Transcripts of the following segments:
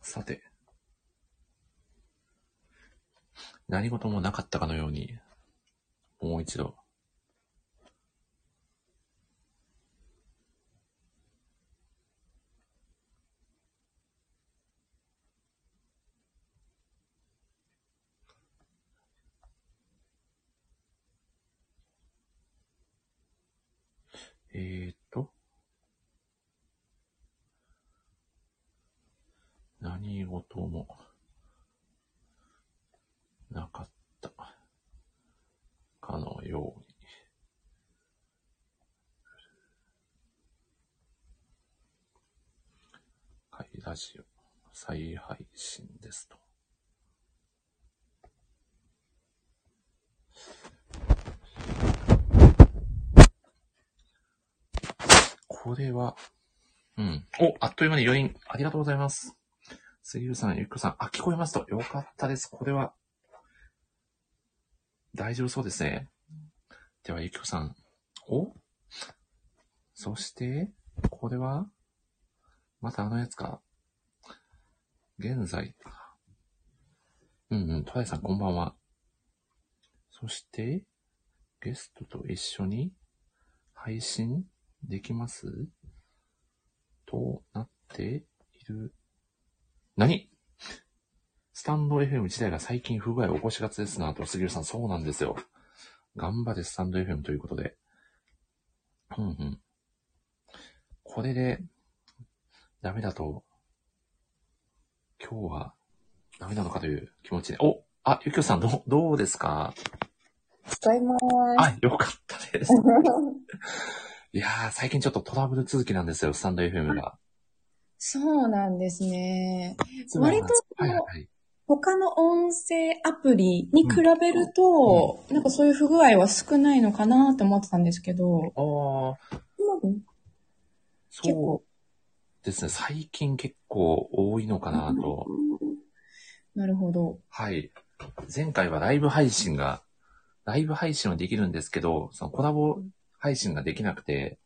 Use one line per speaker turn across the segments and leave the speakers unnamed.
さて。何事もなかったかのように、もう一度。えーっと。何事もなかったかのように。はい、ラジオ再配信ですと。これは、うん。お、あっという間に4人、ありがとうございます。杉浦さん、ゆっこさん、あ、聞こえますと。よかったです。これは、大丈夫そうですね。では、ゆきこさん。おそして、これは、またあのやつか。現在。うんうん、トライさん、こんばんは。そして、ゲストと一緒に配信できますとなっている何スタンド FM 自体が最近不具合を起こしがちですなと、杉浦さん、そうなんですよ。頑張れ、スタンド FM ということで。うんうん。これで、ダメだと、今日は、ダメなのかという気持ちで。おあ、ゆきおさん、どう、どうですか
聞こ えます。
あ、よかったです。いやー、最近ちょっとトラブル続きなんですよ、スタンド FM が。
そうなんですね。割と
はいはいはい。
他の音声アプリに比べると、なんかそういう不具合は少ないのかなって思ってたんですけど、
あー、
結構
そうですね。最近結構多いのかなと。
なるほど。
はい。前回はライブ配信が、ライブ配信はできるんですけど、そのコラボ配信ができなくて、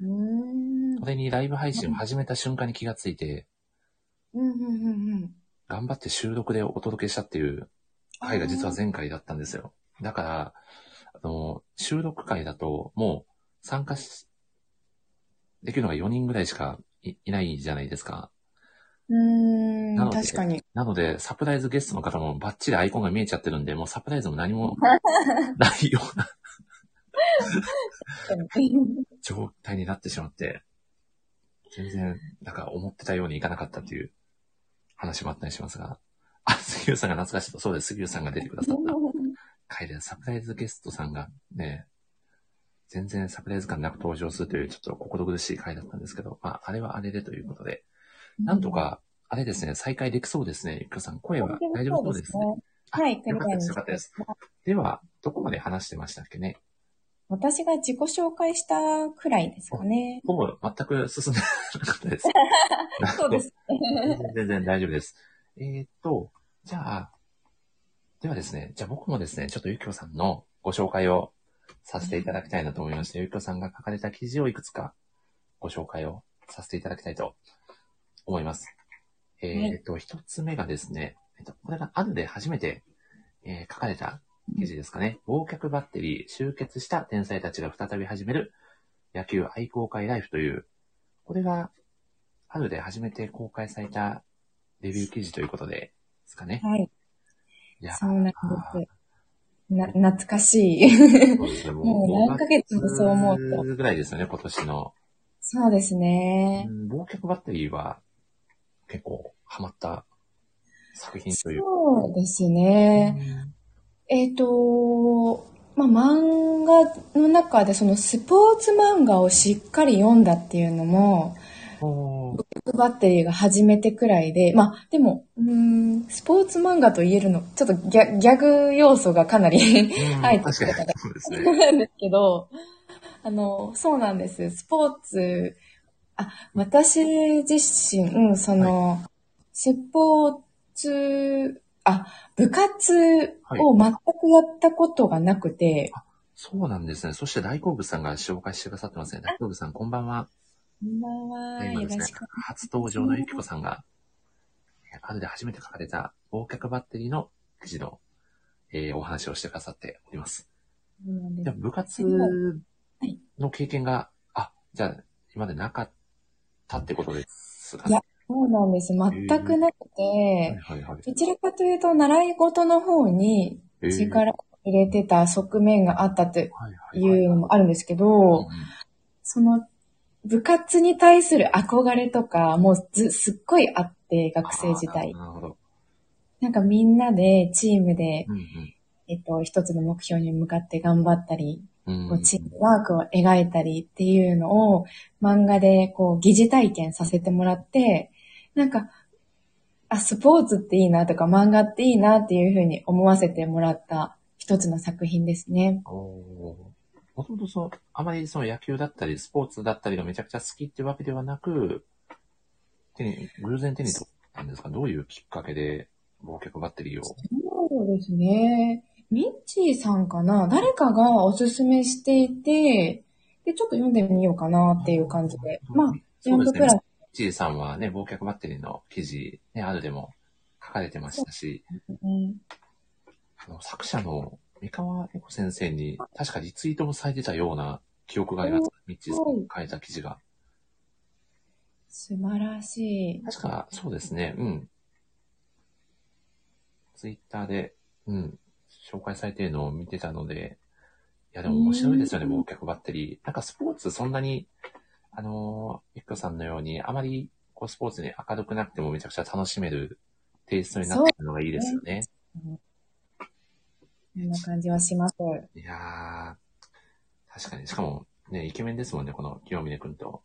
うーん。
これにライブ配信を始めた瞬間に気がついて、
うん、うん、うん、うん。
頑張って収録でお届けしたっていう回が実は前回だったんですよ。だから、あの、収録回だともう参加し、できるのが4人ぐらいしかいいないじゃないですか。
う
な
ー
の
ん、
で
確かに。
なので、サプライズゲストの方もバッチリアイコンが見えちゃってるんで、もうサプライズも何もないような状態になってしまって、全然、なんか思ってたようにいかなかったっていう話もあったりしますが、あ、杉浦さんが懐かしいと、そうです、杉浦さんが出てくださった回で、サプライズゲストさんがね、全然サプライズ感なく登場するという、ちょっと心苦しい回だったんですけど、まあ、あれはあれでということで、なんと。か、あれですね、再開できそうですね、ゆっかさん。声は大丈夫そうですね。。
はい、
よかったです、よかったです。では、どこまで話してましたっけね
私が自己紹介したくらいですかね。
ほぼ全く進んでなかった です。
そうです。
全然全然大丈夫です。えーっと、じゃあ、ではですね、じゃあ僕もですね、ちょっとゆきおさんのご紹介をさせていただきたいなと思いまして、ゆきおさんが書かれた記事をいくつかご紹介をさせていただきたいと思います。えーっと、一つ目がですね、えっと、これがあるで初めて、えー書かれた記事ですかね。忘却バッテリー集結した天才たちが再び始める野球愛好会ライフという、これが春で初めて公開されたレビュー記事ということで、ですかね。
はい、
いや、
そ
そうう
なんです。な、懐かしい。
ですね。
もう何ヶ月もそう思うと
5月ぐらいですよね、今年の。
そうですね。
うん忘却バッテリーは結構ハマった作品という。
そうですね。えっ、と、まあ、漫画の中でそのスポーツ漫画をしっかり読んだっていうのも、
おー
バッテリーが初めてくらいで、まあ、でも、うーん、スポーツ漫画と言えるの、ちょっとギャギャグ要素がかなり
うん
はい
確かに。そうですね。
なんですけど、あの、そうなんです。スポーツ、あ、私自身、うん、その、スポーツ、あ、部活を全くやったことがなくて、
そうなんですね。そして大好物さんが紹介してくださってますね。大好物さん、こんばんは。
こんばんは。
今で
よろ
すね
しく。、
初登場のゆきこさんが、えーパルで初めて書かれた、忘却バッテリーの記事の、えーお話をしてくださっております。
そうなんです
でも部活
い
の経験が、あ、じゃあ、今までなかったってことですか
いやそうなんです。全くなくて、
はいはいはい。
どちらかというと、習い事の方に
えー
力を入れてた側面があったとい
はいはいはい。
うのもあるんですけど、その部活に対する憧れとか、もうずすっごいあって、学生時代
あー。なるほど。
なんかみんなで、チームで、
うんうん
えっと、一つの目標に向かって頑張ったり、
うん
こうチームワークを描いたりっていうのを漫画でこう疑似体験させてもらって、なんか、あ、スポーツっていいなとか漫画っていいなっていうふうに思わせてもらった一つの作品ですね。
もともとその、あまりその野球だったり、スポーツだったりがめちゃくちゃ好きってわけではなく、手に、偶然手に取ったんですかどういうきっかけで、忘却バッテリーを。
そうですね。ミッチーさんかな誰かがおすすめしていて、で、ちょっと読んでみようかなっていう感じで。まあ、ジャ
そうで
ンプ
す
プ
ね
ラス
ちーさんはね、忘却バッテリーの記事、ね、あるでも書かれてましたし、
ね。
あの、作者の三河恵子先生に、確かリツイートもされてたような記憶があります。ミッチーさんが書いた記事が。
素晴らしい。
確か、そうですね、うん。ツイッターで、うん、紹介されてるのを見てたので、いや、でも面白いですよね、
うん
忘却バッテリー。なんかスポーツそんなに、あのー、ゆっこさんのように、あまり、こう、スポーツに明るくなくてもめちゃくちゃ楽しめるテイストになってるのがいいですよね。
こんな感じはします。
いやー、確かに。しかも、ね、イケメンですもんね、この清峰くん と。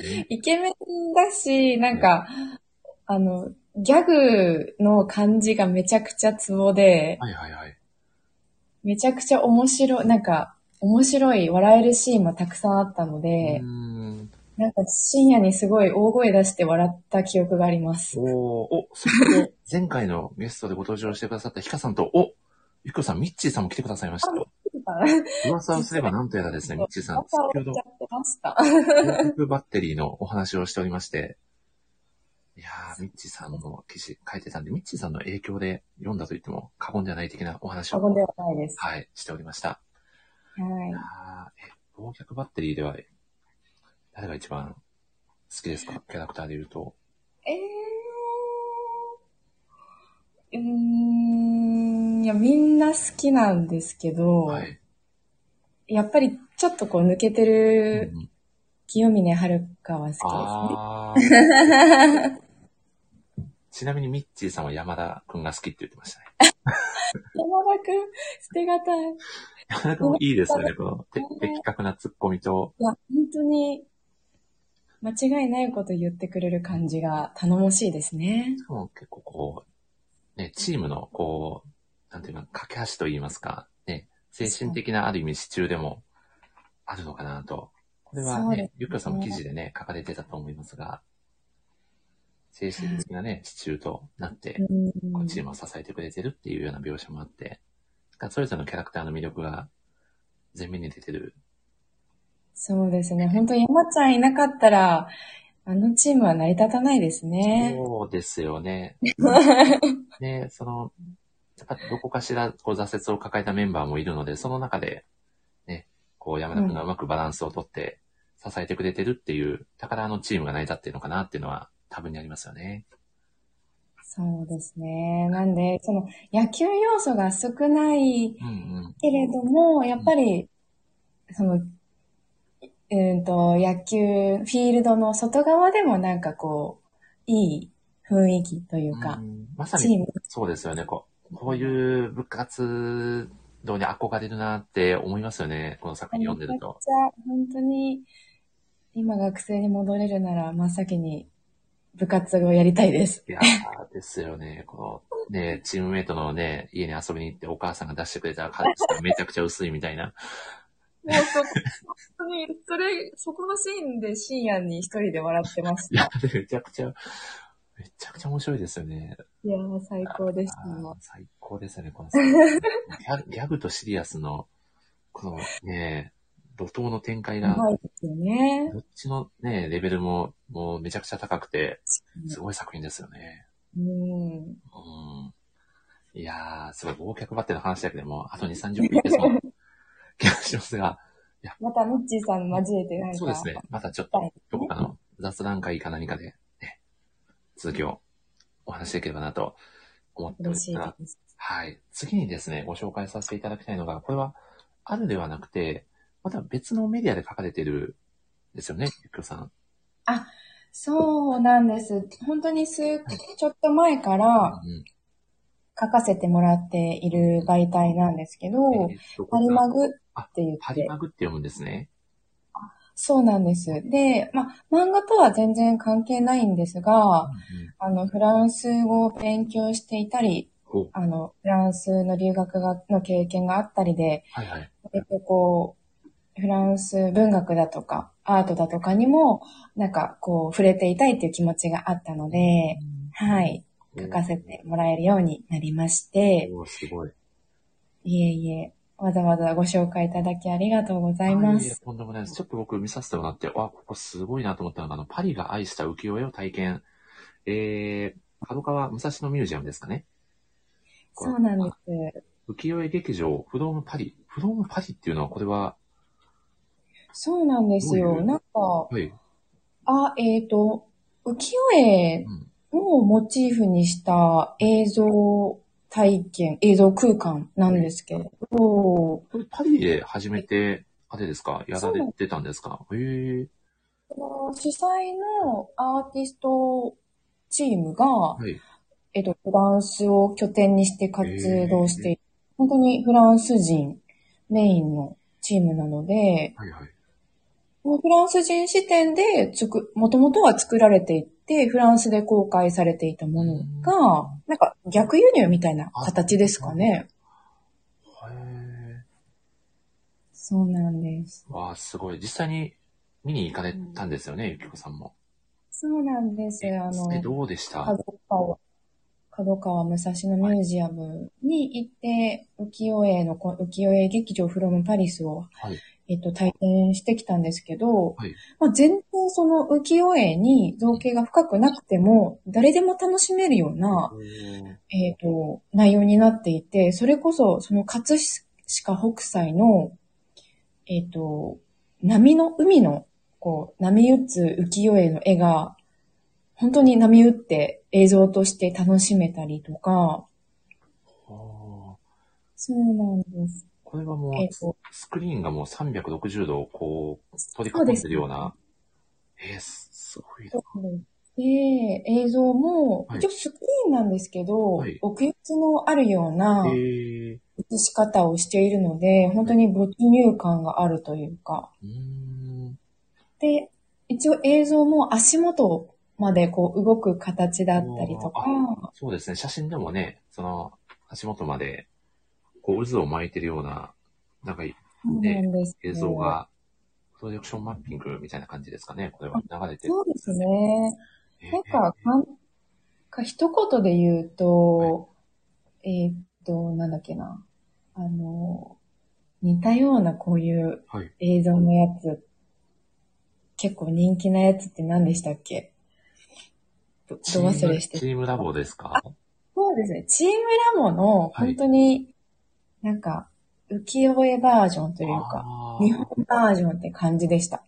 ね
イケメンだし、なんか、あの、ギャグの感じがめちゃくちゃツボで、
はいはいはい。
めちゃくちゃ面白い、なんか、面白い、笑えるシーンもたくさんあったので、
うーん。
なんか深夜にすごい大声出して笑った記憶があります。
おーお、そして、前回のゲストでご登場してくださったヒカさんと、おゆっこさん、ミッチーさんも来てくださいました。噂をすればなんとやらですね、ミッチーさん。
朝
先
起
ほ
き
ど
ちゃ、ってました。
トップバッテリーのお話をしておりまして、いやー、ミッチーさんの記事書いてたんで、ミッチーさんの影響で読んだと言っても過言ではない的なお話
過言で
を、
はないです。は
はい、しておりました。
い。
ああ、え、忘却バッテリーでは、誰が一番好きですかキャラクターで言うと。
ええー。うーん、いや、みんな好きなんですけど、
はい。
やっぱりちょっとこう抜けてる
うん
清峰遥香は好
ああ。
きですね。
ちなみにミッチーさんは山田くんが好きって言ってましたね。
山田くん、捨てがたい。い
山田くんもいいですよね。このて的確なツッコミと。
や、本当に、間違いないこと言ってくれる感じが頼もしいですね。
しかも結構こう、ね、チームのこう、なんていうか、架け橋と言いますか、ね、精神的なある意味支柱でもあるのかなと。これは
そうです
ね、ゆっくさんも記事でね、書かれてたと思いますが、精神的なね、支柱となって、
うん
こうチームを支えてくれてるっていうような描写もあって、なんかそれぞれのキャラクターの魅力が前面に出てる。
そうですね。本当山ちゃんいなかったら、あのチームは成り立たないですね。
そうですよ ね。ね、その、やっぱどこかしらこう挫折を抱えたメンバーもいるので、その中で、ね、こう山田君がうまくバランスをとって支えてくれてるっていう、だからあのチームが成り立ってるのかなっていうのは多分にありますよね。
そうですね。なんで、その野球要素が少ない
うんうん。
けれども、やっぱり、その、うんと、野球、フィールドの外側でもなんかこう、いい雰囲気というか
う、んまさ
チ
に
ーム。
そうですよね。こうこういう部活動に憧れるなって思いますよね。この作品
めちゃ
読ん
くち
で
ゃ
ると。、
本当に、今学生に戻れるなら、真っ先に部活をやりたいです。
いやー、ですよね。この、ね、チームメイトのね、家に遊びに行ってお母さんが出してくれたカルチがめちゃくちゃ薄いみたいな。
もうそ、本当に、それ、そこのシーンで深夜に一人で笑ってまし
いや、めちゃくちゃ、めちゃくちゃ面白いですよね。
いやー、最高でし
あ
た。
ー最高ですよね、このギャ ギャグとシリアスの、このね、怒涛の展開が、
うまいですよね。
どっちのね、レベルも、もうめちゃくちゃ高くて、すごい作品ですよね。
うん。
うん。いやー、すごい、忘却バッテの話だけでも、あと2、30分いけそうな気がしますが、
また、ミッチーさん交えて何か。
そうですね。またちょっ
はい
と、どこかの雑談会か何かで、ね、続きをお話しできればなと思っておりま
嬉
す
しい
が、
です。
はい。次にですね、ご紹介させていただきたいのが、これは、あるではなくて、また別のメディアで書かれてるんですよね、ゆきょさん。
そうなんです。本当に数、ちょっと前から
うん。
書かせてもらっている媒体なんですけど、
えーっと
ハ
こ
リ
ち
マ
ら
グって言
ハ
っ
リ
て、
マグって読むんですね。
そうなんです。で、まあ、漫画とは全然関係ないんですが、
うん
あの、フランス語を勉強していたり、
お
あの、フランスの留学がの経験があったりで、
はいはい。
割とこう、フランス文学だとか、アートだとかにも、なんかこう、触れていたいっていう気持ちがあったので、はい、書かせてもらえるようになりまして、
おおすごい。
いえいえ、わざわざご紹介いただきありがとうございま
あいえ
す。
とんでもないです。ちょっと僕見させてもらって、あ、ここすごいなと思ったのが、あの、パリが愛した浮世絵を体験。えー、角川武蔵野ミュージアムですかね。
そうなんです。
浮世絵劇場、フロームパリ。フロームパリっていうのは、これは、
そうなんです
どうい
よ。
う
なんか、
はい。
あ、えっ、と、浮世絵
うん。
をモチーフにした映像体験、映像空間なんですけど、
これパリで初めて、あれですかやられてたんですかへえ
主催のアーティストチームが、
はい。
えっと、フランスを拠点にして活動している、本当にフランス人メインのチームなので、
はいはい。
もうフランス人視点でつく、もともとは作られていて、フランスで公開されていたものが、なんか逆輸入みたいな形ですかね。
へ
そうなんです。
ーわあ、すごい。実際に見に行かれたんですよね、ゆきこさんも。
そうなんです。あの、
え、どうでした
角川、角川武蔵野ミュージアムに行って、浮世絵のこ、浮世絵劇場フロムパリスを、
はい
えっと、体験してきたんですけど、
はい
まあ、全然その浮世絵に造形が深くなくても、誰でも楽しめるような、えっと、内容になっていて、それこそ、その葛飾北斎の、えっと、波の、海の、こう、波打つ浮世絵の絵が、本当に波打って映像として楽しめたりとか、
おー
そうなんです。
これはも
えっ
う
と、
スクリーンがもう360度こう取り
そう
囲
で
ん
す
でるような。えー、すすごいな。
で、映像も、
はい
一応スクリーンなんですけど、
はい
奥行きのあるような
えー、
映し方をしているので、本当に没入感があるというか。
うーん。
で、一応映像も足元までこう動く形だったりとか、
そうですね。写真でもね、その足元までこう渦を巻いてるような、なんか
そうなんですよ
映像が、プロジェクションマッピングみたいな感じですかね。これは流れてる
そうですね。
えー
なんか、かんか一言で言うと、えーっと、なんだっけな。あの、似たようなこういう
はい
映像のやつ、結構人気なやつって何でしたっけど
チ
ど忘れし
ーム
て
チームラボですか
そうですね。チームラボの
はい
本当に、なんか、浮世絵バージョンというか、
あー
日本バージョンって感じでした。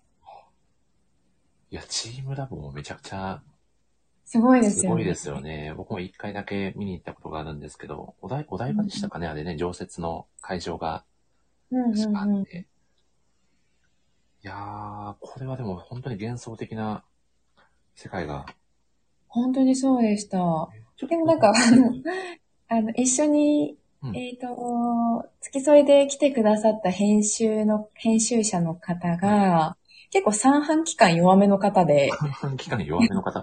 いや、チームラボもめちゃくちゃ
すごいですすよね。
ごいですよね。僕も一回だけ見に行ったことがあるんですけど、お台お台場でしたかね、あれね、常設の会場が
うん
確かあっ
う
て。
んうん。
いやー、これはでも本当に幻想的な世界が。
本当にそうでした。
ちょっと
でもなんかあのあの、一緒に、
うん
えっ、と、付き添いで来てくださった編集の、編集者の方が、結構三半期間弱めの方で、
期間弱めの方。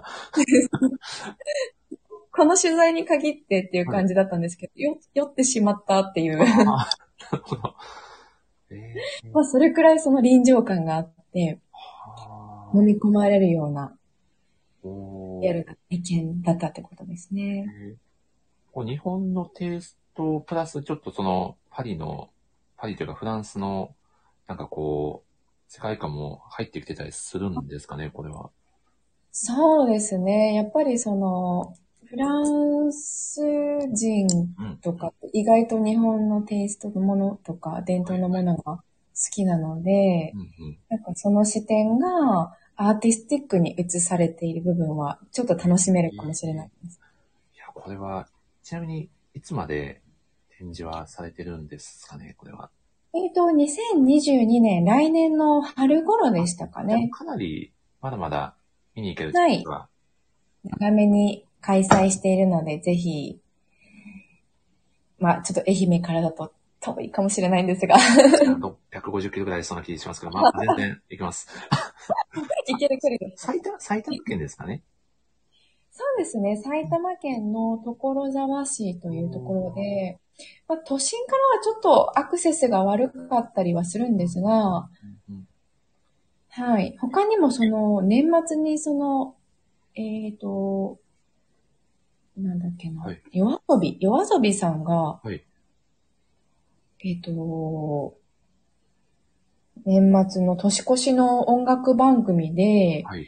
この取材に限ってっていう感じだったんですけど、よ酔ってしまったっていう、
あーなるほど。えー
まあそれくらいその臨場感があって、
あー
飲み込まれるような
おー
リアルな意見だったってことですね。
こう日本のテイストプラスちょっとそのパリの、パリというかフランスのなんかこう世界観も入ってきてたりするんですかね、これは。
そうですね。やっぱりその、フフランス人
うん。
とかって意外と日本のテイストのものとか伝統のものが好きなので
う、んうん。
なんかその視点がアーティスティックに映されている部分はちょっと楽しめるかもしれないです。
いや、これは、ちなみに、いつまで展示はされてるんですかね、これは。
えっと、2022年、来年の春頃でしたか
でも
ね。
かなり、まだまだ見に行ける
はい
時期は
長めに開催しているので、ぜひ、まあ、ちょっと愛媛からだと遠いかもしれないんですが、
650キロぐらいそんな気しますけど、ま あ、全然行きます。
いける距離で
埼玉、埼玉県ですかね。
そうですね。埼玉県の所沢市というところで、まあ、都心からはちょっとアクセスが悪かったりはするんですが、
うん
はい。他にもその、年末にその、えっ、と、なんだっけな、
はい
夜遊び、夜遊びさんが、
はい
えっ、と、年末の年越しの音楽番組で、
はい。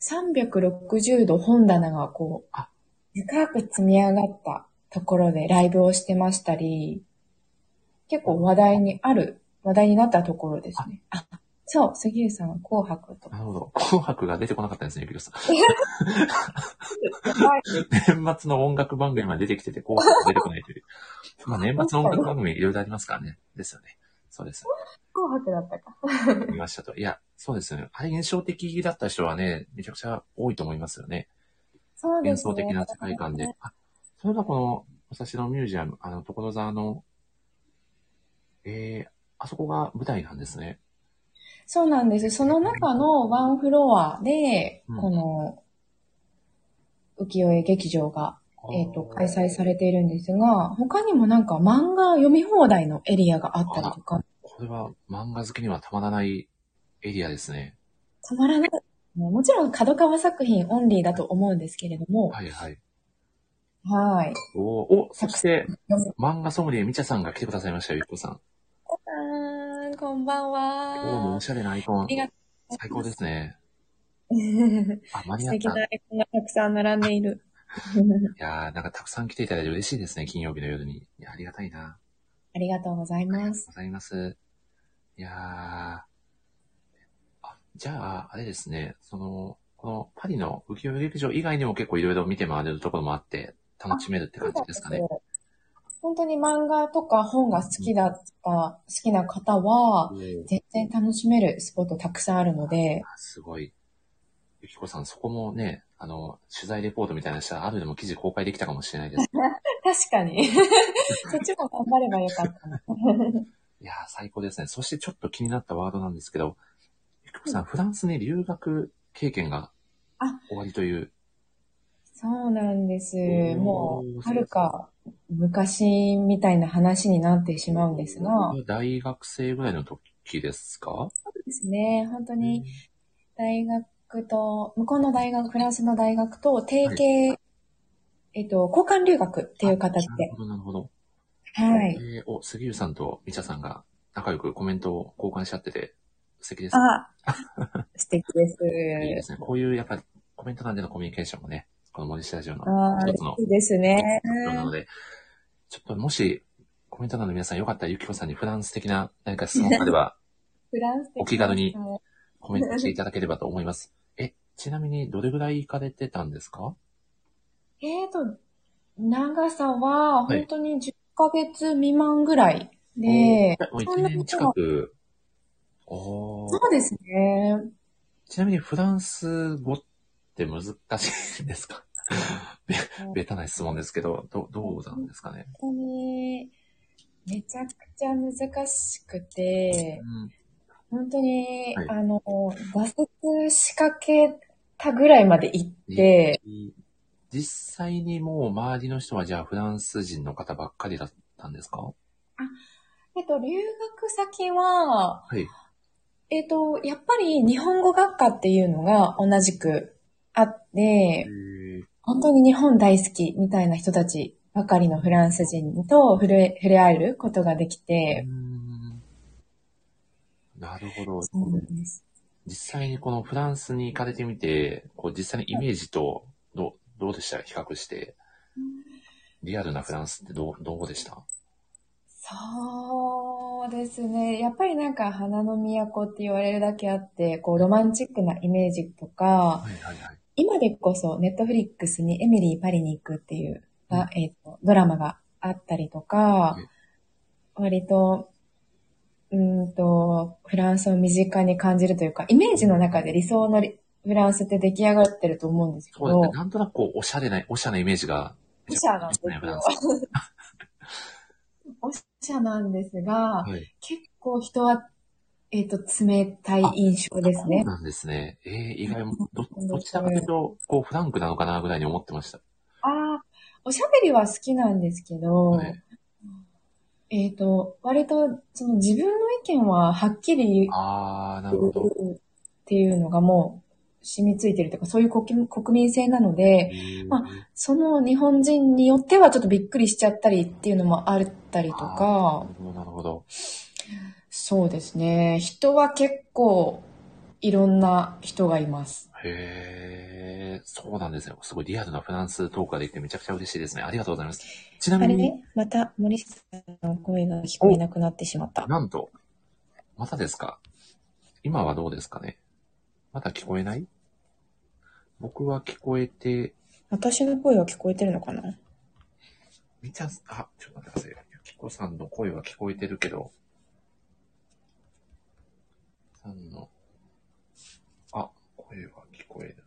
360度本棚がこう
あ、
深く積み上がったところでライブをしてましたり、結構話題にある、話題になったところですね。あ、そう、杉浦さんは紅白 と。
なるほど。紅白が出てこなかったですね、ゆきろさん。
はい
年末の音楽番組が出てきてて、紅白が出てこないという。 まあ、年末の音楽番組いろいろありますからね。ですよね。そうです。
紅白だったか。
見ましたと。いや、そうですよね。あれ印象的だった人はね、めちゃくちゃ多いと思いますよね。
そうで
幻
すね。
想的な世界観で。あ、それがこの、武蔵野ミュージアム、あの、所沢の、えー、あそこが舞台なんですね。
そうなんです。その中のワンフロアで、
うん
この、浮世絵劇場が、えっ、と、開催されているんですが、他にもなんか漫画読み放題のエリアがあったりとか、
これは漫画好きにはたまらないエリアですね。
たまらない。もちろん、角川作品オンリーだと思うんですけれども、
はいはい。
はい。
おーお、そして、漫画ソムリエみちゃさんが来てくださいましたよ、ゆっこさん。
あーこんばん
おーもう
は
お。しゃれなアイコ
あ
ン
り。がとう
最高ですね。
ございます。
あ、間に
素
合っ
敵
た。
なアイコンがたくさん並んでいる。
いやー、なんかたくさん来ていただいて嬉しいですね、金曜日の夜に。いや、ありがたいな。
ありがとうござい
ありが
ま
とう
す。
ございます。いやー。あ、じゃあ、あれですね、その、このパリの浮世絵劇場以外にも結構いろいろ見て回れるところもあって、楽しめるって感じですかね。
本当に漫画とか本が好きだった、好きな方は、全然楽しめるスポットたくさんあるので、
あすごい。ゆきこさん、そこもね、あの、取材レポートみたいなのしたら、あるでも記事公開できたかもしれない です。
確かに。 そっちも頑張ればよかったな。
いやー、最高ですね。そしてちょっと気になったワードなんですけど、ゆきこさん、フランスに留学経験が
あ
終わりという。
そうなんです。
ー
もう、はるか昔みたいな話になってしまうんですが、そ
大学生ぐらいの時ですか
うですね。本当に大学と、向こうの大学、フランスの大学と提携、えっと、交換留学っていう形
なる
で、
ほど、なるほど。
はい。
えーお、杉浦さんとみちゃさんが仲良くコメントを交換し合ってて、素敵です。
あ、素敵です。
いいですね。こういう、やっぱり、コメント欄でのコミュニケーションもね、この森下ラジオの
ああ、
一
い
つの
いですね。
なので、ちょっともし、コメント欄の皆さんよかったら、ゆきこさんにフランス的な何か質問があれ ば、
フランス的な
お気軽に
も
コメントしていただければと思います。え、ちなみに、どれぐらい行かれてたんですか
う。えっと、長さは
はい
本当に10ヶ月未満ぐらいで、
もう1年近く。おー
そうですね。
ちなみにフランス語って難しいんですかべ、べたな質問ですけど、ど、どうなんですかね。
本当に、めちゃくちゃ難しくて、本当に、
はい
あの、挫折しかけたぐらいまで行って、
い実際にもう周りの人はじゃあフランス人の方ばっかりだったんですかは
えっと、留学先は、
い。
えっと、やっぱり日本語学科っていうのが同じくあって、本当に日本大好きみたいな人たちばかりのフランス人と触れ触れ合えることができ
う
て、
んなるほど。
そうなんです。
実際にこのフランスに行かれてみて、こう実際にイメージとど、どうでした比較して。リアルなフランスってどう、どうでした
そうですね。やっぱりなんか花の都って言われるだけあって、こうロマンチックなイメージとか、
はいはいはい。
今でこそネットフリックスにエミリーパリに行くっていう、
うん
あえっとドラマがあったりとか
うん、
割と、うーんと、フランスを身近に感じるというか、イメージの中で理想のリフランスって出来上がってると思うんですけ
そうですね。
ど、
なんとなくこう、おしゃれな、おしゃれなイメージが。
おしゃなんです
ね、フラン
よ
ス。。
おしゃなんですが、
はい。
結構人は、えっ、と、冷たい印象です
そう
ね。
なんですね。ええ意外も、ど、どちらかというと、こう、フランクなのかな、ぐらいに思ってました。
ああ、おしゃべりは好きなんですけど、
はい
えっ、と、割と、その自分の意見ははっきり
あー、な
言
るほど。
うっていうのがもう染みついてるというか、そういう国国民性なので、まあその日本人によってはちょっとびっくりしちゃったりっていうのもあったりと
あー
か、
なるほど、なるほど。
そうですね。人は結構いろんな人がいます。
へえ、そうなんですね。すごいリアルなフランストークができてめちゃくちゃ嬉しいですね。ありがとうございます。ちな
あ
み
れ
に、
ね、また森下さんの声が聞こえなくなってしまった。
なんと、またですか今はどうですかねまだ聞こえない僕は聞こえて、
私の声は聞こえてるのかな
みちゃん、あ、ちょっと待ってください。ゆきこさんの声は聞こえてるけど、さんの、あ、声は聞こえる。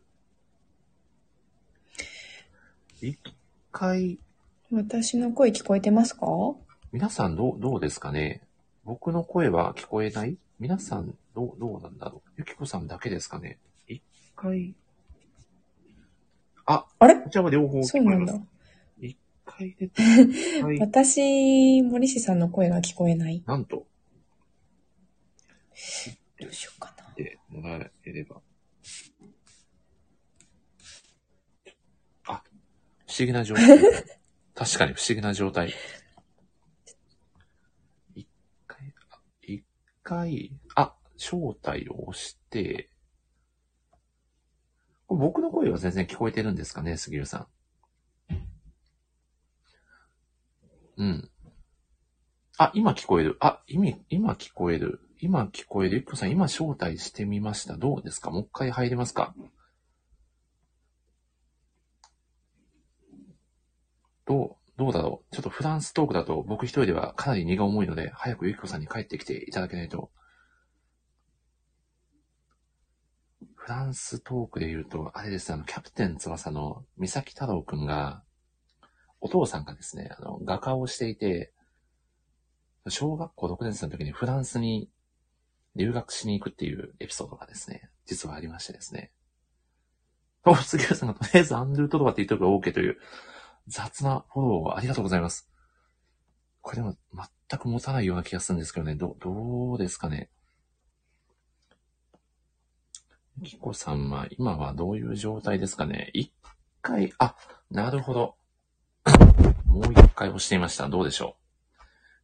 一回、
私の声聞こえてますか
皆さんどう、どうですかね僕の声は聞こえない皆さんどう、どうなんだろうゆきこさんだけですかね一回。あ、
あれ
こちらは両方
そ
聞
う
こ
な
え
ん
ます。
だ。
一回出て、一 回、
私、森下さんの声が聞こえない。
なんと、
どうしようかな。
でもらえれば。あ、不思議な状態。確かに不思議な状態。一回、あ一回、あ、招待を押して、これ僕の声は全然聞こえてるんですかね、杉浦さん。うん。あ、今聞こえる。あ、意味、今聞こえる。今聞こえる。ゆっこさん、今招待してみました。どうですかもう一回入れますかどう、どうだろうちょっとフランストークだと僕一人ではかなり荷が重いので、早くゆきこさんに帰ってきていただけないと。フランストークで言うと、あれです、あの、キャプテン翼の三崎太郎くんが、お父さんがですね、あの、画家をしていて、小学校6年生の時にフランスに留学しに行くっていうエピソードがですね、実はありましてですね。お、杉浦さんがとりあえずアンドゥートロワって言っとけば OK という雑なフォローをありがとうございます。これでも全く持たないような気がするんですけどね、ど、どうですかね。ゆきこさんは今はどういう状態ですかね一回、あ、なるほど。 もう一回押していました。どうでしょう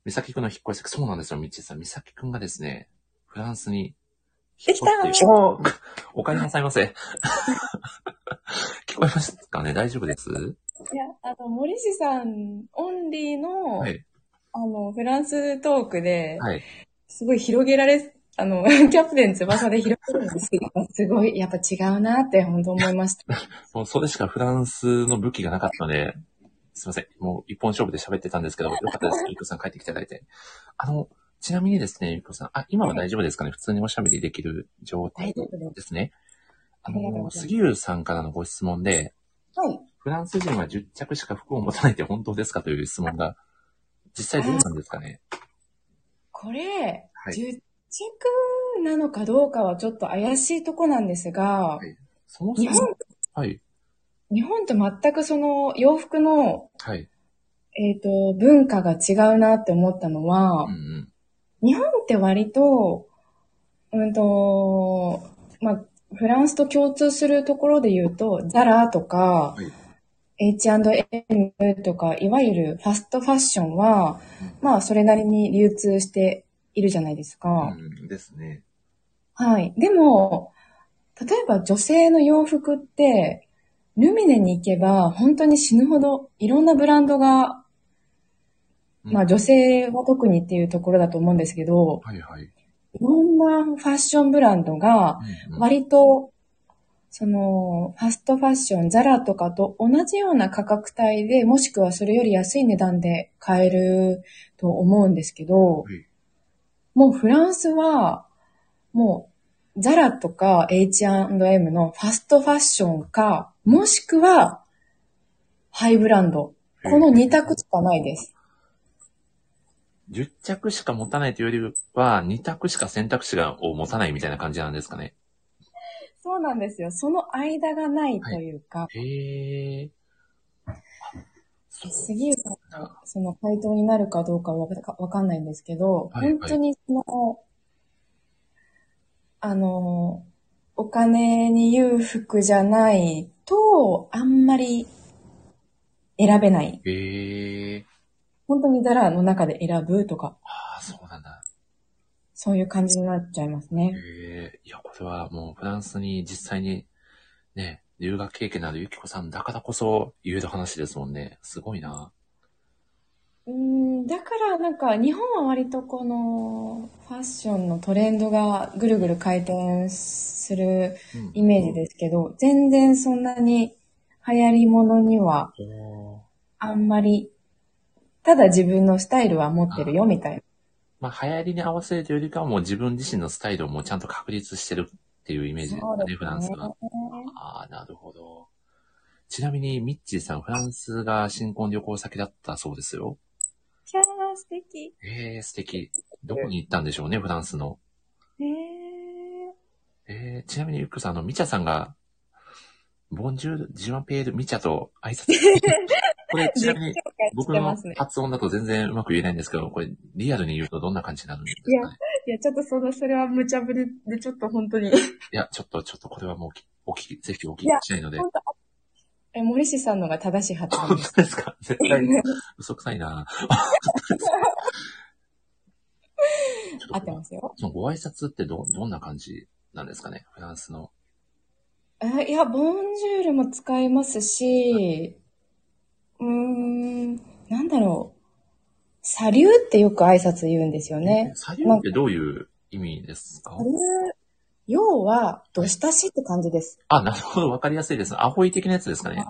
美咲くんの引っ越し先、そうなんですよ、みっちーさん。美咲くんがですね、フランスに
できた
引っ越しておーお 帰りなさいませ。聞こえましたかね大丈夫です
いや、あの、森下さんオンリーの、
はい。
あの、フランストークで、
はい。
すごい広げられ、あの、 キャプテン翼で広げるんで すけど、すごい、やっぱ違うなって本当思いました。
もうそれしかフランスの武器がなかったので、すいません。もう一本勝負で喋ってたんですけど、 よかったです。ゆきこさん帰ってきていただいて。あの、ちなみにですね、ゆきこさん。あ、今は大丈夫ですかね普通におしゃべりできる状態
大丈夫で
ですね。あ
ありがとう
の、
ございます
杉浦さんからのご質問で、
はい。
フランス人は10着しか服を持たないって本当ですかという質問が、実際どうなんですかね
これ、
はい
10着なのかどうかはちょっと怪しいとこなんですが、
はいそもそ
日
も
本、
はい。
日本と全くその洋服の、
はい。
えっ、と、文化が違うなって思ったのは、
うんうん。
日本って割と、うんと、まあ、フランスと共通するところで言うと、ザラと
は
か、
い
H&M とか、いわゆるファストファッションは、
うん
まあ、それなりに流通しているじゃないですか。
うん、ですね。
はい。でも、例えば女性の洋服って、ルミネに行けば、本当に死ぬほどいろんなブランドが、
うん
まあ女性は特にっていうところだと思うんですけど、
はいはい。
いろんなファッションブランドが、
うんうん
割と、その、ファストファッション、ザラとかと同じような価格帯で、もしくはそれより安い値段で買えると思うんですけど、
はい
もうフランスは、もう、ザラとか H&M のファストファッションか、もしくは、ハイブランド。この2択しかないです。
10着しか持たないというよりは、2択しか選択肢がを持たないみたいな感じなんですかね。
そうなんですよ。その間がないというか、
へえ。あそう
杉浦さん
なんだ。
その回答になるかどうかはわかんないんですけど、
はいはい
本当にその、あの、お金に裕福じゃないと、あんまり選べない。
へえ。
本当にダラの中で選ぶとか、
ああ、そうなんだ。
そういう感じになっちゃいますね。
へえ。いや、これはもうフランスに実際にね、留学経験のあるゆきこさんだからこそ言える話ですもんね。すごいな。
うん、だからなんか日本は割とこのファッションのトレンドがぐるぐる回転する
うん
イメージですけど、全然そんなに流行りものには
おー
あんまり、ただ自分のスタイルは持ってるよみたいな。
まあ、流行りに合わせるというよりかはもう自分自身のスタイルをもうちゃんと確立してるっていうイメージです
そう
ね、
ですね
フランスが。ああ、なるほど。ちなみに、ミッチーさん、フランスが新婚旅行先だったそうですよ。
キャー素敵。
ええー、素敵。どこに行ったんでしょうね、フランスの。
へ
ええー、ちなみに、ゆっこさん、あの、ミチャさんが、ボンジュール、ジュアンペール、ミチャと挨 拶。これ、ちなみに、僕の
ますね。
発音だと全然うまく言えないんですけど、これ、リアルに言うとどんな感じになるんですかね。
いや、ちょっとその、それは無茶ぶりで、ちょっと本当に。
いや、ちょっと、ちょっとこれはもうき、お聞き、ぜひお聞きしたいので。
本当あ え、森氏さんのが正しい発音
本
です。
当ですか絶対、嘘くさい な
合ってますよ。
そのご挨拶ってど、どんな感じなんですかねフランスの。
えいや、ボンジュールも使いますし、うーん、なんだろう。サリューってよく挨拶言うんですよね。
左右ってどういう意味ですか
サリュー、要は、どしたしって感じです。
あ、なるほど。わかりやすいですね。アホイ的なやつですかね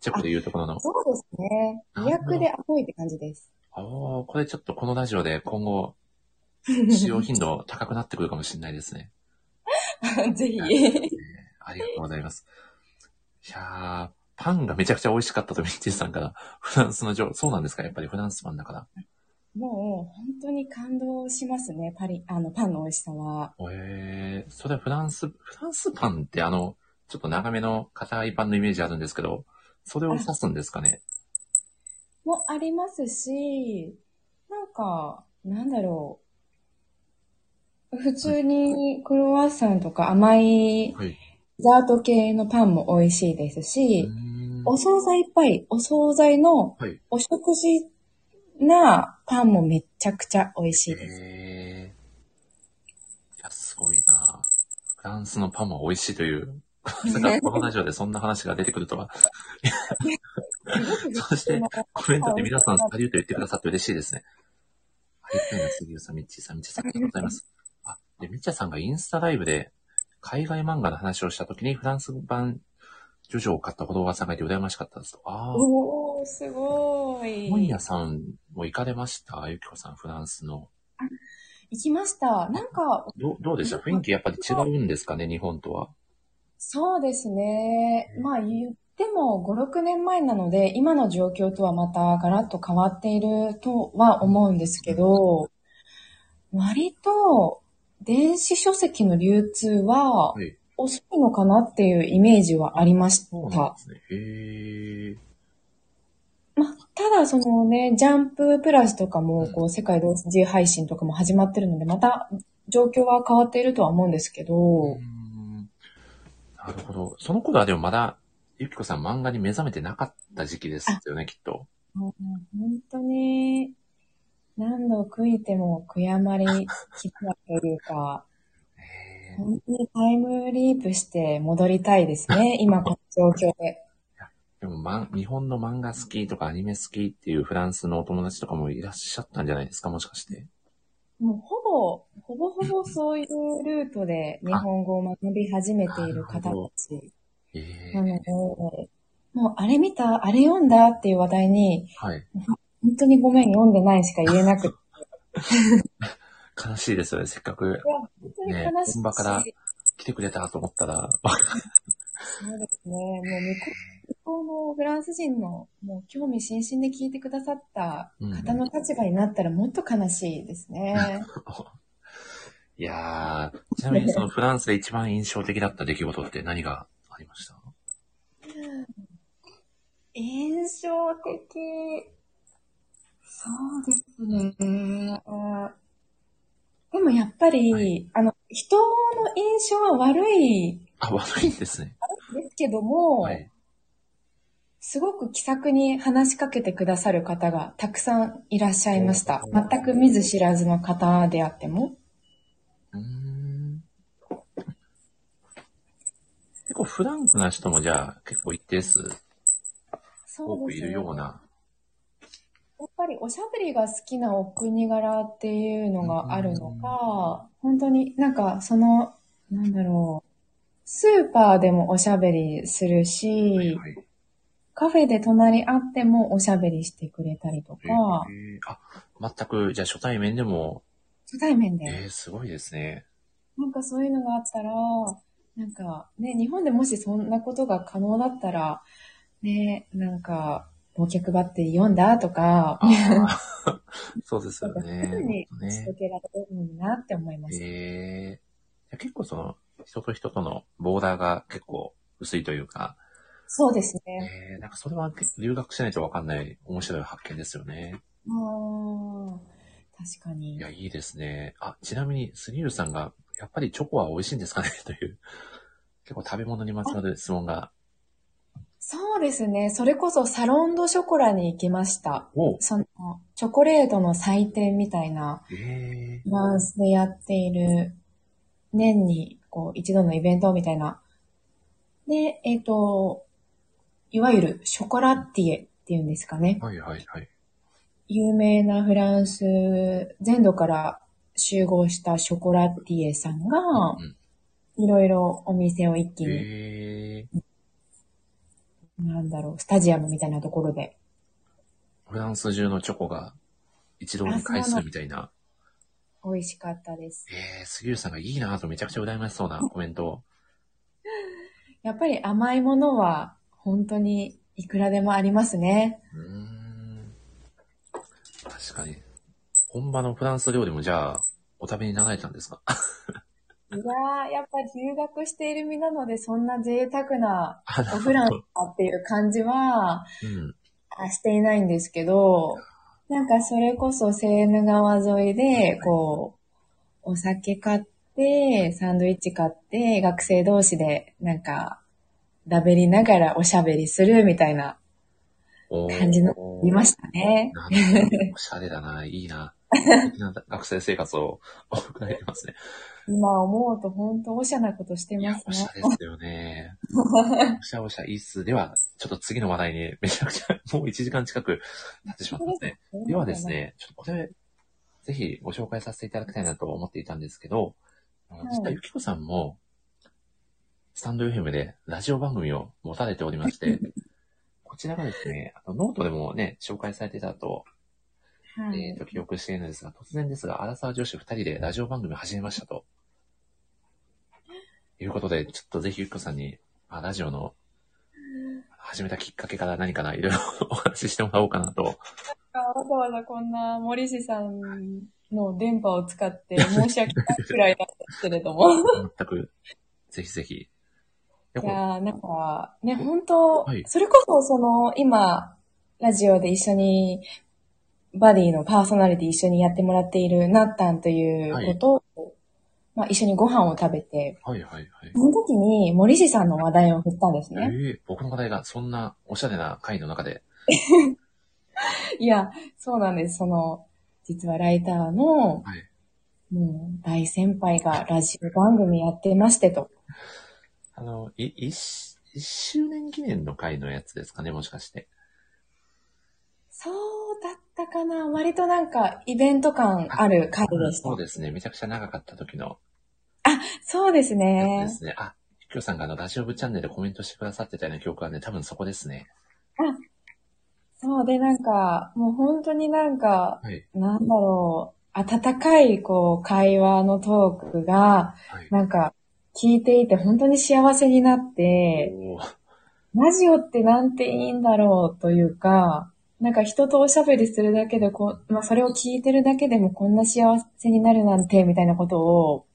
チェコで言うところの。あ
そうですね。
な
意
るほど
訳でアホイって感じです。
あー、これちょっとこのラジオで今後、使用頻度高くなってくるかもしれないですね。
ぜひ。
ありがとうございます。いやー、パンがめちゃくちゃ美味しかったとミッチーさんから、フランスの情報、そうなんですかやっぱりフランスパンだから。
もう、本当に感動しますね。パリ、あの、パンの美味しさは。
えー、それはフランス、フランスパンってあの、ちょっと長めの硬いパンのイメージあるんですけど、それを指すんですかね
もありますし、なんか、なんだろう。普通にクロワッサンとか甘い
はい。
ザート系のパンも美味しいで
う
す
ー
し、
ん
お惣菜いっぱい、お惣菜の
はい
お食事なパンもめちゃくちゃ美味しいです。
えー、いや、すごいなフランスのパンも美味しいという、まさ かこのラジオでそんな話が出てくるとは。そして、コメントで皆さん、サリューと言ってくださって嬉しいですね。ありがたいな、杉浦さん、みっちーさん、みっちーさん、ありがとうございます。あ、で、みっちゃさんがインスタライブで、海外漫画の話をしたときに、フランス版、ジョジョを買ったフォロワーさんがいて羨ましかったですと。ああ、
おー、すごい。
本屋さんも行かれましたゆきこさん、フランスの。
行きました。なんか、
どう、どうでした雰囲気やっぱり違うんですかね、日本とは。
そうですね。まあ言っても5、6年前なので、今の状況とはまたガラッと変わっているとは思うんですけど、割と電子書籍の流通は
はい
遅いのかなっていうイメージはありまし
そうなん
た
で。すね。へえ。
まあ、ただそのね、ジャンププラスとかも、こう、世界同時配信とかも始まってるので、また状況は変わっているとは思うんですけ
う
ど
ー、んなるほど。その頃はでもまだ、ゆきこさん漫画に目覚めてなかった時期ですよね、きっと。
もう本当に、何度悔いても悔やまれきたというか、
へえ。
本当にタイムリープして戻りたいですね、今この状況で。
でも、ま、日本の漫画好きとかアニメ好きっていうフランスのお友達とかもいらっしゃったんじゃないですかもしかして。
もうほぼ、ほぼほぼそういうルートで日本語を学び始めている方たち
ええ
なので、もうあれ見た、あれ読んだっていう話題に、
はい。
本当にごめん、読んでないしか言えなくて、
悲しいですよね。せっかく
本当に悲しいし。
ね本場から来てくれたと思ったら、わか
そうですね。もう向こう、向こうのフランス人の、もう興味津々で聞いてくださった方の立場になったらもっと悲しいで すね。
いやー、ちなみにそのフランスで一番印象的だった出来事って何がありました
印象的。そうですね。あでもやっぱり、
はい
あの、人の印象は悪い
あ、悪いんですね。
ですけども、
はい。
すごく気さくに話しかけてくださる方がたくさんいらっしゃいました。全く見ず知らずの方であっても。
うーん。結構フランクな人もじゃあ結構一定数
そ
多
う
く
で
い
す
る
ね。や
よ
っ
うな。
ぱりおしゃべりが好きなお国柄っていうのがあるのか、本当になんかその、なんだろう。スーパーでもおしゃべりするし、
はいはい
カフェで隣あってもおしゃべりしてくれたりとか、
えーあ、全く、じゃあ初対面でも、
初対面で
えー、すごいです ね。
なんかそういうのがあったら、なんかね、日本でもしそんなことが可能だったら、ね、なんか、忘却ばって読んだとか、
あー そうです
な
よ
んか
ね。
すぐに
本当
打ち
ね
解けられるのになって思いました。
ええ結構その、人と人とのボーダーが結構薄いというか、
そうですね。
ええなんかそれは結構留学しないとわかんない面白い発見ですよね。
あー確か
い
に。
や、いいですね。あ、ちなみに、杉浦さんが、やっぱりチョコは美味しいんですかね という、結構食べ物にまつわる質問が。
そうですね。それこそサロンドショコラに行きました。
お
その、チョコレートの祭典みたいな
ええ
フランスでやっている、年にこう一度のイベントみたいな。で、えっ、と、いわゆるショコラティエっていうんですかね。
はいはいはい。
有名なフランス全土から集合したショコラティエさんが、
うん
いろいろお店を一気に、
ええ
なんだろう、スタジアムみたいなところで。
フランス中のチョコが一堂に会するみたいな。
美味しかったです。
ええ杉浦さんがいいなぁとめちゃくちゃ羨ましそうなコメントを。
やっぱり甘いものは本当にいくらでもありますね。
うーん確かに。本場のフランス料理もじゃあ、お食べになられたんですか
いやー、やっぱ留学している身なので、そんな贅沢な
あなるほ
お
ど
フランスだっていう感じは
うん。
あしていないんですけど、なんかそれこそセーヌ川沿いで、こう、お酒買って、サンドイッチ買って、学生同士でなんか、だべりながらおしゃべりするみたいな、
お
感じのいま
し
したね。
た。なんかおしゃれだな、いいな。素敵な学生生活を 送られてますね。
今思うと本当おしゃなことして
い
ま
や、
す
おし
ね
ゃ。れですよね。おしゃおしゃいいっす。では、ちょっと次の話題にめちゃくちゃ、もう1時間近く経ってしまったんですね。ではです。ね、ちょっとこれ、ぜひご紹介させていただきたいなと思っていたんですけど、あの
はい
実はゆきこさんも、スタンド FM でラジオ番組を持たれておりま して、こちらがですね、あとノートでもね、紹介されてたと、
はい
えーと、記憶しているのですが、突然ですが、アラサー女子二人でラジオ番組を始めましたと。いうことで、ちょっとぜひゆきこさんに、まあ、ラジオの、始めたきっかけから何かな、いろいろ お話ししてもらおうかなと。
あわざわざこんな森氏さんの電波を使 って申し訳ないくらいなんですけれども。
全く、ぜひぜひ。いや
い
これ
やーなんか、ね、本当、
はい
それこそその、今、ラジオで一緒に、バディのパーソナリティ一緒にやってもらっているナッタンということを、まあ一緒にご飯を食べて、
はいはいはい。
その時に森氏さんの話題を振ったんですね。
ええ僕の話題がそんなおしゃれな会の中で。
いや、そうなんです。その、実はライターの、
はい。
もう大先輩がラジオ番組やってましてと。
あの、い、一、 1周年記念の回のやつですかね、もしかして。
そうだったかな割となんかイベント感ある回でした。
そうですね。めちゃくちゃ長かった時の
そうです
や
ね
つで。すね。あ、ゆきょうさんがあの、ラジオ部チャンネルでコメントしてくださってたような記憶はね、多分そこですね。
そうでなんか、もう本当になんか、
はい。
なんだろう、温かいこう会話のトークが、
はい。
なんか聞いていて本当に幸せになって、
おー
ラジオってなんていいんだろうというか、なんか人とおしゃべりするだけでこう、まあそれを聞いてるだけでもこんな幸せになるなんて、みたいなことを、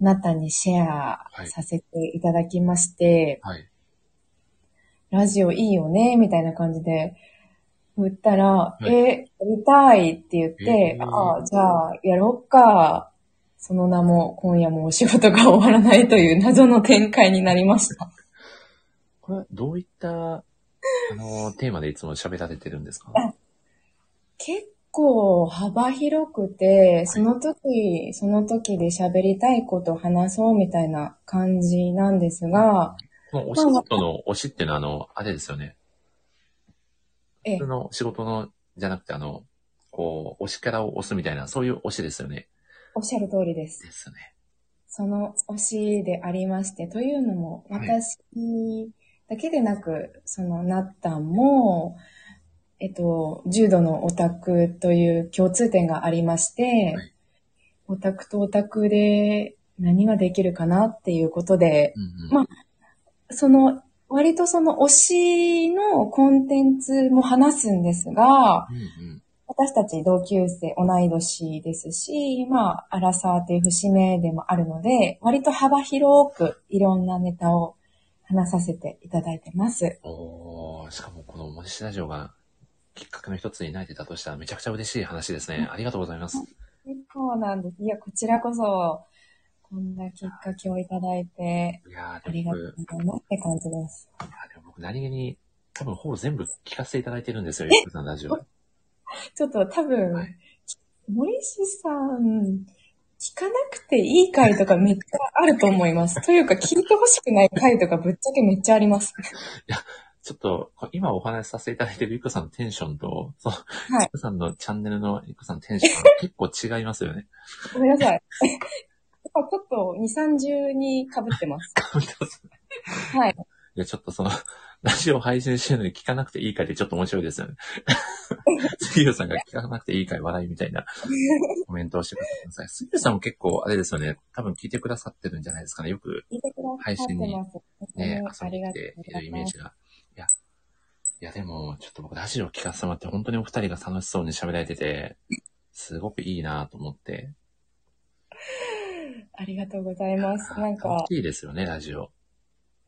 なたにシェアさせていただきまして、
はい。
ラジオいいよね、みたいな感じで、売ったら、
い
え、やりたいって言って、
えー
ああ、じゃあ、やろっか。その名も、今夜もお仕事が終わらないという謎の展開になりました。
これはどういった、あの、テーマでいつも喋られてるんですか
あ結構幅広くて、その時、その時で喋りたいことを話そうみたいな感じなんですが、
このお仕事の推しっていうのは、あの、あれですよね。
ええ
普通の仕事の、じゃなくて、あの、こう、推しキャラを押すみたいな、そういう推しですよね。
おっしゃる通りです。
ですね。
その推しでありまして、というのも、
はい
私だけでなく、そのなったんも、えっと、重度のオタクという共通点がありまして、
はい
オタクとオタクで何ができるかなっていうことで、
うんうん。
まあその、割とその推しのコンテンツも話すんですが、
うんうん。
私たち同級生、同い年ですし、まあ、アラサーという節目でもあるので、割と幅広くいろんなネタを話させていただいてます。
おー、しかもこの文字ラジオがきっかけの一つになれてたとしたらめちゃくちゃ嬉しい話ですね。ありがとうございます。
そうなんです。いや、こちらこそ、こんなきっかけをいただいて、
いや
あ
ー、で
り
も
が
僕、
と
いう
ございますって感じです。
やでも僕何気に多分ほぼ全部聞かせていただいてるんですよ、ゆっくさんのラジオ。
ちょっと多分、
はい
森氏さん、聞かなくていい回とかめっちゃあると思 います。というか、聞いてほしくない回とかぶっちゃけめっちゃあります。
ちょっと、こ今お話しさせていただいてるゆっこさんのテンションと、そう、
い
ゆっこさんのチャンネルのゆっこさんのテンション、結構違いますよね。
ごめん なさい。やっぱちょっと2、30に被ってます。はい。
いや、ちょっとその、ラジオ配信してるのに聞かなくていい回ってちょっと面白いですよね。杉浦さんが聞かなくていい回笑いみた いなコメントをしてください。杉浦さんも結構、あれですよね、多分聞いてくださってるんじゃないですかね。よく
聞いてくだ
配
さっ
信
て
に
ます。
ね、遊
あ
び
り
に来
がと
て
う
い
ござ
るイ
い
メー
ます。
ジが。いや、いやでも、ちょっと僕ラジオ聞かせてもらって本当にお二人が楽しそうに喋られてて、すごくいいなと思って。
ありがとうございます。なんか
楽、しいですよね、ラジオ。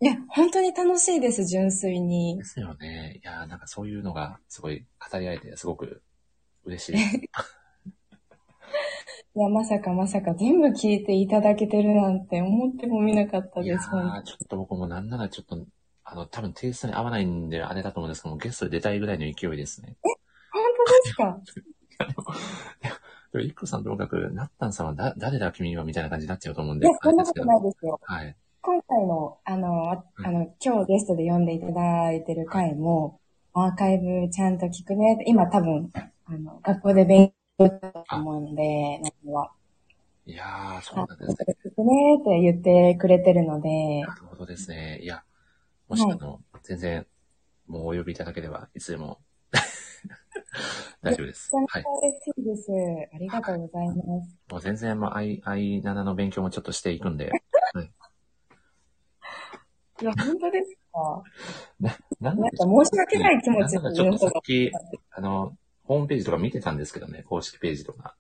いや、本当に楽しいです、純粋に
で。すよね。いやなんかそういうのがすごい語り合えて、すごく嬉し いです。
いや、まさかまさか全部聞いていただけてるなんて思ってもみなかった
いや
です。本
ー、ちょっと僕もなんならちょっと、あの、多分テイストに合わないんであれだと思うんですけども、ゲストで出たいぐらいの勢いですね。
当ですか
でも、イッコさんともかく、ナッタンさんはだ誰だ君はみたいな感じになっちゃうと思うん
い
で。。
や、そんなことないいですよ。
はい。
今回の、あの、ああの、今日ゲストで呼んでいただいてる回も、アーカイブちゃんと聞くね。今多分、あの、学校で勉強だと思うので、なんか、
いやー、そう
あ
なんですね。
聞くねって言ってくれてるので、
なるほどですね。いや、もし、
はい
あの、全然、もうお呼びいただければ、いつで も、大丈夫です
ちゃ。んと
はい。
嬉しいです。ありがとうございます。
もう全然、まあ、I、I7 の勉強もちょっとしていくんで、
いや、本当ですか
なん
な
だ
んか申し訳ない気持ち
なんかちょっと
の
さ
方
っ
が。
き、あの、ホームページとか見てたんですけどね、公式ページとか。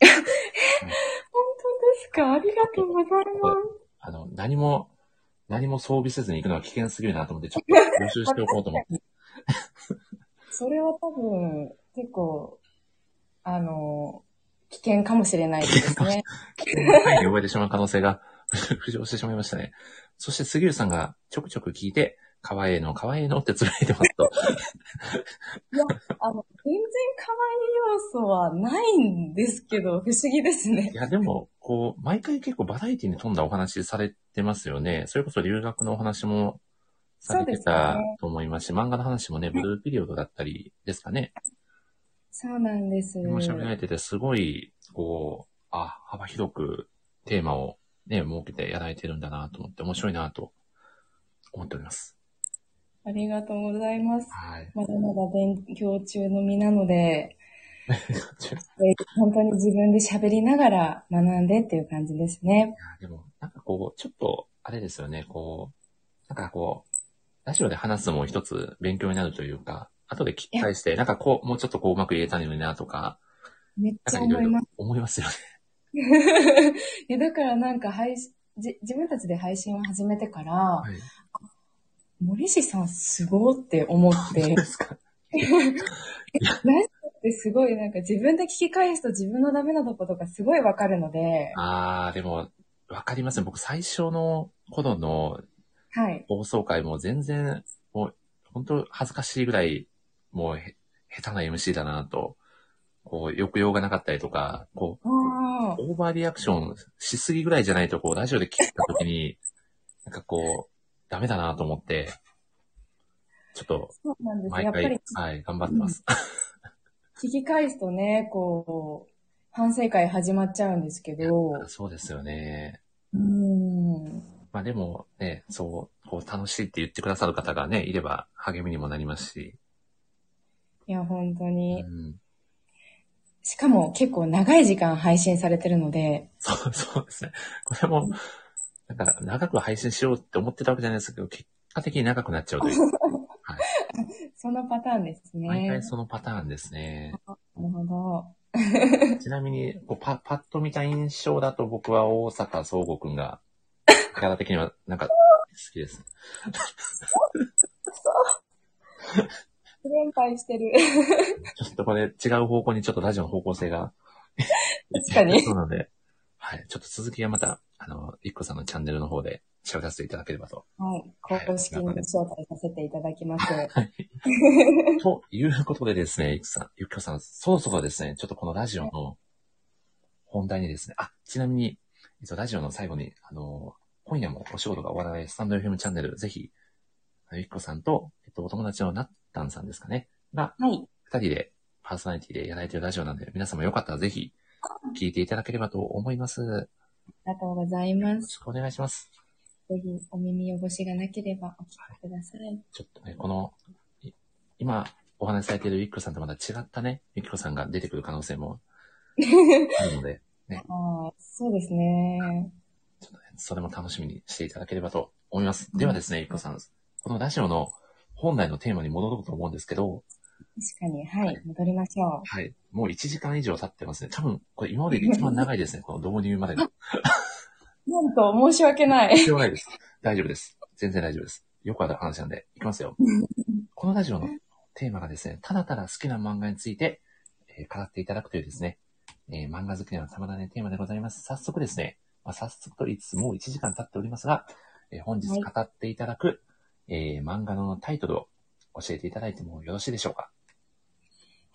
本当ですかありがとうございます。
あの、何も、何も装備せずに行くのは危険すぎるなと思って、ちょっと予習しておこうと思 って。
それは多分、結構、あの、危険かもしれないですね。
危険な範囲に 覚えてしまう可能性が浮上してしまいましたね。そして杉浦さんがちょくちょく聞いて、かわいいの、かわいいのってつぶやいてます と。
あの、全然可愛い要素はないんですけど、不思議ですね
い。や、でも、こう、毎回結構バラエティに富んだお話されてますよね。それこそ留学のお話もされてた
そうですね
と思いますし、漫画の話もね、ブルーピリオドだったりですかね。
そうなんです。
も喋られてて、すごい、こう、あ、幅広くテーマをね、設けてやられてるんだなと思って、面白いなと思っております。
ありがとうございます。
はい。
まだまだ勉強中の身なので、本当に自分で喋りながら学んでっていう感じですね。
いやでも、なんかこう、ちょっと、あれですよね、こう、なんかこう、ラジオで話すのも一つ勉強になるというか、後で聞き返して、なんかこう、もうちょっとこううまく言えたのになとか、
めっ
なん
ちゃ
かいろ
思
いろ
います。
思いますよね。
いやだからなんか配信、じ自分たちで配信を始めてから、
はい。
森氏さんすごーって思って、ラ
ど
ジ
うです か
オってすごいなんか自分で聞き返すと自分のダメなとことがすごいわかるので、
あー、でも、わかりますね。僕、最初の頃の
はい。
放送回も全然、もう、本当恥ずかしいぐらい、もうへ、下手な MC だなと、こう、抑揚がなかったりとか、こう、
ああ、
オーバーリアクションしすぎぐらいじゃないと、こう、ラジオで聞いたときに、 なんかこう、ダメだなと思って、ちょっと、
そうなんです。や
毎
っぱり
回、はい、頑張ってます。
聞き返すとね、こう、反省会始まっちゃうんですけど、
そうですよね。
うん。
まあでも、ね、そう、こう、楽しいって言ってくださる方がね、いれば、励みにもなりますし、
いや、本当
う
に。
ん、
しかも結構長い時間配信されてるので、
そう、 そうですね。これも、なんか、長く配信しようって思ってたわけじゃないですけど、結果的に長くなっちゃうという、
そのパターンですね。
毎回そのパターンですね。
なるほど。
ちなみに、こうパパッと見た印象だと僕は大阪総合くんが、キャラ的にはなんか好きです。
連敗してる。
ちょっとこれ違う方向にちょっとラジオの方向性が。
確かに
そうなので、はい。ちょっと続きはまた、あの、いっこさんのチャンネルの方で喋らせていただければと。
はい。公式に招待させていただきます。
ということでですね、いっこさん、ゆっこさん、そろそろですね、ちょっとこのラジオの本題にですね、あ、ちなみに、えっと、ラジオの最後に、あの、今夜もお仕事が終わらないスタンド FM チャンネル、ぜひ、あのゆっこさんと、えっと、お友達のなったんさんですかね、が、
はい。
二人で、パーソナリティでやられているラジオなんで、皆様よかったらぜひ、聞いていただければと思います。よ
ありがとうございま
ろ
す。
しくお願いします。
ぜひ、お耳汚しがなければお聞きください。
ちょっとね、この、い今、お話しされているゆっこさんとまた違ったね、ゆっこさんが出てくる可能性もあるので、
ああ、そうですね。
ちょっとねそれも楽しみにしていただければと思います。ではですね、ゆっこさん、このラジオの本来のテーマに戻ろうと思うんですけど、
確かに。はい。戻りましょ
はい。もう1時間以上経ってますね。多分、これ今までで一番長いですね。この導入までが。
う。なんと、申し訳ない。
必要ないです。大丈夫です。全然大丈夫です。よくある話なんで、いきますよ。このラジオのテーマがですね、ただただ好きな漫画について、えー語っていただくというですね、えー漫画好きにはたまらないテーマでございます。早速ですね、まあ、早速と言いつつもう1時間経っておりますが、えー本日
はい
語っていただく、えー漫画のタイトルを教えていただいてもよろしいでしょうか。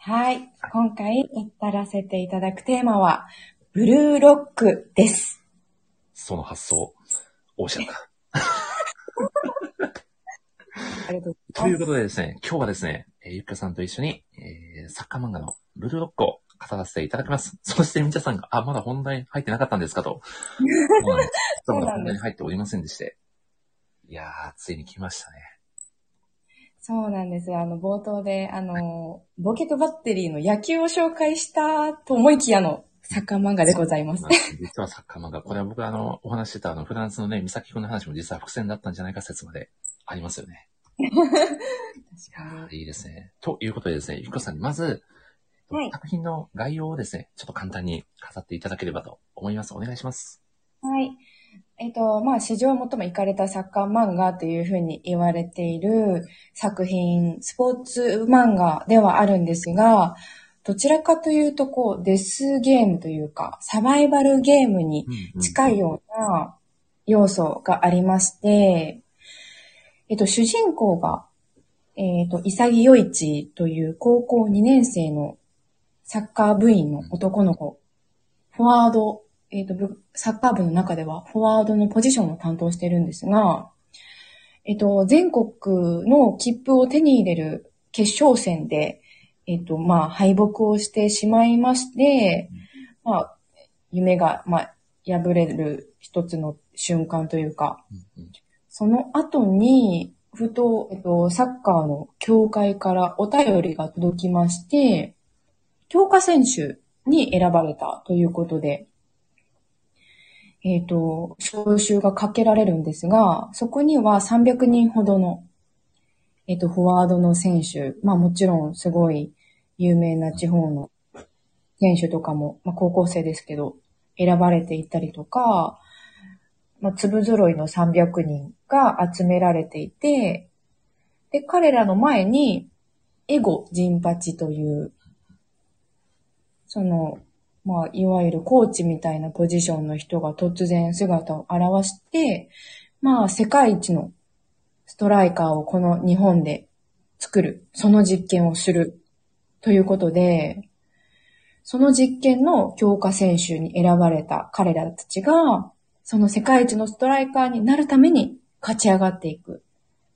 はい。今回、語らせていただくテーマは、ブルーロックです。
その発想、おっしゃった。
ありがとうご
と
ざい
い
ま
う
す。
ことでですね、今日はですね、えーゆっかさんと一緒に、えー、サッカー漫画のブルーロックを語らせていただきます。そして、みちゃさんが、あ、まだ本題入ってなかったんですか と。そうなんです。
そう
まだ
なん
本
で
題
す
に入っておりませんでして。いやー、ついに来ま したね。
そうなんです。あの、冒頭で、あの、忘却バッテリーの野球を紹介したと思いきやのサッカー漫画でございます。
実はサッカー漫画、これは僕あの、お話ししてたあの、フランスのね、美咲くんの話も実は伏線だったんじゃないか説までありますよね。
確かに
あーいいですね。ということでですね、ゆっかさんにまず、
はい
作品の概要をですね、ちょっと簡単に語っていただければと思います。お願いします。
はい。えっと、まあ、史上最も行かれたサッカー漫画というふうに言われている作品、スポーツ漫画ではあるんですが、どちらかというと、こう、デスゲームというか、サバイバルゲームに
うんうん
近いような要素がありまして、えっと、主人公が、えっと、潔いちという高校2年生のサッカー部員の男の子、フォワード、えっと、部サッカー部の中ではフォワードのポジションを担当してるんですが、えっと、全国の切符を手に入れる決勝戦で、えっと、まあ、敗北をしてしまいまして、まあ、夢が、まあ、破れる一つの瞬間というか、
うん
その後に、ふと、えっと、サッカーの協会からお便りが届きまして、強化選手に選ばれたということで、えっと、招集がかけられるんですが、そこには300人ほどの、えっと、フォワードの選手、まあもちろんすごい有名な地方の選手とかも、まあ高校生ですけど、選ばれていたりとか、まあ、粒揃いの300人が集められていて、で、彼らの前に、エゴ陣八という、その、まあ、いわゆるコーチみたいなポジションの人が突然姿を現して、まあ、世界一のストライカーをこの日本で作る、その実験をする、ということで、その実験の強化選手に選ばれた彼らたちが、その世界一のストライカーになるために勝ち上がっていく、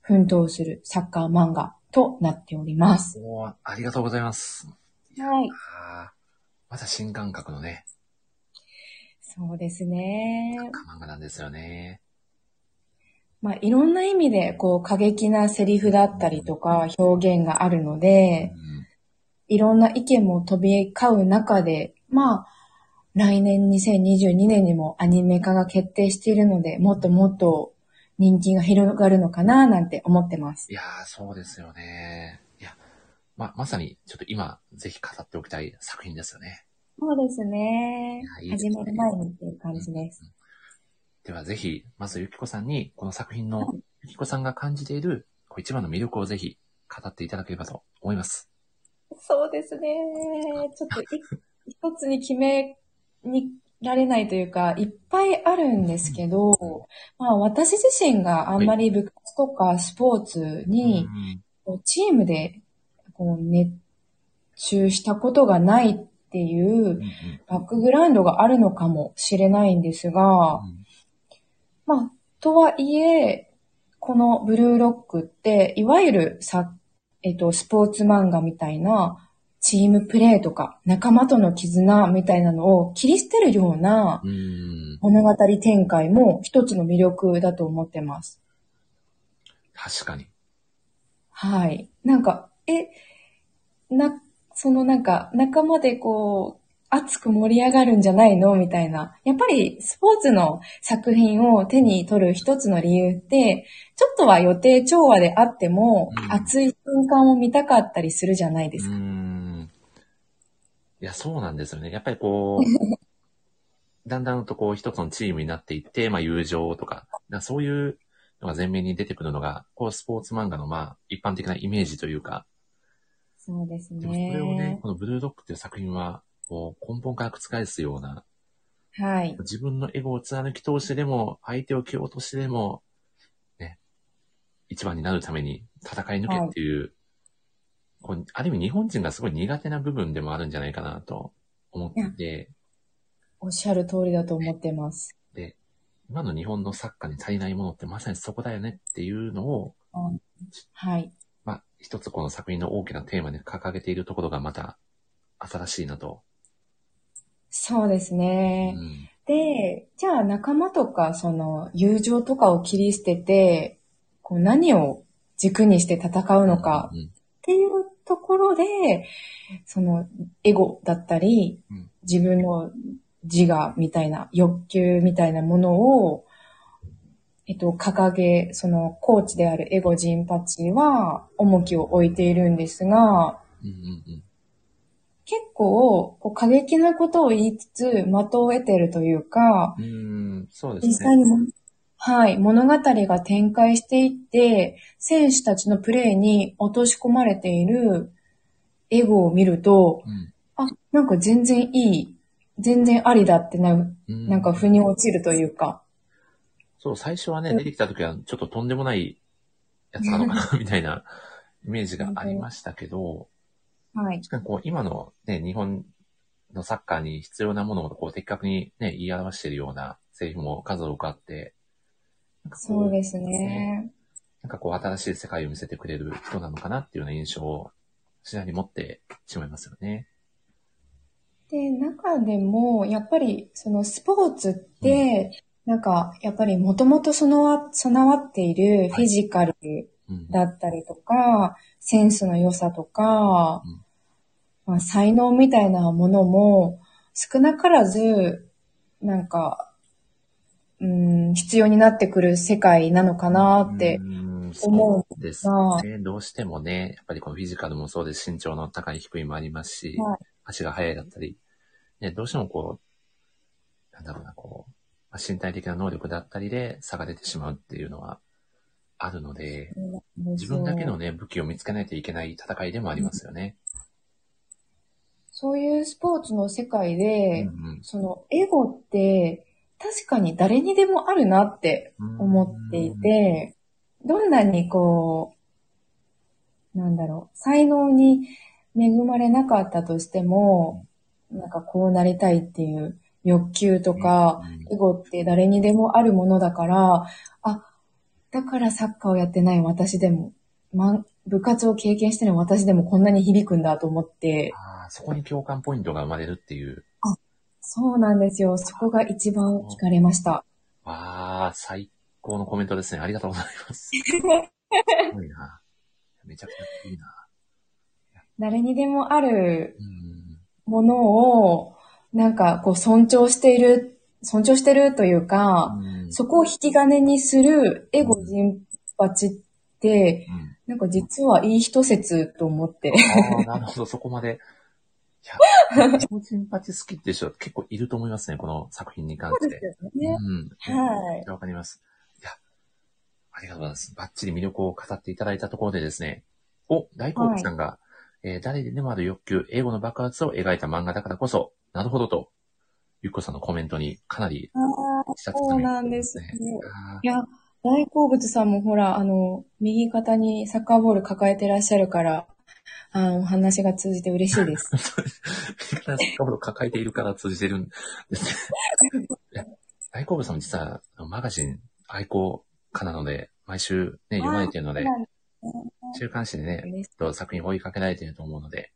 奮闘するサッカー漫画となっております。
おーありがとうございます。
はい。
あーまた新感覚のね、
そうですね。
漫画なんですよね。
まあ、いろんな意味で、こう、過激なセリフだったりとか、表現があるので、
うん
いろんな意見も飛び交う中で、まあ、来年2022年にもアニメ化が決定しているので、もっともっと人気が広がるのかな、なんて思ってます。
いやー、そうですよね。いや、ま、まさに、ちょっと今、ぜひ語っておきたい作品ですよね。
そうですね
い。やいいです
始
ね
める前にっていう感じです。
では、ぜひ、まず、ゆきこさんに、この作品の、ゆきこさんが感じている、こう一番の魅力をぜひ、語っていただければと思います。
そうですね。ちょっとい一つに決めにられないというか、いっぱいあるんですけど、まあ私自身があんまり部活とかスポーツにこうチームでこう熱中したことがないっていう
うんうん
バックグラウンドがあるのかもしれないんですが、
うん
まあ、とはいえ、このブルーロックって、いわゆるさ、えっと、スポーツ漫画みたいな、チームプレーとか、仲間との絆みたいなのを切り捨てるような
うんうん
物語展開も一つの魅力だと思ってます。
確かに。
はい。なんか、え、な、そのなんか、仲間でこう、熱く盛り上がるんじゃないのみたいな。やっぱり、スポーツの作品を手に取る一つの理由って、ちょっとは予定調和であっても
う、ん
熱い瞬間を見たかったりするじゃないです
う
か。
ーんいや、そうなんですよね。やっぱりこ う、だんだんとこう一つのチームになっていって、まあ友情とか、なんかそういうのが前面に出てくるのが、こうスポーツ漫画のまあ一般的なイメージというか、
そうです
でもそれをね
ね、。
このブルードックっていう作品は、こう根本から覆すような、
はい。
自分のエゴを貫き通してでも、相手を蹴落としてでも、ね、一番になるために戦い抜けっていう、こうある意味日本人がすごい苦手な部分でもあるんじゃないかなと思ってて、
おっしゃる通りだと思ってます。
で、今の日本のサッカーに足りないものってまさにそこだよねっていうのを、
はい。
まあ、一つこの作品の大きなテーマで掲げているところがまた新しいなと。
そうです
う
ね。
ん。
で、じゃあ仲間とか、その、友情とかを切り捨てて、こう何を軸にして戦うのか
うん
っていうところで、その、エゴだったり
うん、
自分の自我みたいな、欲求みたいなものを、えっと、掲げ、その、コーチであるエゴジンパチは、重きを置いているんですが、
うんうん
結構、こう過激なことを言いつつ、的を得てるというか、
うん。うん、そうで
実
すね。
際にも、はい、物語が展開していって、選手たちのプレーに落とし込まれているエゴを見ると、
うん
あ、なんか全然いい、全然ありだってな、
う
なんか腑に落ちるというか、
そう、最初はね、
うん
出てきた時は、ちょっととんでもないやつなのかな、みたいなイメージがありましたけど、
はい。
確かにこう、今のね、日本のサッカーに必要なものをこう、的確にね、言い表しているようなセリフも数多くあって、なんかこ
そうですね。
なんかこう、新しい世界を見せてくれる人なのかなっていうような印象を、次第に持ってしまいますよね。
で、中でも、やっぱり、そのスポーツって、なんか、やっぱりもともと備わ備わっているフィジカル
うん。
だったりとか、センスの良さとか、まあ、才能みたいなものも、少なからず、なんか、うん、必要になってくる世界なのかなって
うん、
思
そうですね。どうしてもね、やっぱりこのフィジカルもそうです身長の高い低いもありますし、
は
足が速いだったり、ね、どうしてもこう、なんだろうな、こう、まあ身体的な能力だったりで差が出てしまうっていうのはあるので、自分だけのね、武器を見つけないといけない戦いでもありますよね。
そういうスポーツの世界で、
うん
そのエゴって確かに誰にでもあるなって
うん
思ってい、て、どんなにこう、なんだろう、才能に恵まれなかったとしても、なんかこうなりたいっていう欲求とか、
うん
エゴって誰にでもあるものだから、あ、だからサッカーをやってない私でも、まん部活を経験してない私でもこんなに響くんだと思って、
ああ、そこに共感ポイントが生まれるっていう。
そうなんですよ。そこが一番惹かれました。
わあ、最高のコメントですね。ありがとうござい ます。すごいな。めちゃくちゃいいな。
誰にでもある
うん。
ものを、なんかこう尊重している、尊重してるというか、
うん
そこを引き金にするエゴ人チって、
うん
なんか実はいい一説と思って。
ああ、なるほど、そこまで。い や、超人パチ好きって人結構いると思いますね、この作品に関して。
よ
うん。
はい
や。わかります。いや、ありがとうございます。バッチリ魅力を語っていただいたところでですね、お、大好物さんが、えー誰でもある欲求、英語の爆発を描いた漫画だからこそ、なるほどと、ゆっこさんのコメントにかなり下積み
そうなんですね。
あ
いや、大好物さんもほら、あの、右肩にサッカーボール抱えてらっしゃるから、あお話が通じて嬉しいです。
ー そんなほど抱えているから通じてるんですね。 いや大好物さんも実は、マガジン愛好家なので、毎週ね、読まれてるので、週刊誌でね、
嬉しい
えっと作品を追いかけられていると思うので、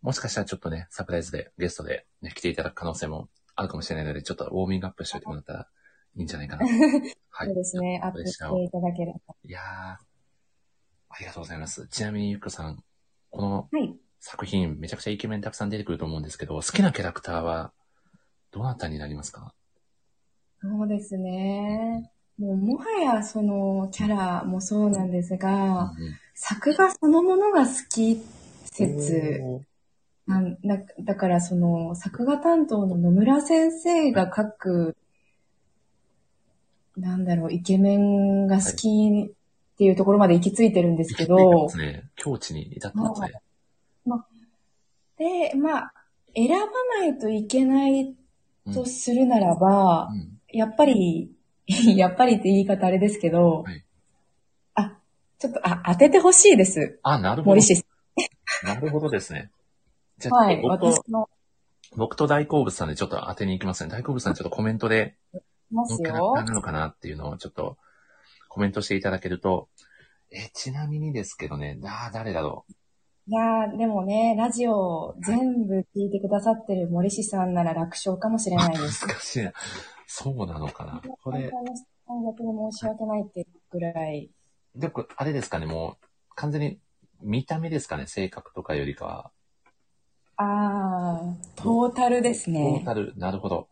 もしかしたらちょっとね、サプライズで、ゲストで、ね、来ていただく可能性もあるかもしれないので、ちょっとウォーミングアップしておいてもらったらいいんじゃないか な。は
そうですね。アップしていただければ。
いやー、ありがとうございます。ちなみにゆっこさん、この
はい。
作品、めちゃくちゃイケメンたくさん出てくると思うんですけど、好きなキャラクターは、どなたになりますか
そうですね。もう、もはや、その、キャラもそうなんですが、作画そのものが好き説
おー
なんだ。だから、その、作画担当の野村先生が書く、なんだろう、イケメンが好きっていうところまで行き着いてるんですけど、
ですね。境地に至ってますね。
で、まあ、選ばないといけない
うん
とするならば、
うん
やっぱり、 やっぱりって言い方あれですけど、
はい
あ、ちょっと、あ、当ててほしいです。
あ、なるほど
森。氏さ
なるほどですね。じ
ん。
ゃあ、
は
ちょっ
い。
と僕と
私の、
僕と大好物さんでちょっと当てに行きますね。大好物さんちょっとコメントで、
いま
どのキ
す
ャラ
よ
クタ。ーなのかなっていうのをちょっとコメントしていただけると、え、ちなみにですけどね、あー誰だろう。
いやーでもね、ラジオ全部聞いてくださってる森氏さんなら楽勝かもしれないです。
難しいな。そうなのかな。こ
本当
れ
に、逆に申し訳ないってぐらい。
でこれあれですかね、もう、完全に見た目ですかね、性格とかよりかは。
あー、トータルです
ト
ね
ー。タル、なるほど。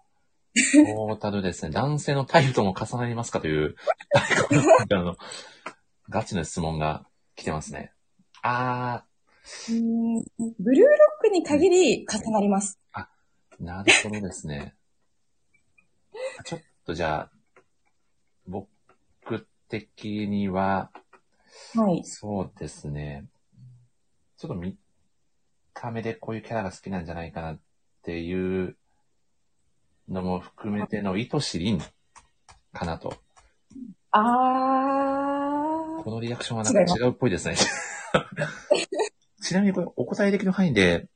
トータルですね。男性のタイプとも重なりますかと いう、大好物さんからのガチの質問が来てますね。あー、
うーんブルーロックに限り重なります。
なるほどですね。 ちょっとじゃあ、僕的には、
はい。
そうですね。ちょっと見た目でこういうキャラが好きなんじゃないかなっていうのも含めての、いとしりんかなと。
あ
このリアクションはなんか違うっぽいですね。 ちなみにこれお答えできる範囲で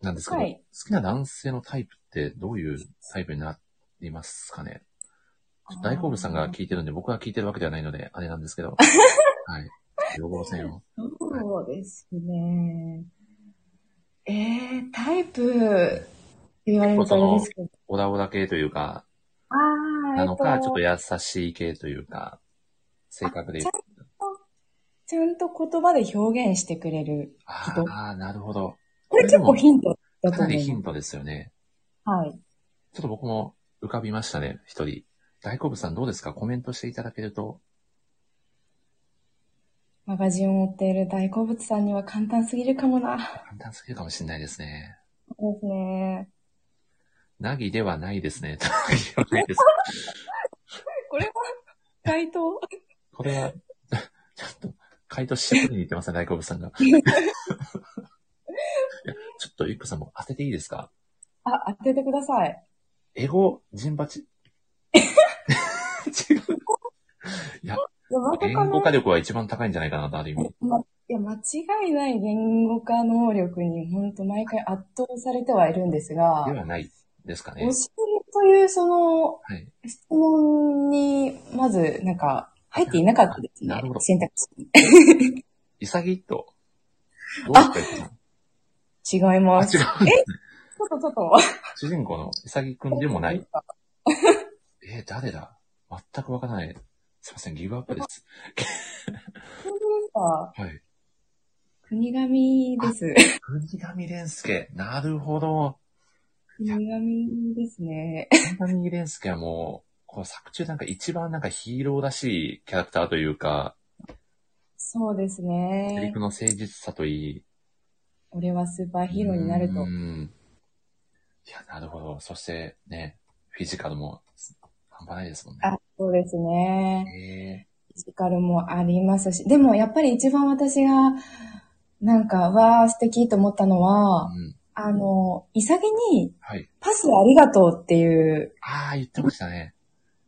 なんですけど、
はい
好きな男性のタイプってどういうタイプになりますかね大好物さんが聞いてるんで、僕が聞いてるわけではないので、あれなんです けど。はい。よごませんよ。
そうですね。えー、タイプ、言われるとあれですけど。
オダオダ系というか、
あー、
なの
え
か、
っ
ち
と
ょっと優しい系というか、性格で言う。
ちゃんと言葉で表現してくれる。
あ
ちょっと
あー、なるほど。
これ結構ヒントだと
かな
思
りヒ
いま
ン
す。
トですよね。
はい。
ちょっと僕も浮かびましたね、一人。大好物さんどうですかコメントしていただけると。
マガジンを持っている大好物さんには簡単すぎるかもな。
簡単すぎるかもしれないですね。
そうですね。
なぎではないですね。なぎではないです。
これは、回答
これは、ちょっと、回答しっくりにいってますね、大好物さん が。いやちょっと、ゆっこさんも当てていいですか
あ、当ててください。
エゴ、ジンバ チ違う。
いや、まさ
言
か
語
の
化力は一番高いんじゃないかなと、ある意味。
ま、いや、間違いない言語化能力に、本当毎回圧倒されてはいるんですが、
ではないですかね
教え。というその
はい。
質問に、まず、なんか、入っていなかったですね。
なるほど
選択肢に。
潔いと。どうですか、ゆっこさん。
違い
あ、
ます。
違
ち
う。
ょっとちょっと。
主人公の潔くんでもない。
あ
えー誰だ全くわからない。すいません、ギブアップです。
本当ですか
はい。
国神です。
国神蓮介。なるほど。
国神ですね。
国神蓮介はもう、この作中なんか一番なんかヒーローらしいキャラクターというか、
そうです
セリ
ね
フ。の誠実さといい。
俺はスーパーヒーローになる
う
と
ん。いや、なるほど。そしてね、フィジカルも半端ないですもんね。
あ、そうですね。
え
フィジカルもありますし、でもやっぱり一番私が、なんか、わー素敵と思ったの
ー
は、
うん。
あの、潔に
はい。
パスありがとうっていう、
ああ、言ってましたね。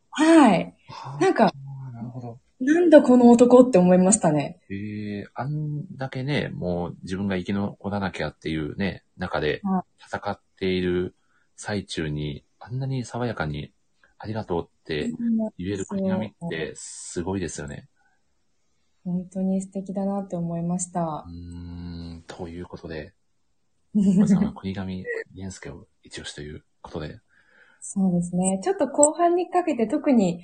はい。
は
なんか、
あ、なるほど。
なんだこの男って思いましたね。
ええあんだけね、もう自分が生き残らなきゃっていうね、中で
は
戦っている最中に、あんなに爽やかに、ありがとうって言える国並みってすごいですよね。
本当に素敵だなって思いまし
う
た
ー。ん、ということで、皆さんは
そ
国神源介を一押しということで、
うですね。ちょっと後半にかけて特に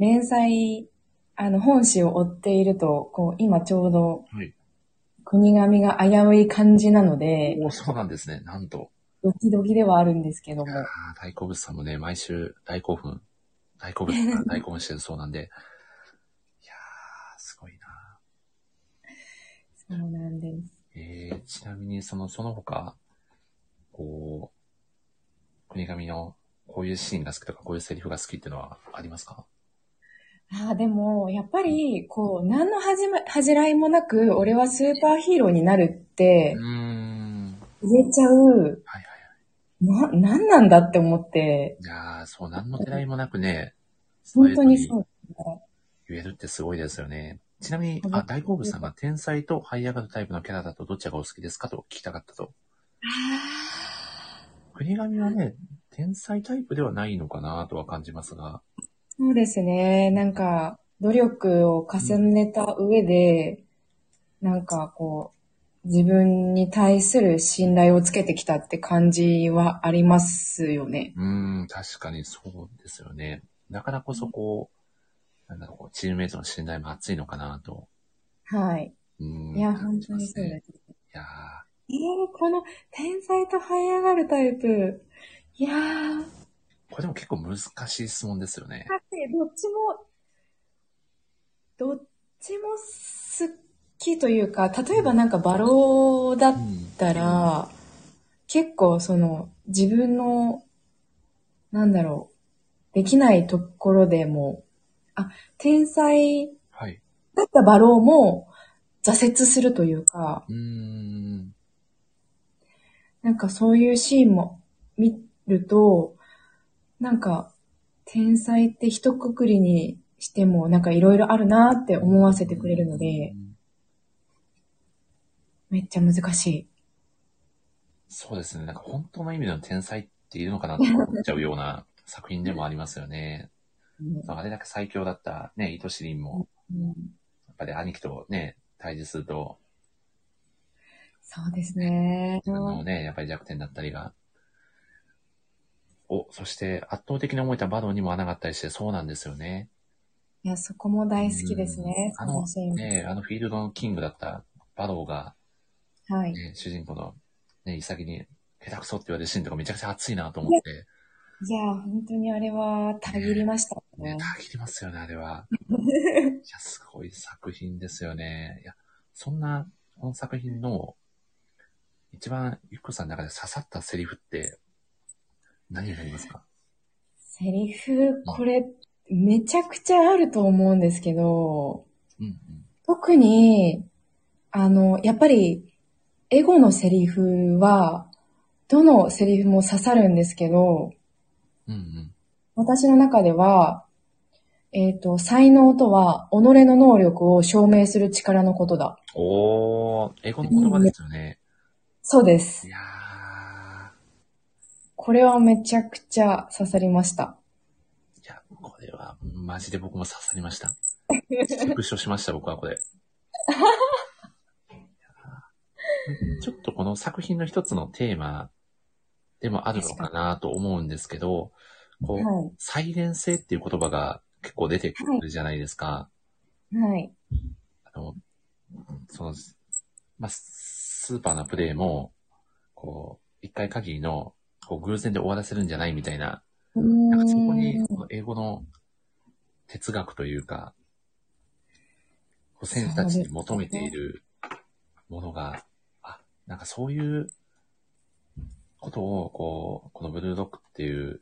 連載、あの、本誌を追っていると、こう、今ちょうど
はい、
国神が危うい感じなので、
おーそうなんですね、なんと。
ドキドキではあるんですけど
あ
も。
ー大好物さんもね、毎週大興奮、大好物さんが大興奮してるそうなんで、いやー、すごいな
そうなんです。
えー、ちなみに、その、その他、こう、国神のこういうシーンが好きとか、こういうセリフが好きっていうのはありますか
ああ、でも、やっぱり、こう、何の恥じま、恥じらいもなく、俺はスーパーヒーローになるって
うー、ん。
入れちゃう、
はいはいはい。
な、何なんだって思って、
いやー、そう、何のてらいもなくね、。
本当にそうう。
言えるってすごいですよね。ちなみに、
うん
あ、大好物さんが天才と這い上がるタイプのキャラだとどちらがお好きですかと聞きたかったと。国神はね、天才タイプではないのかなとは感じますが。
そうですね。なんか、努力を重ねた上で、なんかこう、自分に対する信頼をつけてきたって感じはありますよね。
うーん、確かにそうですよね。だからこそこう、なんだろうこう、チームメイトの信頼も厚いのかなと。
はい。
うーん
いや、本当にそう
い
です。
やー
えー、この天才と這い上がるタイプ。いやー、だっ
これでも結構難しい質問ですよね。
てどっちも、どっちも好きというか、例えばなんかバローだ
う
っ
ん。
たら、結構その自分の、なんだろう、できないところでも、あ、天才
はい。
だったバローも挫折するというか、
うーん。
なんかそういうシーンも見ると、なんか、天才って一括りにしても、なんかいろいろあるなって思わせてくれるので、めっちゃ難しい。
そうですね。なんか本当の意味での天才っていうのかなって思っちゃうような作品でもありますよね。あれだけ最強だったね、イトシリンも、
うん
やっぱり兄貴とね、対峙すると、
そうですね。
自分のね、やっぱり弱点だったりが。お、そして圧倒的に思えたバドンにも穴があったりして、そうなんですよね。
いや、そこも大好きですね。
うん
そのシーン。
ねあのフィールドのキングだったバドンが、
はい。
ね、主人公の、ね、潔に、下手くそって言われるシーンとかめちゃくちゃ熱いなと思って、
いや、本当にあれは、たぎりました
ね
ね。、
限りますよね、あれ は。いや、すごい作品ですよね。いや、そんな、この作品の、一番、ゆっこさんの中で刺さったセリフって、何になりますか
セリフ、これ、めちゃくちゃあると思うんですけど、
うんうん。
特に、あの、やっぱり、エゴのセリフは、どのセリフも刺さるんですけど、
うんうん。
私の中では、えっ、と、才能とは、己の能力を証明する力のことだ。
おー、英語の言葉ですよね。
そうです
い。や
これはめちゃくちゃ刺さりました。
ー、いや、これは、マジで僕も刺さりました。スクショしました、僕はこれ。いやーちょっとこの作品の一つのテーマでもあるのかなと思うんですけど、こ
は
う、再現性っていう言葉が結構出てくるじゃないですか。
い。はい。
あの、その、まあ、スーパーなプレイも、こう、一回限りの、こう、偶然で終わらせるんじゃないみたいな、
う
なんかそこ
ー
に
ん。、
この英語の哲学というか、こう選手たちに求めているものが、あ、なんかそういうことを、こう、このブルーロックっていう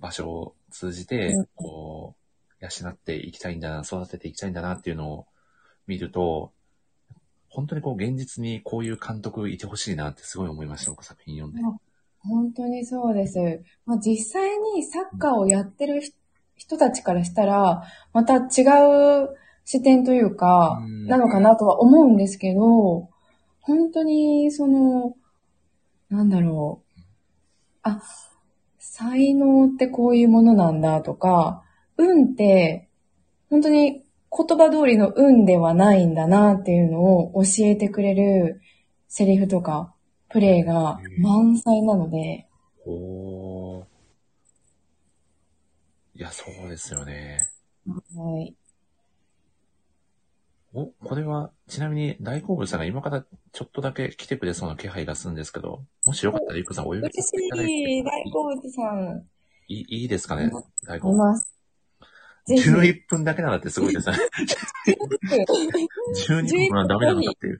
場所を通じて
うん、
こう、養っていきたいんだな、育てていきたいんだなっていうのを見ると、本当にこう現実にこういう監督いてほしいなってすごい思いました、僕作品読んで。
本当にそうです。まあ、実際にサッカーをやってる人人たちからしたら、また違う視点というか
う、ん
なのかなとは思うんですけど、本当に、その、なんだろう。あ、才能ってこういうものなんだとか、運って、本当に言葉通りの運ではないんだなっていうのを教えてくれるセリフとか、プレイが満載なので、
おー。いや、そうですよね。
はい。
お、これは、ちなみに大好物さんが今からちょっとだけ来てくれそうな気配がするんですけど、もしよかったらゆうこさんお呼び
嬉
さ
し
せていただいて
い、大好物さん、
いいいいですかね大好
い
物。
ます。ぜひ、
11分だけならってすごいですね。12分はダメなのかっていう。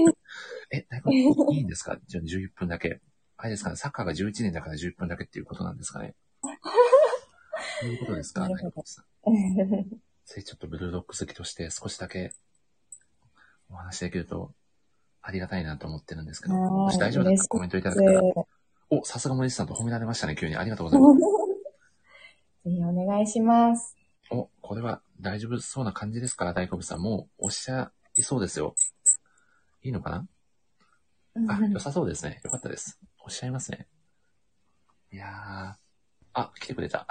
え、大好物いいんですかじゃあ11分だけ。あれですかねサッカーが11年だから11分だけっていうことなんですか ねそういうことですか
な
大
るほど
好物さん。ぜひちょっとブルーロック好きとして少しだけお話できるとありがたいなと思ってるんですけど、
はい
もし大丈夫だったらコメントいただけたら、お、さすが森内さんと褒められましたね、急に。ありがとうございます。
ぜひお願いします。
お、これは大丈夫そうな感じですから、大好物さん。もうおっしゃいそうですよ。いいのかなあ、良さそうですね。よかったです。おっしゃいますね。いやー。あ、来てくれた。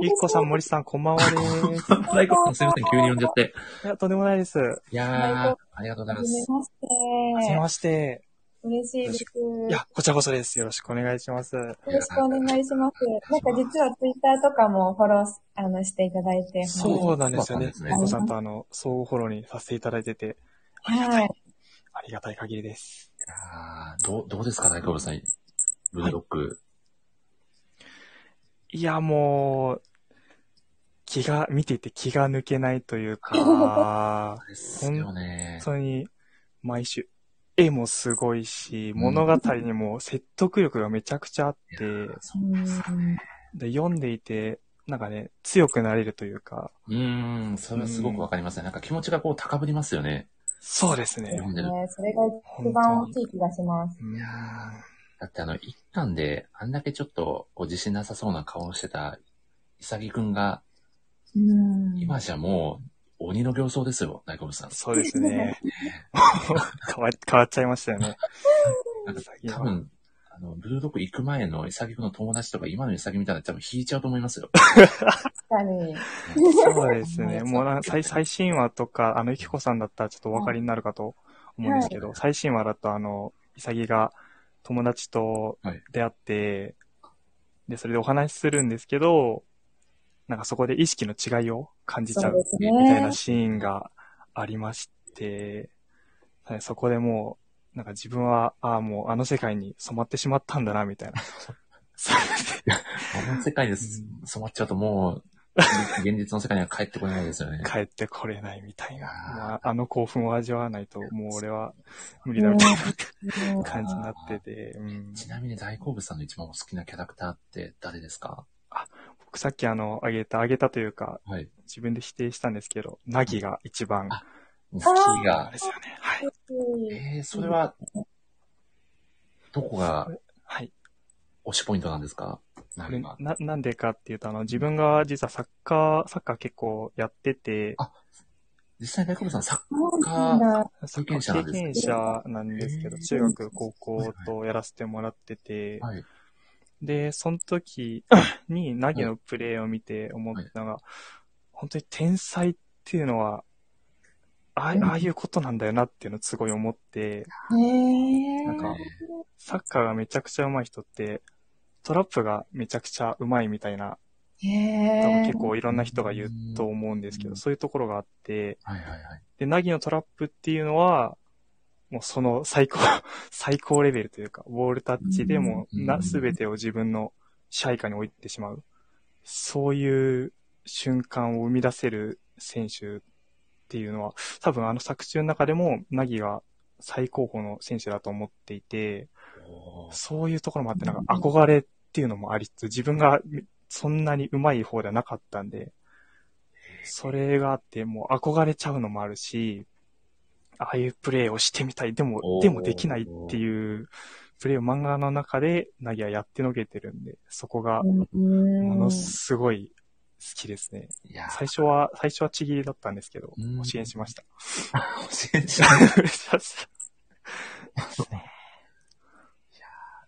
ゆっこさん、森さん、こんばんはです。
大好物さんすいません、急に呼んじゃって。
いや、とんでもないです。
いやー、ありがとうござい
は
ま
じめ
す。
まし
はじめ
て。
まして。
嬉しいです。
いや、こちらこそです。よろしくお願いします。
よろしくお願いします。なんか実はツイッターとかもフォローしあのしていただいて。
そうなんですよね。
そう
ゆ
なんですね
っこさんとあの、相互フォローにさせていただいてて、
はい。
ありがたい限りです。
あーどう、どうですか、大好物さん。ブルーロック。
いや、もう、気が、見ていて気が抜けないという か、
ですよね。
本当に、毎週、絵もすごいし、物語にも説得力がめちゃくちゃあって、
うん
で読んでいて、なんかね、強くなれるというか、
うーん、それはすごくわかりますね。なんか気持ちがこう高ぶりますよね。
そうですね。
読んでる。
ね、それが一番大きい気がします。
いや
だってあの、一巻であんだけちょっとこう自信なさそうな顔をしてた、イサギくんが、
うん。
今じゃもう、鬼の形相ですよ、大黒さん。
そうですね。 変わ、変わっちゃいましたよね。
なんか多分、あの、ブルードッグ行く前のイサギくんの友達とか、今のイサギみたいな多分引いちゃうと思いますよ。
確かに。
そうです ね。もうな最、最新話とか、あの、ゆきこさんだったらちょっとお分かりになるかと思うんですけど、
はい
最新話だと、あの、イサギが友達と
はい
出会って、で、それでお話しするんですけど、なんかそこで意識の違いを感じち
そ
ゃ
う
う
です
み
みたいな
ね。
シーンがありまして、はいそこでもう、なんか自分は、ああ、もうあの世界に染まってしまったんだな、みたいな。そうですね
あの世界です染まっちゃうともう、現実の世界には帰ってこれないですよね。
帰ってこれないみたいな。
あー
まあ、あの興奮を味わわないと、もう俺は無理だみたい
うん
な感じになってて、うん、
ちなみに大好物さんの一番お好きなキャラクターって誰ですか
僕さっきあの、あげた、あげたというか、
はい。
自分で否定したんですけど、ナギが一番、
あ好き
あ
が
れ。ですよね。はい。
えー、それは、どこが
はい。
推しポイントなんですかな
こ
ん
れ
か
な、なんでかっていうと、あの、自分が実はサッカー、サッカー結構やってて、
実際大好物さんサッ
そうなんだ。
サッ
経験者
カ
なん
ー
です
経
ね
験者なんですけど、
へー
中学、高校とやらせてもらってて、
カー、はい。
で、そ の時に、ナギのプレーを見て思ったのが、本当に天才っていうのは、ああ
うん
ああいうことなんだよなっていうのをすごい思って、
へえ。
なんか、サッカーがめちゃくちゃ上手い人って、トラップがめちゃくちゃ上手いみたいな、
へ
多分
え。
結構いろんな人が言うと思うんですけ
う
ど、
ん
そういうところがあって、
はいはいはい。
で、ナギのトラップっていうのは、もうその最高、 最高レベルというか、ボールタッチでもう
う
な、
ん
すべてを自分の支配下に置いてしまう。そういう瞬間を生み出せる選手っていうのは、多分あの作中の中でも、ナギが最高峰の選手だと思っていて、
おー
そういうところもあって、なんか憧れっていうのもありつつ、自分がそんなに上手い方ではなかったんで、それがあって、もう憧れちゃうのもあるし、ああいうプレーをしてみたい、でも
おー、
でもできないっていうプレーを漫画の中で、ナギはやってのけてるんで、そこが
うん
ものすごい好きですね。
いやー、
最初は、最初はちぎりだったんですけど、
うん
教えし ました。
教えちゃう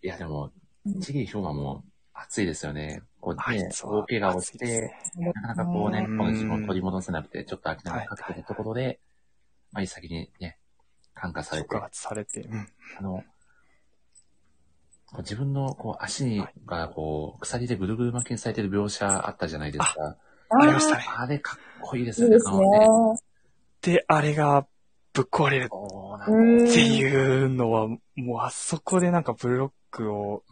いや、でも、ちぎりひょうまも熱いですよね。こう、
はい
ね、
そう
大怪我をし
熱いです
て
ね、
なかなかこうね、
うん
この自分を取り戻せなくて、ちょっと諦め
はい
かけてるところで、まあ、いい先にね、感化されて
触、発されて、うん
あの、こう自分のこう足に
はい
がこう、鎖でぐるぐる巻きにされてる描写あったじゃないですか。
ありましたね。
あれかっこいいで
あー
す
い
よ
い
ね。
ですね。
で、あれがぶっ壊れる
そうなんだ。うん。
うん
っていうのは、もうあそこでなんかブロックを、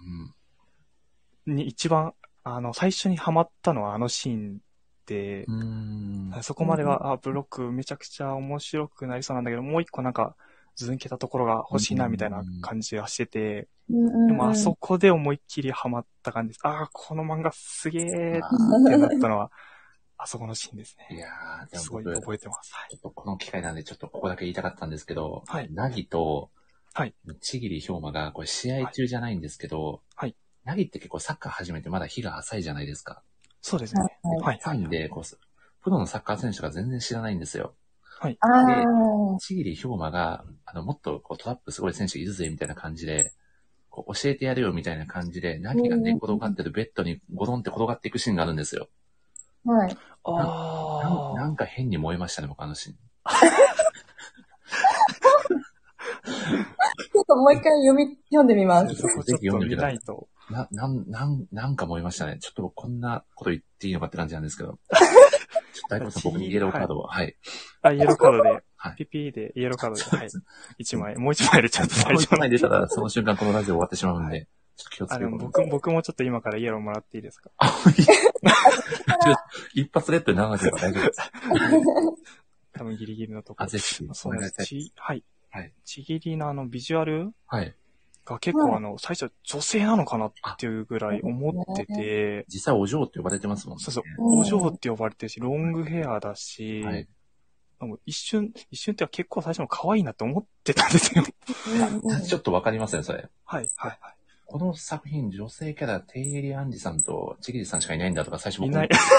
に一番、あの、最初にハマったのはあのシーンで、
うん。
そこまでは、あ、ブロックめちゃくちゃ面白くなりそうなんだけど、もう一個なんか、ずんけたところが欲しいな、みたいな感じがしてて、
うん
でもあそこで思いっきりハマった感じです。ああ、この漫画すげえっ
あ
てなった のは、あそこのシーンです
ーい
ね。
やー、ですも
ごい
僕、
覚えてます。はい
ちょっとこの機会なんで、ちょっとここだけ言いたかったんですけど、
はい
なぎと、
はい
ちぎりひょうまが、これ試合中じゃないんですけど、
はい。
なぎって結構サッカー始めてまだ日が浅いじゃないですか。
そうですね。
はい
はい。
浅いんで、こう、プロのサッカー選手が全然知らないんですよ。
ああ、
ちぎりひょうまが、あの、もっとこうトラップすごい選手いるぜ、みたいな感じで、こう教えてやるよ、みたいな感じで、なぎが寝転がってるベッドにゴロンって転がっていくシーンがあるんですよ。
はい。
なんな
あ
んか変に燃えましたね、僕あのシーン。
ちょっともう一回読み、読んでみま
あ。
す。
そこちょっと見ないと。
な、なん、なん、なんか思いましたね。ちょっとこんなこと言っていいのかって感じなんですけど。ちょっと大悟さん、僕にイエローカードを。はい。
あ、イエローカードで
はい、
ピピーで、イエローカードで、はい
そ。
一枚、もう一枚入れちゃうと大丈夫
前出たら、その瞬間このラジオ終わってしまうんで、ちょっと気をつ
あ、
け
で
よ
も
うと思います。
僕、僕もちょっと今からイエローもらってい いですか
あ、いい 一発レッドに流せば大丈夫です。
多分ギリギリのとこ
あ、
ろ。
ぜひ、
そ
お
う
願い
で
した
す。
い。
ち、はい。
はい。
ちぎりのあの、ビジュアル
はい。
が結構
うん
あの、最初女性なのかなっていうぐらい思ってて、
実際お嬢って呼ばれてますもんね。
そうそう、
うん
お嬢って呼ばれてるし、ロングヘアだし、
はい。
もう一瞬、一瞬っていうか結構最初も可愛いなって思ってたんですよ。
ちょっとわかりますね、それ。
はい、はい、は
この作品、女性キャラ、テイエリアンジさんとチギリさんしかいないんだとか、最初
い。
僕
いない。
確か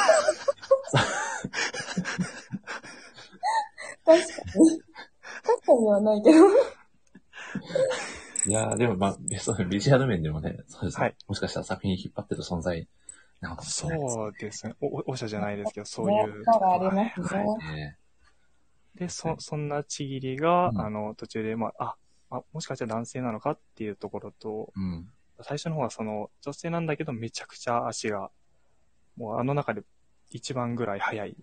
に。確かにはないけど。
いやー、でもまあ、ビそうビジュアル面でもね、そうですね。
はい
もしかしたら作品引っ張ってる存在なのかもしれないですね。
そうですね。お、お者じゃないですけど、そういう。
力がありますね。
はいね。
で、そ、そんなちぎりが、
うん
あの、途中で、まあ、あ、あ、もしかしたら男性なのかっていうところと、
うん。
最初の方はその、女性なんだけど、めちゃくちゃ足が、もうあの中で一番ぐらい速い、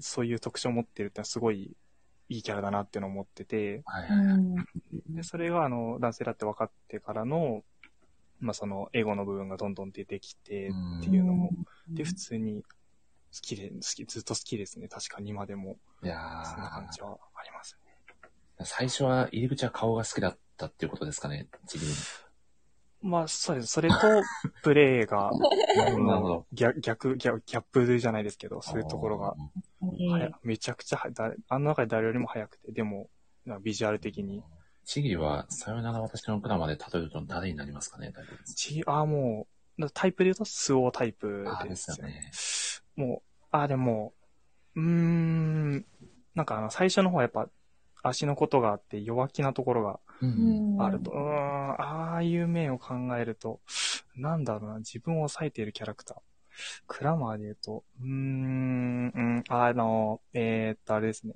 そういう特徴を持ってるってのはすごいいいキャラだなっていうのを思ってて、
はい。
うん。
で、それがあの、男性だって分かってからの、まあ、その、エゴの部分がどんどん出てきて、っていうのも、
うん
で、普通に、好きで、好き、ずっと好きですね。確かに今でも、
いや
そんな感
ー
じはありますね。
最初は入り口は顔が好きだったっていうことですかね、自分。
まあ、そうです。それと、プレイが、
なるほどなるほど。
逆、逆、ギャギャップじゃないですけど、そういうところが、
うん
はやめちゃくちゃはだ、あの中で誰よりも早くて、でも、なんかビジュアル的に。
ちぎりは、さよなら私のプラまで例えると誰になりますかね、大丈夫です。
ち、ああ、もう、だタイプで言うと、スオータイプ
ああ、
で
です
す
よ
よね。
ね。
もう、ああ、でも、うーん、なんかあの、最初の方はやっぱ、足のことがあって弱気なところが
う。
うんん
あると、うーん、ああいう面を考えると、なんだろうな、自分を抑えているキャラクター。クラマーで言うと、うーん、うんあの、えーっと、あれですね。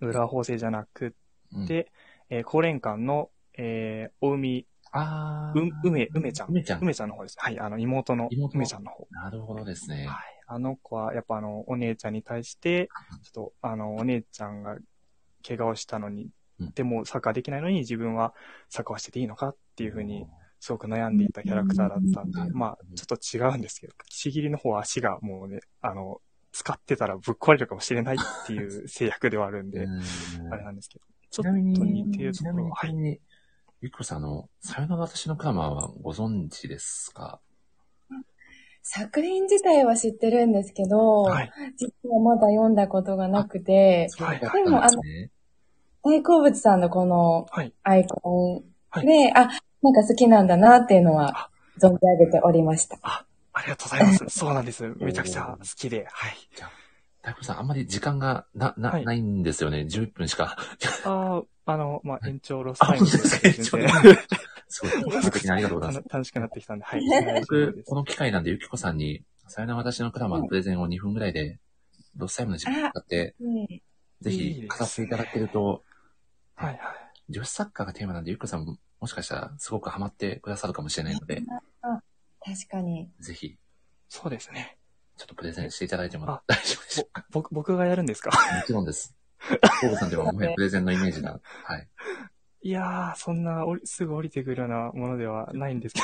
裏法制じゃなく
うん
て、えー、高連館の、えー、お海、
ああ。
う、梅、梅ちゃん。
梅ちゃん。
梅ちゃんの方です。はい、あの、妹の
妹
梅ちゃんの方。
なるほどですね。
はい。あの子は、やっぱあの、お姉ちゃんに対して、ちょっと、あの、お姉ちゃんが怪我をしたのに
うん、
でもサッカーできないのに自分はサッカーをしてていいのかっていうふうに、すごく悩んでいたキャラクターだったんで
う、ん
まあ、ちょっと違うんですけど、ちぎりの方は足がもうね、あの、使ってたらぶっ壊れるかもしれないっていう制約ではあるんで、
うん
あれなんですけど、ち
ち
ょ
な
っ
みに、
と似てる
ち
と
な
こ
み
ろ
に
は、はい。
ゆきこさん、あの、さよなら私のプラマーはご存知ですか
作品自体は知ってるんですけど、
はい。
実はまだ読んだことがなくて、
はい
そうだったんですね。
大好物さんのこの
はい。
アイコ
は
ン
い
で、あ、なんか好きなんだなっていうのは存じ上げておりました。
ありがとうございます。そうなんです。めちゃくちゃ好きで、はい。
大悟さん、あんまり時間がな、な、
はい
ないんですよね。11分しか。
ああ、あの、まあ、延長ロス
あ、
タイム
本
で
当ですか延長で
全然
すごい。本当的にありがとうございます。
楽しくなってきたんで、はい。大丈夫
僕
で、す
この機会なんで、ゆきこさんに、さよなら私のクラマーのプレゼンを2分ぐらいで、ロスタイムの時間を使って、
うん
ぜ
いい
ひ
ですね
語っていただけると、
はい、はい。
女子サッカーがテーマなんで、ゆきこさんももしかしたらすごくハマってくださるかもしれないので、
確かに。
ぜひ、
そうですね。
ちょっとプレゼンしていただいても
あ
大丈夫でしょうか
僕、僕がやるんですか
もちろんです。コーさんではもはやプレゼンのイメージが。はい。
いやー、そんな、おりすぐ降りてくるようなものではないんですけ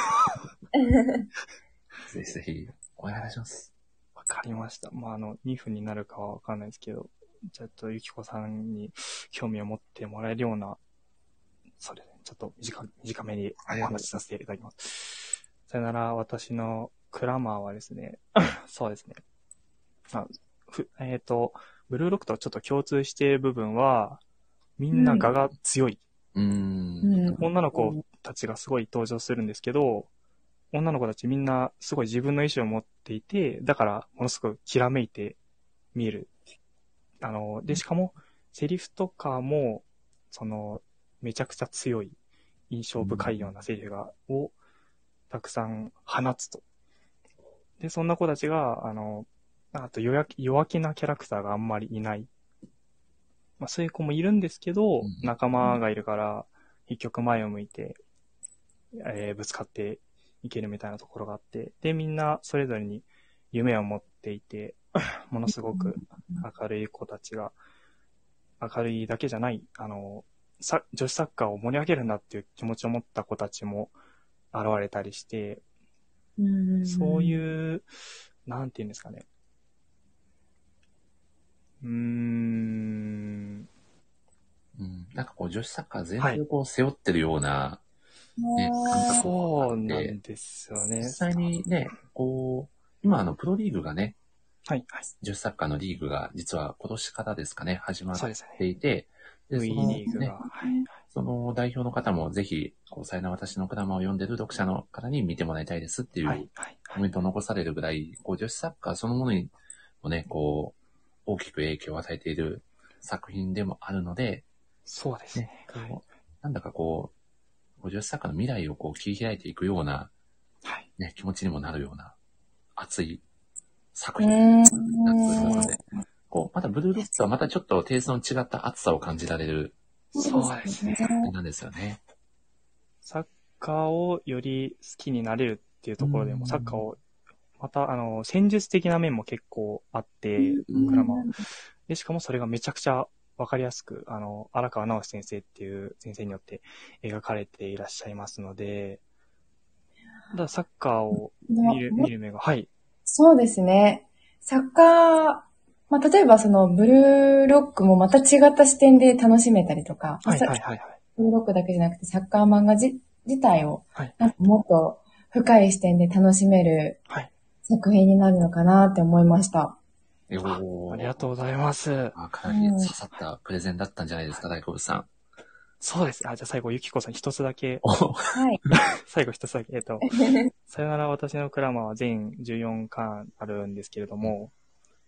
ど。
ぜひぜひ、お願いします。
わかりました。まあ、あの、2分になるかはわかんないですけど、ちょっと、ゆきこさんに興味を持ってもらえるような、そうですね、ちょっと短短めに
ありがと
お
うございま
話しさせていただきます。さよなら、私のクラマーはですね、 そうですね。あふえっ、と、ブルーロックとちょっと共通している部分は、みんな画が強い。
うー。
うんん。
女の子たちがすごい登場するんですけど、女の子たちみんなすごい自分の意思を持っていて、だからものすごくきらめいて見える。あの、で、しかも、セリフとかも、その、めちゃくちゃ強い、印象深いようなセリフが、を、たくさん放つと。で、そんな子たちが、あの、あと弱気弱気なキャラクターがあんまりいない。まあ、そういう子もいるんですけど、
うん
仲間がいるから、一曲前を向いて、えーぶつかっていけるみたいなところがあって、で、みんなそれぞれに夢を持っていて、 ものすごく明るい子たちが、明るいだけじゃない、あの、さ女子サッカーを盛り上げるんだっていう気持ちを持った子たちも現れたりして、
うん
そ ういう、なんていうんですかね。うーん、
うんなんかこう、女子サッカー全体をこう背負ってるような、ね感覚
そうなんですよね。
実際にね、こう、今あの、プロリーグがね、
はい、はい。
女子サッカーのリーグが実は今年からですかね、始まっ
そうですね。
ていて、で
V
その
リーグ
ね
が。はい
その代表の方もぜひ、こう、さよなら私のクラマーを読んでる読者の方に見てもらいたいですってい
は
う
い、はい。
コメントを残されるぐらい、こう、女子サッカーそのものにもね、こう、大きく影響を与えている作品でもあるので、
そうですね。はい
こうなんだかこう、50作家の未来をこう切り開いていくような、
はい。
ね、気持ちにもなるような、熱い作
う
品
ん。
になってくるので、こう、またブルーロックとはまたちょっとテイストの違った熱さを感じられる
そうですね。
作品なんですよね。
サッカーをより好きになれるっていうところで
うん
も、サッカーを、また、あの、戦術的な面も結構あって、
うん
ドラマはで、しかもそれがめちゃくちゃわかりやすく、あの、荒川直先生っていう先生によって描かれていらっしゃいますので、ただサッカーを見る見る目が、はい、
そうですね。サッカー、まあ、例えばそのブルーロックもまた違った視点で楽しめたりとか、
はい、
さ
はい、はい。はい
ブルーロックだけじゃなくてサッカー漫画じ自体を
はい、
なんかもっと深い視点で楽しめる
はい
作品になるのかなって思いました。
えおー
ありがとうございます。
あかなり刺さったプレゼンだったんじゃないですか、大久保さん。
そうです。あ、じゃあ最後、ゆきこさん一つだけ、
お
はい。
最後一つだけ、えっと、さよなら私のクラマーは全14巻あるんですけれども、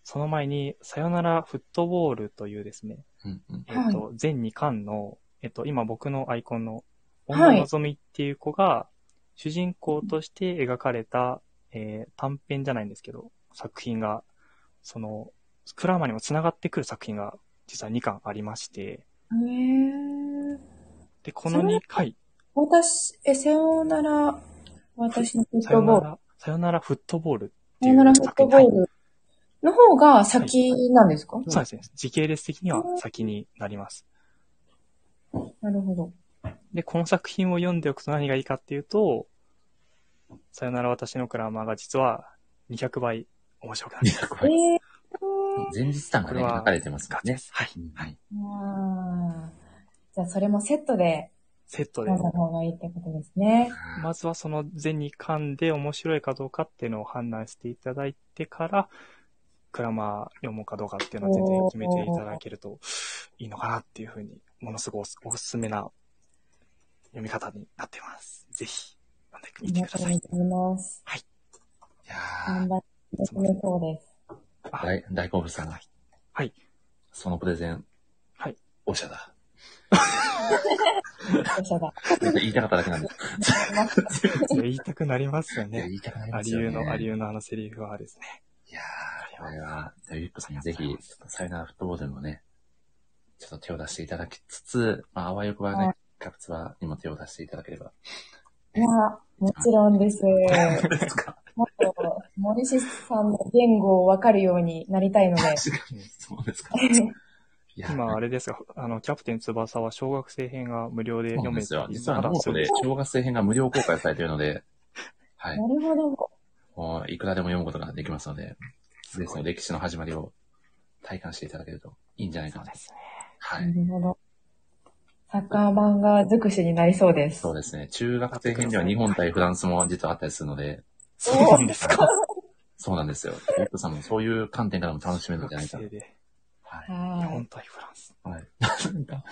その前に、さよならフットボールというですね、
うんうん。
えっと、全2巻の、えっと、今僕のアイコンの、女のぞみっていう子が、主人公として描かれた、えー短編じゃないんですけど、作品が、その、クラマーにも繋がってくる作品が、実は2巻ありまして、
えー、
で、この2回、
私、え、さようなら、私のフッ
さよ
トボ
な
ール。
ら、さよならフットボールって
さ
い
よなら
う
フッ
作
ト
品、はい
ボールの方が先なんですか、
そうですね。時系列的には先になります。
なるほど。
で、この作品を読んでおくと何がいいかっていうと、さよなら私のクラマーが実は200倍面白くなる。
200
え
倍。
ー、
前日談がね、
これは
書かれてますから
ガチで
ね。
す。はい。
うんはい。
あーじゃあ、それもセットで
セットで
読ん。だ方がいいってことですね。
ま
まずはその全2巻で面白いかどうかっていうのを判断していただいてから、クラマー読もうかどうかっていうのは全然決めていただけるといいのかなっていうふうに、ものすごくおすおすすめな読み方になってます。ぜひ、読んでみて
今
くだ
か
さ
ら
い
見。てみます。
いや
頑
ー
張って進めそうです。
大、大好物さん。
はい。
そのプレゼン。
はい。
おしゃだ。
よっしゃだ。
言いたかっただけ なんです。
いや言いたくなりますよ
いや
ね。
言いたくない
あ
です
り
よ、ね。
ゆうの、ありゆうのあのセリフはですね。
いやー、これは、じゃあゆっこさんにぜひ、さよならフットボールにもね、ちょっと手を出していただきつつ、まあ、あわよくばね、
は
カプツバにも手を出していただければ。
いや、もちろん です。
ですか
もっと、森氏さんの言語をわかるようになりた いので。
そうですか。いや、
今、あれですが、あの、キャプテン翼は小学生編が無料で
そうな
読
んで
め
すよ
た。り
実は、ノートで小学生編が無料公開されているの で、は。
ないるほど。
もういくらでも読むことができますので、
ごい
ですの歴史の始まりを体感していただけるといいんじゃないか
そう
な
で。すね。
は。
ないるほど。サッカー漫画尽くしになりそうです。
そうですね。中学生編では日本対フランスも実はあったりするので、
そうなんですか。
そうなんですよ。ゆっこさんもそういう観点からも楽しめるんじゃないか
学
な
生。で、
はい。
日
は
本対フランス。
はい。なんか、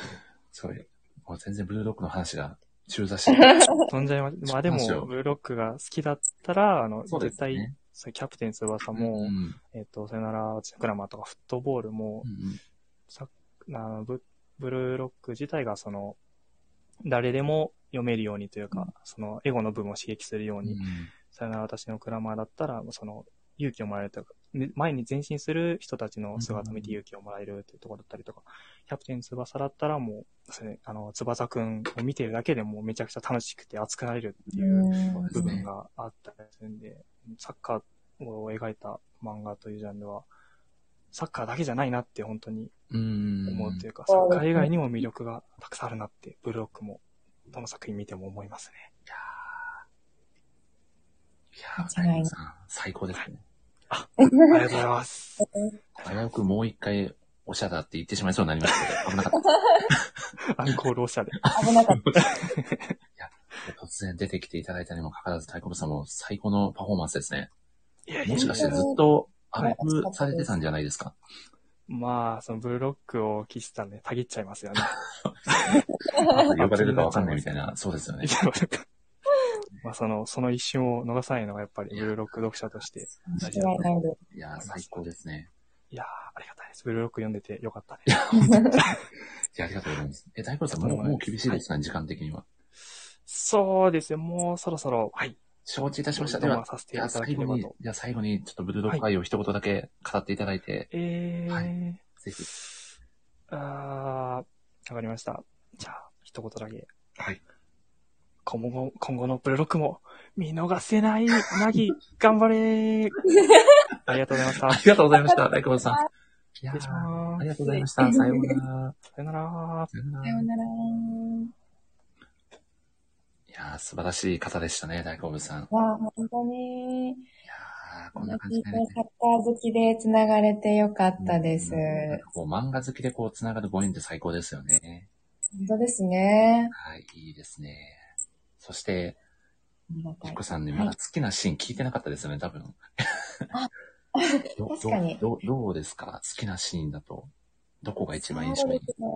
すごい、もう全然ブルーロックの話が中 座して、
飛んじゃいました。まあで
そうなんですよ
も、ブルーロックが好きだったら、あの、
そうで
絶
すね
対、そうキャプテン翼
う
も、
ん。
えっと、さよなら、私のクラマーとか、フットボールも、さあのブブルーロック自体が、その、誰でも読めるようにというか、その、エゴの部分を刺激するよう
うん
に、さよなら私のクラマーだったら、その、勇気をもらえるというか、ね前に前進する人たちの姿を見て勇気をもらえるというところだったりとか、キャプテン翼だったらもう、それあの、翼くんを見てるだけでもうめちゃくちゃ楽しくて熱くなれるって
い。
いう
うん
部分があったりするんで、サッカーを描いた漫画というジャンルは、サッカーだけじゃないなって本当に
うん。
思うというか、
うん
サッカー以外にも魅力がたくさんあるなって、ブルーロックも、どの作品見ても思いますね。
いやー、
間違いない
大さん、最高ですね。
ありがとうございます。
危うくもう一回、おしゃだって言ってしまいそうになりましたけど、危なかっ。
アンコールおしゃれ。
危なかった
突然出てきていただいたにもかかわらず、太鼓部さんも最高のパフォーマンスですね。
いやいや
もしかしてずっとアップされてたんじゃないですか。
まあ、そのブルーロックを喫したんで、たぎっちゃいま すよね。
あと呼ばれるかわかんないみたいな、そうですよね。
まあ、その、その一瞬を逃さないのが、やっぱりブルーロック読者として
た。間違いないです。
いやー、最高ですね。
いやー、ありがたいです。ブルーロック読んでてよかったね。
いや、ありがとうございます。え、大黒さん、もう、もう厳しいですか、時間的には。
そうですね。もうそろそろ、はい。
承知いたしました。で
どう
は
も、させて
じ
い
ゃ
た
あ
だけ
最
れ
後
ば
に
と。、
じゃあ最後に、ちょっとブルドッグ愛を一言だけ語っていただいて、
えー、
はぜひ。
あー、わかりました。じゃあ、一言だけ。
はい。
今後、今後のブルーロックも見逃せない。な ぎ、頑張れー。ありがとうございました。
あ
失
りがとうございました、大黒さん。いや
礼し
ー
ま
あ
す
り。がとうございました。さようなら。
さよなら。
さような
さよ
ら
うなら。
いやー、素晴らしい方でしたね、大好物さん。い
いやー、本当に、
やー、こ
こ
ん
の
な
サ
感じ
ッ
で
カ
ね。
ー好きで繋がれてよかったです。
なんかこう漫画好きでこう、繋がるご縁って最高ですよね。
本当ですね。
はい、いいですね。そして、
ありがた
ゆっ
い
こ。さんね、
はい
まだ好きなシーン聞いてなかったですよね、多分。ど
確かに
どうどうどうですか好きなシーンだと。どこが一番印象に
そうですね。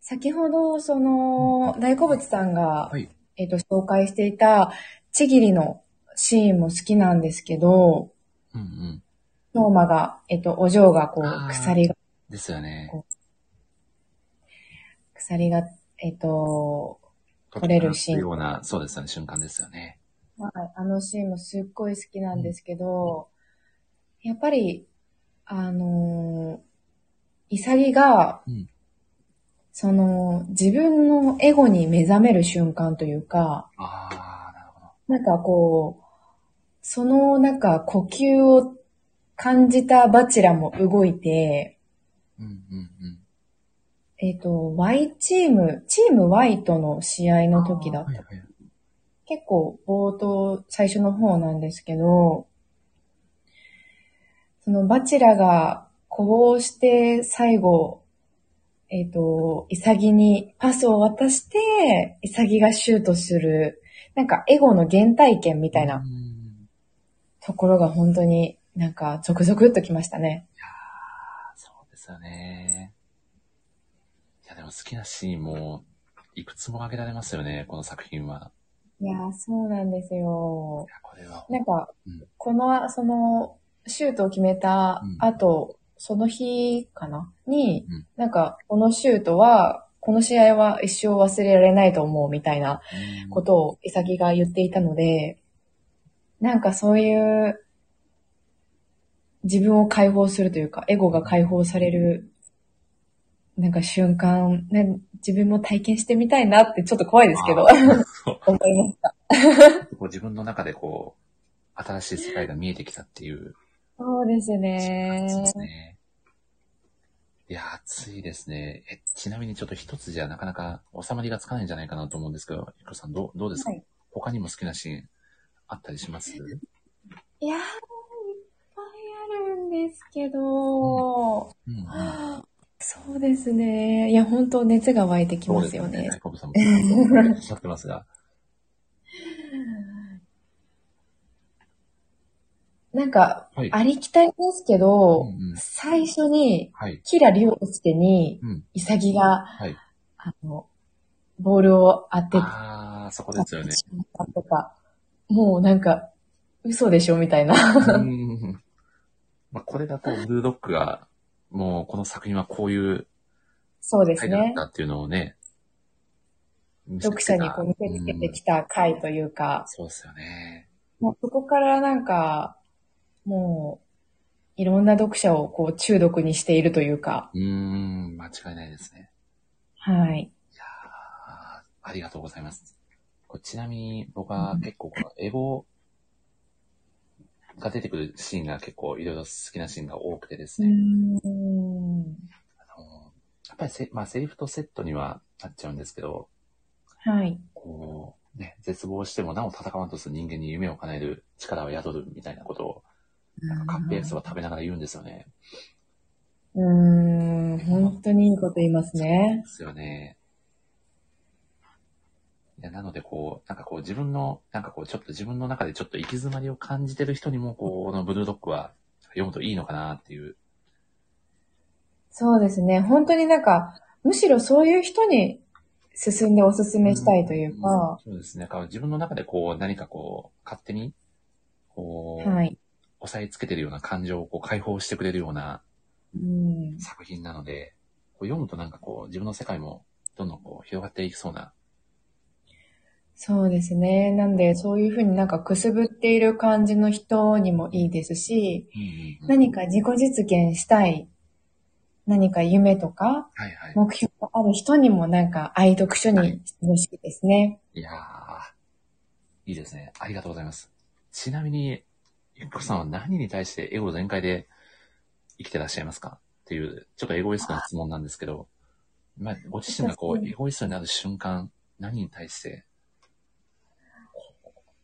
先ほど、その、大好物さんが、
はい。
えっ、と、紹介していた、ちぎりのシーンも好きなんですけど、
うんうん。
ノーマが、えっ、と、お嬢がこ
あー
う、鎖が、
ですよね。
鎖が、えっ、と、取れるシーン
ような、そうですよね、瞬間ですよね。
はい、あのシーンもすっごい好きなんですけど、やっぱり、あのー、イサギが、
うん
その、自分のエゴに目覚める瞬間というか、
ああ、なるほど。
なんかこう、そのなんか呼吸を感じたバチラも動いて、
うんうんうん。
えっ、と、Y チーム、チーム Y との試合の時だ
はいはい。
結構冒頭、最初の方なんですけど、そのバチラが呼応して最後、えっ、と、イサギにパスを渡して、イサギがシュートする、なんかエゴの原体験み
み
たいな。ところが本当になんか続々っときましたね。
そうですよね。いや、でも好きなシーンも、いくつも挙げられますよね、この作品は。
いやー、そうなんですよ
い。や、これは、
なんか
うん、
この、その、シュートを決めた後、その日かなに、
うん
なんか、このシュートは、この試合は一生忘れられないと思うみたいな
うん
ことをイサギが言っていたので、なんかそういう、自分を解放するというか、エゴが解放される、なんか瞬間、ね、自分も体験してみたいなってちょっと怖いですけど、
そう
思いました。
こう自分の中でこう、新しい世界が見えてきたっていう
そうです
感じで
ね
す。ね。いや、熱いですね。え、ちなみにちょっと一つじゃなかなか収まりがつかないんじゃないかなと思うんですけど、ゆっこさん、どう、どうですか、
はい
他にも好きなシーンあったりします
いやー、いっぱいあるんですけど、
うんうん。
そうですね。いや、本当熱が湧いてきますよね。
大好物 さんもおっしゃってますが。
なんか、
はい。
ありきたりですけ
う
ど、
んうん、
最初に、
はい。
キラリオスケに、
うん。
イサギが、
はい。
あの、ボールを当て
ああ、そこですよね
て。しまったとか、もうなんか、嘘でしょみたいな。
うんまあ、これだと、ブルードッグが、もう、この作品はこういう
そうです
態度だっ
ね
た。っていうのをね、見せつ
読
け
者
た
にこう見せつけて
うん
きた回というか、
そうですよね。
もうそこからなんか、もう、いろんな読者をこう中毒にしているというか、
うーん、間違いないですね。
はい。
いやーありがとうございます。これちなみに、僕は結構、このエゴが出てくるシーンが結構いろいろ好きなシーンが多くてです
う
ね。
ん。
あのやっぱりせ、まあ、セリフとセットにはなっちゃうんですけど、
はい。
こう、ね、絶望してもなお戦わんとする人間に夢を叶える力を宿るみたいなことを、なんかカップ焼きそば食べながら言うんですよね。
うーん、本当にいいこと言いますね
で。すよね。いや、なのでこう、なんかこう自分の、なんかこうちょっと自分の中でちょっと行き詰まりを感じてる人にも、こうこのブルードッグは読むといいのかなっていう。
そうですね。本当になんか、むしろそういう人に進んでおすすめしたいというか、
うんそうですね。だから自分の中でこう何かこう、勝手に、こう、
はい。
抑えつけてるような感情をこう解放してくれるような
うん。
作品なので、こう読むとなんかこう自分の世界もどんどんこう広がっていきそうな。
そうですね。なんで、そういうふうになんかくすぶっている感じの人にもいいですし、何か自己実現したい、何か夢とか、
はいはい。
目標がある人にもなんか愛読書にしてほしいですね。
いやー、いいですね。ありがとうございます。ちなみに、ゆっこさんは何に対してエゴ全開で生きてらっしゃいますかっていう、ちょっとエゴイストな質問なんですけど、まあ、ご自身がこう、エゴイストになる瞬間、何に対して、こ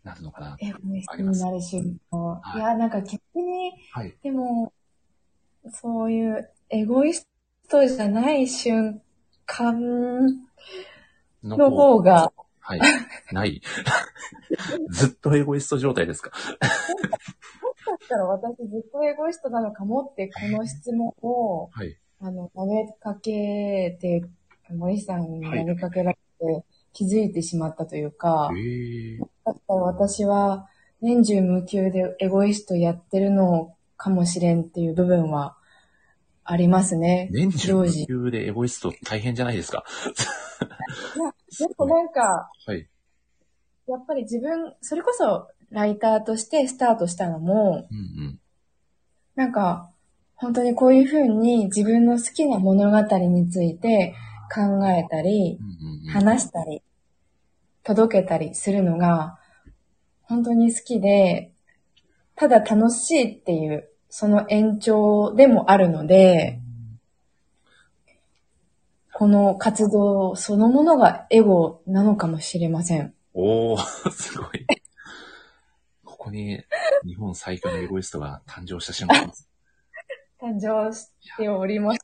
うなるのかな
え、無意識になる瞬間
は。い
いや、なんか逆に、
はい。
でも、そういうエゴイストじゃない瞬間
の
の方が、
はい。ない。 ずっとエゴイスト状態ですか
だったら私ずっとエゴイストなのかもって、この質問を、
はい。
あの、投げかけて、森さんに投げかけられて気づいてしまったというか、
ええ
だったら私は年中無休でエゴイストやってるのかもしれんっていう部分はありますね。
年中
常
無
時。
休でエゴイスト大変じゃないですか
でもなんか、
はい。
やっぱり自分、それこそライターとしてスタートしたのも、
うんうん。
なんか、本当にこういうふうに自分の好きな物語について考えたり
う、んうんうん、
話したり、届けたりするのが、本当に好きで、ただ楽しいっていう、その延長でもあるので、この活動そのものがエゴなのかもしれません。
おおすごい。ここに日本最強のエゴイストが誕生した瞬間 です。
誕生しております。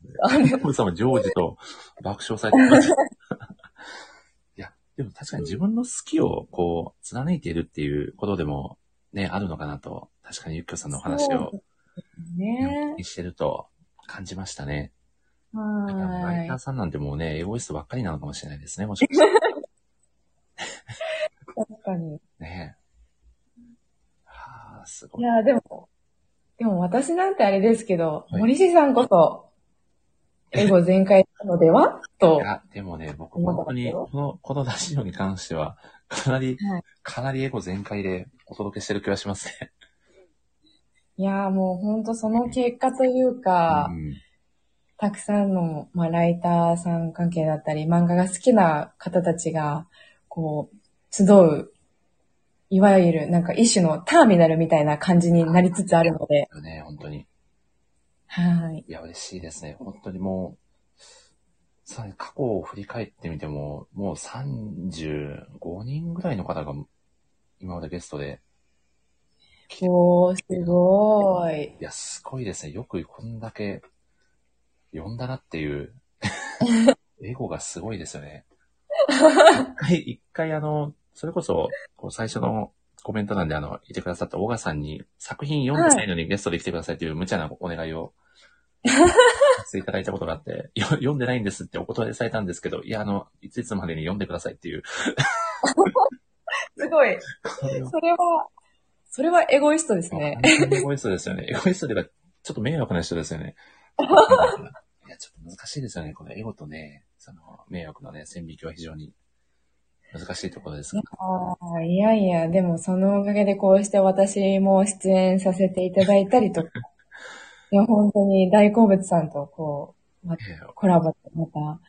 森さんもジョージと爆笑されてます。 いや、でも確かに自分の好きをこう、貫いているっていうことでもね、あるのかなと、確かにゆっきょさんのお話を
そうです
ね
ね
お聞。きしてると感じましたね。だからライター
は
さんなんてもうね、エゴイストばっかりなのかもしれないですね、もしかして。
い。確かに。
ねはあ、すご
い
い。
や、でも、でも私なんてあれですけど、
はい
森氏さんこそ、エゴ全開なのではと
い。や、でもね、僕本当に、
思
この、このラジオに関しては、かなり、
はい
かなりエゴ全開でお届けしてる気がします ね。
いやーもうほんとその結果というか、
うん、
たくさんの、まあ、ライターさん関係だったり、漫画が好きな方たちが、こう、集う、いわゆるなんか一種のターミナルみたいな感じになりつつあるので、
だね、本当に。
はい。
いや、嬉しいですね。本当にもう、さ過去を振り返ってみても、もう35人ぐらいの方が、今までゲストで、
おー、すごーい。
いや、すごいですね。よくこんだけ、呼んだなっていう、エゴがすごいですよね。一回、一回あの、それこそ、こう最初のコメント欄であの、いてくださった小川さんに、作品読んでないのにゲストで来てくださいという無茶なお願いを、させていただいたことがあって、よ読んでないんですってお断りされたんですけど、いや、あの、いついつまでに読んでくださいっていう、
すごい。
これを
それは、それはエゴイストですね。
本当にエゴイストです よね。エゴイストでは、ちょっと迷惑な人ですよね。 いや、ちょっと難しいですよね。このエゴとね、その、迷惑のね、線引きは非常に難しいところですが。
あーいやいや、でもそのおかげでこうして私も出演させていただいたりとか、いや、本当に大好物さんとこ
ええ
う、コラボでまた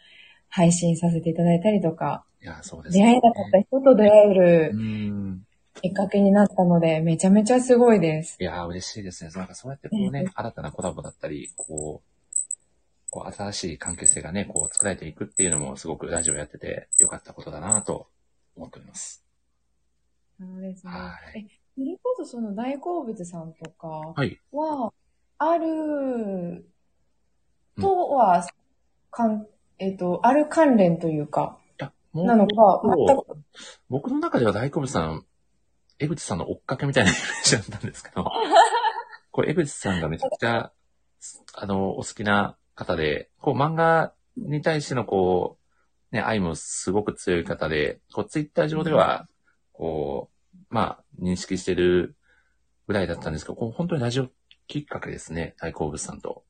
配信させていただいたりとか、
いや、そうです
出会えなかった人と出会え
う
る
ん。
きっかけになったので、めちゃめちゃすごいです。
いや、嬉しいですね。なんかそうやってこうね、新たなコラボだったり、こう、こう新しい関係性がね、こう作られていくっていうのもすごくラジオやってて良かったことだなと思っております。
そうですね
は。
え、それこそその大好物さんとか
はい。
は、あるとは、かん、えっと、ある関連というか、
いや、もう
なのか、全く
僕の中では大好物さん、江口さんの追っかけみたいなイメージだったんですけ ど、これ江口さんがめちゃくちゃ、あの、お好きな方で、こう漫画に対してのこう、ね、愛もすごく強い方で、こうツイッター上では、こう、まあ、認識してるぐらいだったんですけど、こう本当にラジオきっかけですね、大好物さんと。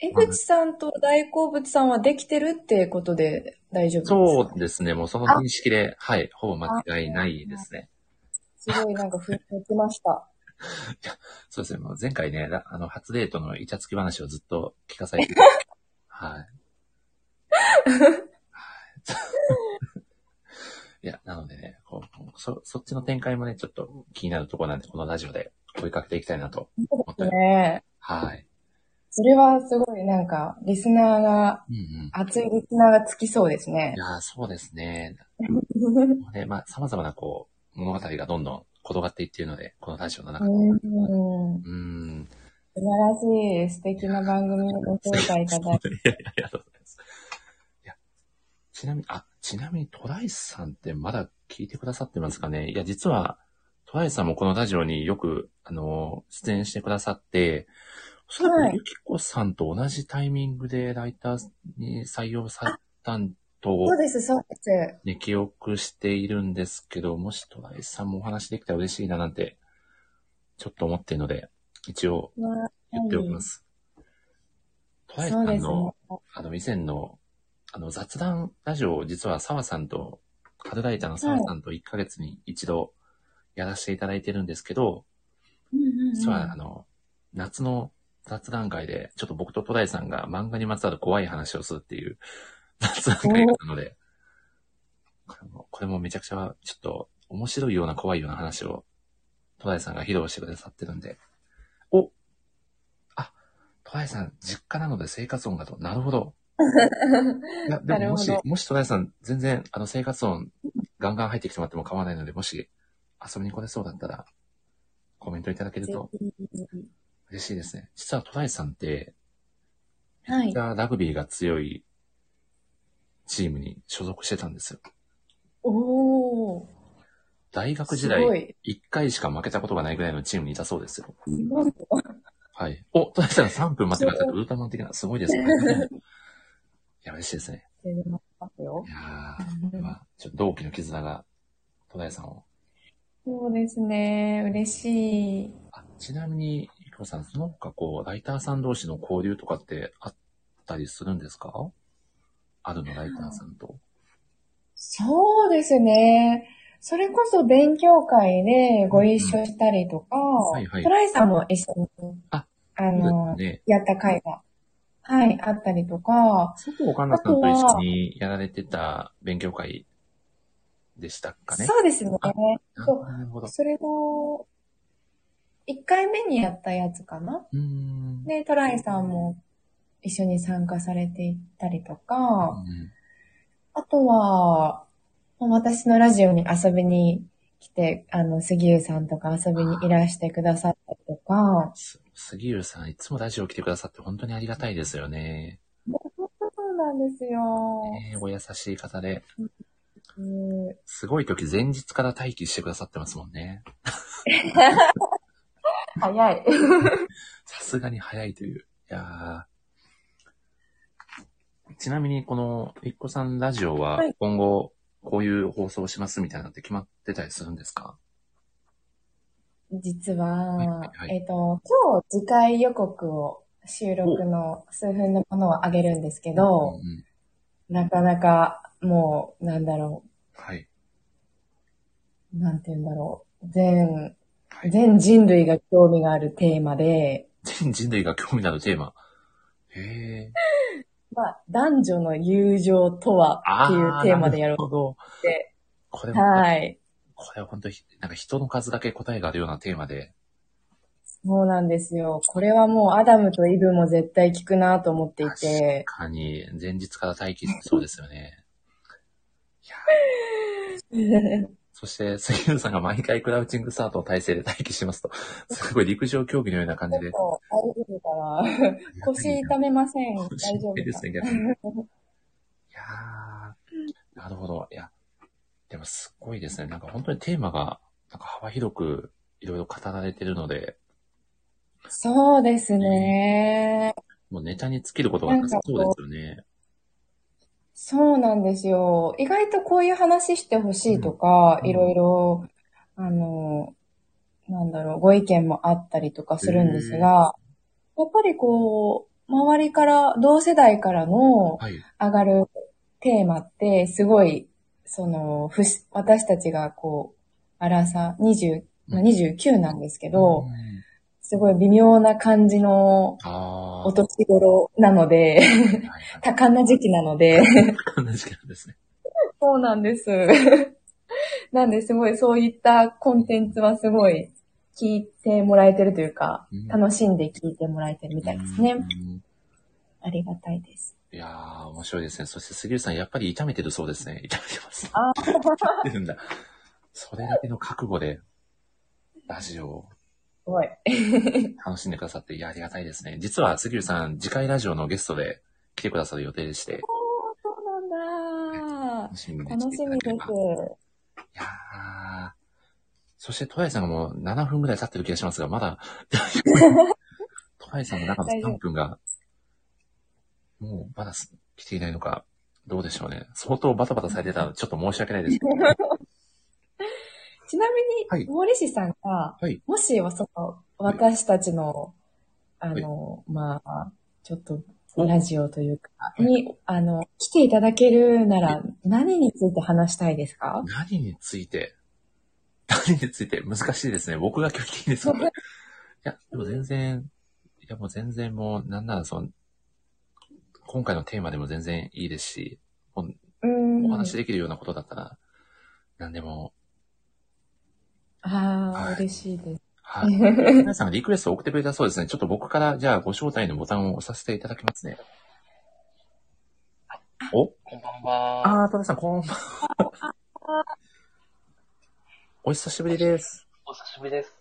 江口さんと大好物さんはできてるってことで大丈夫ですか
そうですね、もうその認識で、はい、ほぼ間違いないですね。
すごいなんか振ってました。
そうですね、もう前回ね、らあの、初デートのイチャつき話をずっと聞かさ れて、はい。はい いや、なのでね、こうそ、そっちの展開もね、ちょっと気になるところなんで、このラジオで追いかけていきたいなと思っております
ね
はい。
それはすごいなんか、リスナーが、
うんうん。
熱いリスナーがつきそうですね
い。やーそうですね。ね、まあ、様々なこう、物語がどんどん転がっていっているので、このラジオの中で。
う
うー
ん
ん。
素晴らしい素敵な番組をご紹介いただいて。
いやいや、ありがとうございます。いや、ちなみに、あ、ちなみにトライスさんってまだ聞いてくださってますかねいや、実は、トライスさんもこのラジオによく、あのー、出演してくださって、おそら
は
く
い
ゆきこさんと同じタイミングでライターに採用されたんと
そう、です、そうです。
ね、記憶しているんですけど、もしトライさんもお話できたら嬉しいななんて、ちょっと思っているので、一応
まあ
言っておきます。トライさ
そ
ん
う
の、
ですね。
あの、以前の、あの、雑談ラジオを実は澤さんと、ハルライターの澤さんと1ヶ月に一度やらせていただいてるんですけど、
うんうんうん
実はあの、夏の雑談会で、ちょっと僕とトライさんが漫画にまつわる怖い話をするっていう 雑談会があったので、これもこれもめちゃくちゃ、ちょっと面白いような怖いような話をトライさんが披露してくださってるんで、おあ、トライさん、実家なので生活音がと、なるほど。いや、で
な
も
るほ
も
ど
し、もしトライさん、全然、あの、生活音、ガンガン入ってきてもらっても構わないので、もし、遊びに来れそうだったら、コメントいただけると嬉しいですね。実はトライさんって、
は
めっ
い
ち。ゃラグビーが強いチームに所属してたんですよ。
おー。
大学時
すご
代、
い。
1回しか負けたことがないぐらいのチームにいたそうですよ。
すごい
はい。お、トライさん3分待ってくださいって。ウルトラマン的な、すごい ですね。いや、嬉しいですね。
出ますよ
いやー、これは、ちょっと同期の絆が、トライさんを。
そうですね。嬉しい。
あ、ちなみに、ゆきこさん、その他こう、ライターさん同士の交流とかってあったりするんですかあるの、ライターさんと。
そうですね。それこそ勉強会でご一緒したりとか、
はいはい
トライさんも一緒に、
あ
の、
ね、
やった会が、はい、あったりとか、
佐藤岡奈さんと一緒にやられてた勉強会でしたかね。
そうですね。
あ
そう
なるほど。
それを、1回目にやったやつかな
うーん。
で、トライさんも一緒に参加されていったりと
う
か、
ん
あとは、まあ私のラジオに遊びに来て、あの、杉浦さんとか遊びにいらしてくださったりとか、
す杉浦さん、いつもラジオ来てくださって本当にありがたいですよね。
そうなんですよ。
ねえお優しい方で。
うん
すごい時、前日から待機してくださってますもんね。
早い。
さすがに早いという。いやーちなみに、この、いっこさんラジオは
はい、
今後、こういう放送をしますみたいなのって決まってたりするんですか
実は、
いはいはい
えっ、と、今日次回予告を収録の数分のものを上げるんですけど、
んん
なかなかもう、なんだろ
はい。
う、なんて言うんだろう、全、
はい
全人類が興味があるテーマで、
全人類が興味のあるテーマ。へえ。
まあ、男女の友情とはっていうテーマでやろ
なる
う
ほど。
って、
これも、
はい。
これは本当に、なんか人の数だけ答えがあるようなテーマで。
そうなんですよ。これはもうアダムとイブも絶対聞くなと思っていて、
確かに、前日から待機してそうですよね。いや そして、杉浦さんが毎回クラウチングスタートの体勢で待機しますと、すごい陸上競技のような感じ
ちょ
で
っ。と大丈夫 かな腰痛めません。大
心
丈夫
配です
か
ね、逆に。いやー、なるほど。いや、でもすっごいですね。なんか本当にテーマが、なんか幅広くいろいろ語られてるので、
そうですね。
もうネタに尽きることがなさそうですよね。
そうなんですよ。意外とこういう話してほしいとか、
うん
いろいろ、あの、なんだろう、ご意見もあったりとかするんですが、やっぱりこう、周りから、同世代からの
はい。
上がるテーマって、すごい、その、不思私たちがこう、あらさ、20、まあ29なんですけど、
ん
すごい微妙な感じの
ああ。
お年頃なので、
はいはいはい
多感な時期なので、
こんな時間ですね。
そうなんです。 なんで、すごい、そういったコンテンツはすごい、聞いてもらえてるというか
うん、
楽しんで聞いてもらえてるみたいですね
う。ん
ありがたいです。
いやー、面白いですね。そして杉内さん、やっぱり痛めてるそうですね。 痛めてます。
あー
痛めてるんだ。それだけの覚悟で、ラジオを
すごい。
楽しんでくださって、いや、ありがたいですね。実は杉内さん、次回ラジオのゲストで来てくださる予定でして、
そうなんだ
楽。しみに
楽
して
し
いただ
み
け
で
れ
す
ば。。いやー、そして、トライさんがもう7分ぐらい経ってる気がしますが、ま だ、トライさんの中の
大丈夫
3分が、もうまだす来ていないのか、どうでしょうね。相当バタバタされてたので、ちょっと申し訳ないです けど。
ちな
は
み
い
に、森氏さんが、
はい
もし、その、私たちの、あの、まあ、ちょっと、
お
ラジオというか、
い
に、あの、来ていただけるなら、何について話したいですか
何について、何について難しいですね。僕が拒否的です よね。いや、でも全然、いやもう全然もう、なんならその、今回のテーマでも全然いいですし、もう
うん
お話しできるようなことだったら、何でも、
ああ、
はい
嬉しいです。
はい。皆さんリクエストを送ってくれたそうですね。ちょっと僕から、じゃあご招待のボタンを押させていただきますね。お
こんばんは。
あー、トラさん、こんばんは。お久しぶりです。
お久しぶりです。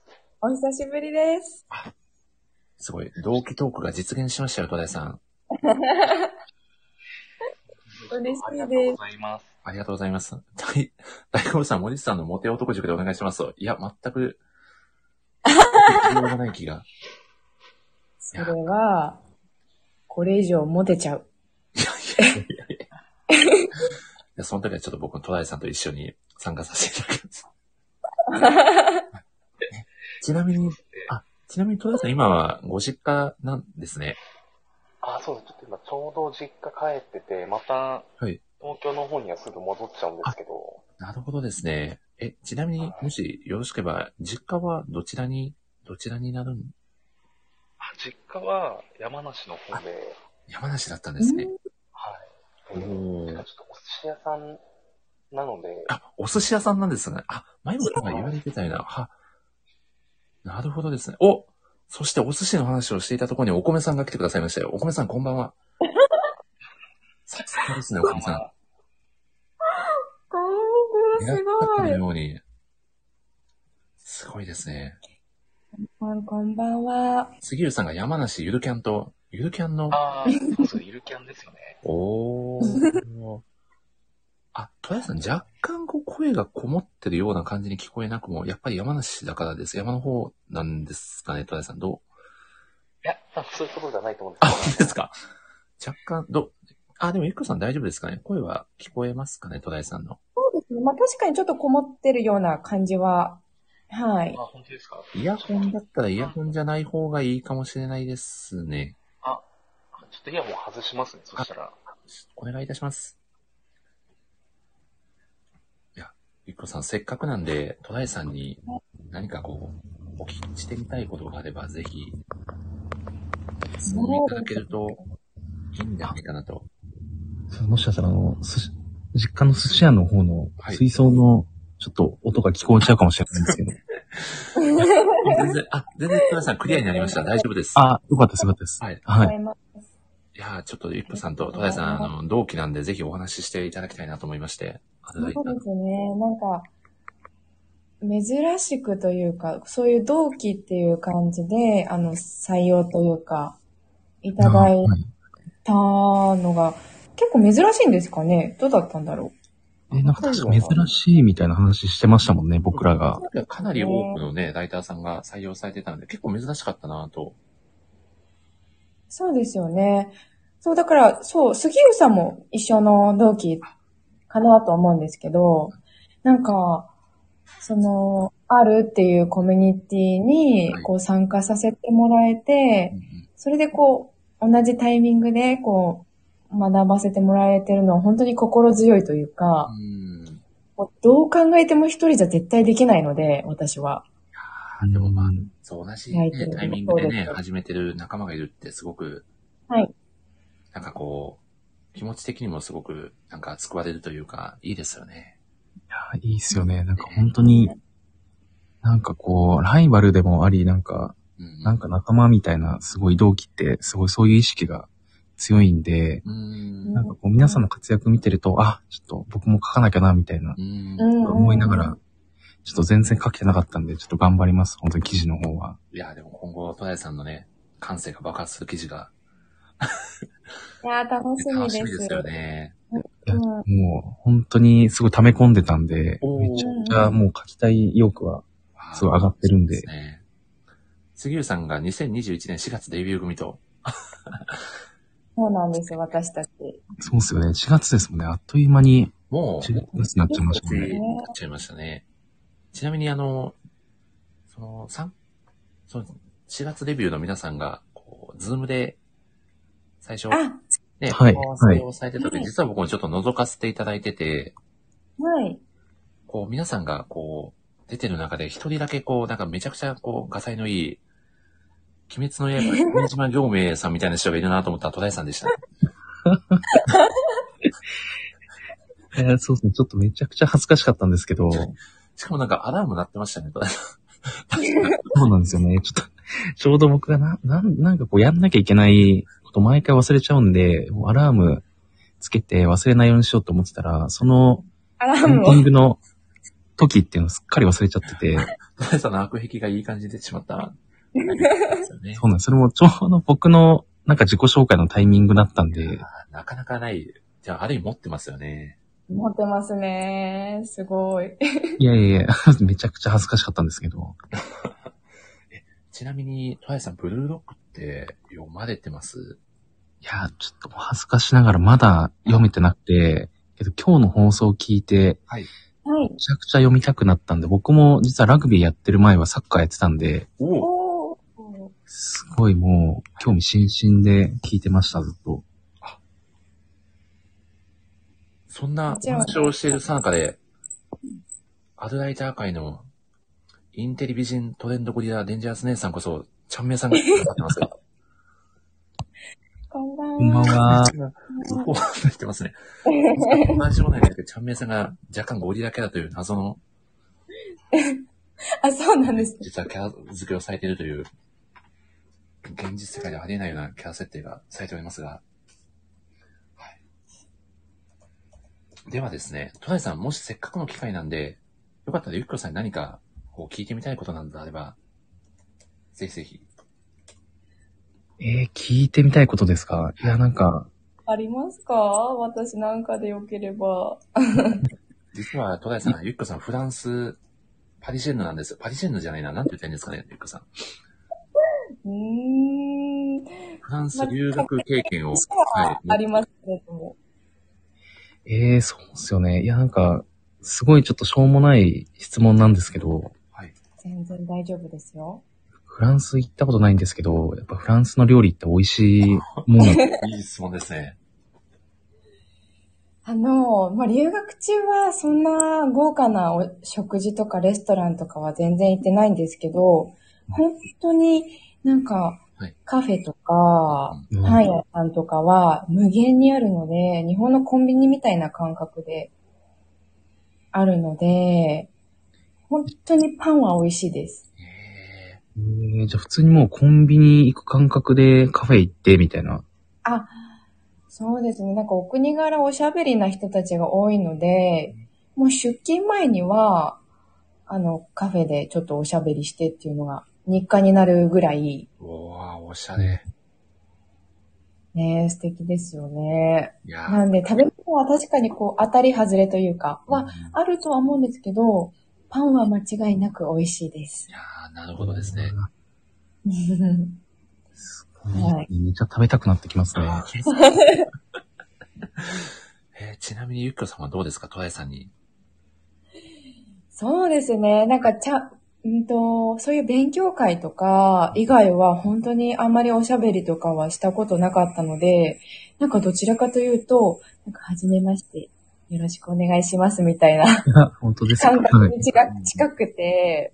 お久しぶりです。
すごい、同期トークが実現しましたよ、トラさん。
嬉しいです
ありがとうございます。
ありがとうございます。 大、大悟さん、森内さんのモテ男塾でお願いします。いや、全 く、必要がない気が。
それは、これ以上モテちゃう。
いやいやいやいやいや。その時はちょっと僕もトライさんと一緒に参加させていただき ます。ちなみに、あ、ちなみにトライさん、今はご実家なんですね。
あ、そうです。ちょっと今、ちょうど実家帰ってて、また、
はい
東京の方にはすぐ戻っちゃうんですけど、
なるほどですね。え、ちなみに、もしよろしければ、実家はどちらに、どちらになるん
あ実家は山梨の方で、
山梨だったんですね。
はい。
お
で
ー
しかもちょっとお寿司屋さんなので、
あ、お寿司屋さんなんですね。あ、前もなんか言われてたよな。は。なるほどですね。おそしてお寿司の話をしていたところにお米さんが来てくださいましたよ。お米さんこんばん は。さすがですね、お米さん。
あ
こん
狙ったかのように。すごいですね。
こんばんは。
杉浦さんが山梨ゆるキャンと、ゆるキャンの、
あー、そうそう、ゆるキャンですよね。
おー。 あ、とやさん、若干こう声がこもってるような感じに聞こえなくも、やっぱり山梨だからです。山の方なんですかね、とやさん。どう
いや、多分そういうことじゃないと思うん
あ、
です
本当ですか。若干、ど、あ、でも、ゆっこさん大丈夫ですかね声は聞こえますかね戸田井さんの。
そうですね。まあ確かにちょっとこもってるような感じは、はい
け。ど。あ、本当ですか
イヤホンだったらイヤホンじゃない方がいいかもしれないですね。
ちょっとイヤもう外しますね、そしたら。
お願いいたします。いや、ゆっこさん、せっかくなんで、戸田井さんに何かこう、お聞きしてみたいことがあれば、ぜひ、質問いただけると、いいんじゃないかなと。
それもしかしたら、あの、寿司、実家の寿司屋の方の
はい
水槽の、ちょっと音が聞こえちゃうかもしれないんですけど。
全然、あ、全然戸田井さんクリアになりました。大丈夫です。
あ、よかったです、よかったです。
はい。
はい。
います。
いやーちょっと、ゆっこさんと、戸田井さん、あの、同期なんで、ぜひお話ししていただきたいなと思いまして。あ
そう
の
ですね。なんか、珍しくというか、そういう同期っていう感じで、あの、採用というか、いただい
はい
たのが、結構珍しいんですかねどうだったんだろ
え、なんか確か珍しいみたいな話してましたもんね、僕らが。
かなり多くのね、ライターさんが採用されてたので、結構珍しかったなと。
うそうですよね。そう、だから、そう、杉浦さんも一緒の同期かなと思うんですけど、なんか、その、あるっていうコミュニティに
はい、
こう参加させてもらえて
う、ん
それでこう、同じタイミングで、こう、学ばせてもらえてるのは本当に心強いというか、
うん。うん
もうどう考えても一人じゃ絶対できないので、私は。
あでもまあ、そう、同じ、ね
はい、
タイミングで
そうで
ね
す、よ
始めてる仲間がいるってすごく、
はい。
なんかこう、気持ち的にもすごく、なんか救われるというか、いいですよね。
あいいっすよね。なんか本当に、なんかこう、ライバルでもあり、なんか、
うん。
なんか仲間みたいな、すごい同期って、すごいそういう意識が強いんで、
うん。
なんかこう皆さんの活躍見てると、あ、ちょっと僕も書かなきゃな、みたいな
うん。
うん
思いながら、ちょっと全然書けてなかったんで、ちょっと頑張ります。本当に記事の方は。
いや、でも今後、トライさんのね、感性が爆発する記事が、
いやー、楽しみ
楽
で
し
す。
みですよね。
いや
うん
もう本当にすごい溜め込んでたんで、
おー
めちゃくちゃもう書きたい意欲は、すごい上がってるんで
そうですね。杉浦さんが2021年4月デビュー組と、
そうなんです、私たち。
そうっすよね。4月ですもんね。あっという間に
もう、
4月になっちゃいましたもんね。
になっちゃいましたね。ちなみにあの、その、三その、4月デビューの皆さんが、こう、ズームで、最初、
あ、
ね、
はい
パフォーマンス
はい
をされてた時、
はい
実は僕もちょっと覗かせていただいてて、
はい。
こう、皆さんが、こう、出てる中で、一人だけ、こう、なんかめちゃくちゃ、こう、画才のいい、鬼滅の刃、 鬼島行明さんみたいな人がいるなと思ったら、戸田井さんでしたね。
えーそうですね。ちょっとめちゃくちゃ恥ずかしかったんですけど、そ
しかもなんかアラーム鳴ってましたね、戸田井 さん。
うなんですよね。ちょっと、 ちょうど僕がな、なん、なんかこうやんなきゃいけないこと毎回忘れちゃうんで、もうアラームつけて忘れないようにしようと思ってたら、その
アラ
エ
ー
ン
ム
ディ
を
ン。グの時っていうのをすっかり忘れちゃってて、
戸田井さんの悪癖がいい感じで出てしまった。ですよね
そうなんです。それもちょうど僕のなんか自己紹介のタイミングだったんで、
あーなかなかない。じゃあ、ある意味持ってますよね。
持ってますね。すごい。
いやいやいや、 めちゃくちゃ恥ずかしかったんですけど、
ちなみに、トライさん、ブルーロックって読まれてます
いや、ちょっともう恥ずかしながらまだ読めてなくて、けど今日の放送を聞いて、
はい
め。ちゃくちゃ読みたくなったんで、僕も実はラグビーやってる前はサッカーやってたんで、
おお
おー。
すごいもう興味津々で聞いてました、ずっと。
そんな
もち
お
ろん
話をしている最中で、アドライター界のインテリ美人トレンドゴリラデンジャース姉さんこそ、ちゃんめいさんが来てくださってますよ。
こんばんは。
こんばんは。
うおーってますね。同じもないんだけど、ちゃんめいさんが若干ゴリラキャラという謎の、
あ、そうなんです。
実はキャラ付けをされているという、現実世界ではありえないようなキャラ設定がされておりますが、はい。ではですね、トナイさん、もしせっかくの機会なんで、よかったらゆっこさんに何かこう聞いてみたいことなどあれば、ぜひぜひ。
えー、聞いてみたいことですかいや、なんか、
ありますか私なんかでよければ。
実はトナイさん、ゆっこさん、フランス、パリジェンヌなんですよ。パリジェンヌじゃないな。なんて言ったらいいんですかね、ゆっこさん。
うーん。
フランス留学経験を。
しはあ
い。
りますけれども。
えー、そうっすよね。いや、なんか、すごいちょっとしょうもない質問なんですけど、
はい。
全然大丈夫ですよ。
フランス行ったことないんですけど、やっぱフランスの料理って美味しいものなんで
いい質問ですね。
あの、まあ、留学中はそんな豪華なお食事とかレストランとかは全然行ってないんですけど、本当になんか
はい
カフェとか、
すよ。
パン屋さんとかは無限にあるので、日本のコンビニみたいな感覚であるので、本当にパンは美味しいです。
え
えーじゃあ普通にもうコンビニ行く感覚でカフェ行ってみたいな。
あ、そうですね。なんかお国柄おしゃべりな人たちが多いので、もう出勤前には、あの、カフェでちょっとおしゃべりしてっていうのが日課になるぐらい、
ー、おー、おしゃれ。
ね、素敵ですよね。
いやー
なんで食べ物は確かにこう当たり外れというか、
う
は
ん
あるとは思うんですけど、パンは間違いなく美味しいです
い。やー、なるほどですね。
はい
めっちゃ食べたくなって きますね。
えーちなみにゆっこさんはどうですかトライさんに。
そうですね。なんか、ちゃ、うんと、そういう勉強会とか以外は本当にあんまりおしゃべりとかはしたことなかったので、なんかどちらかというと、なんか、はじめまして、よろしくお願いしますみたいな
いや、本当ですか。
感
は
覚
い。
に近く近くて、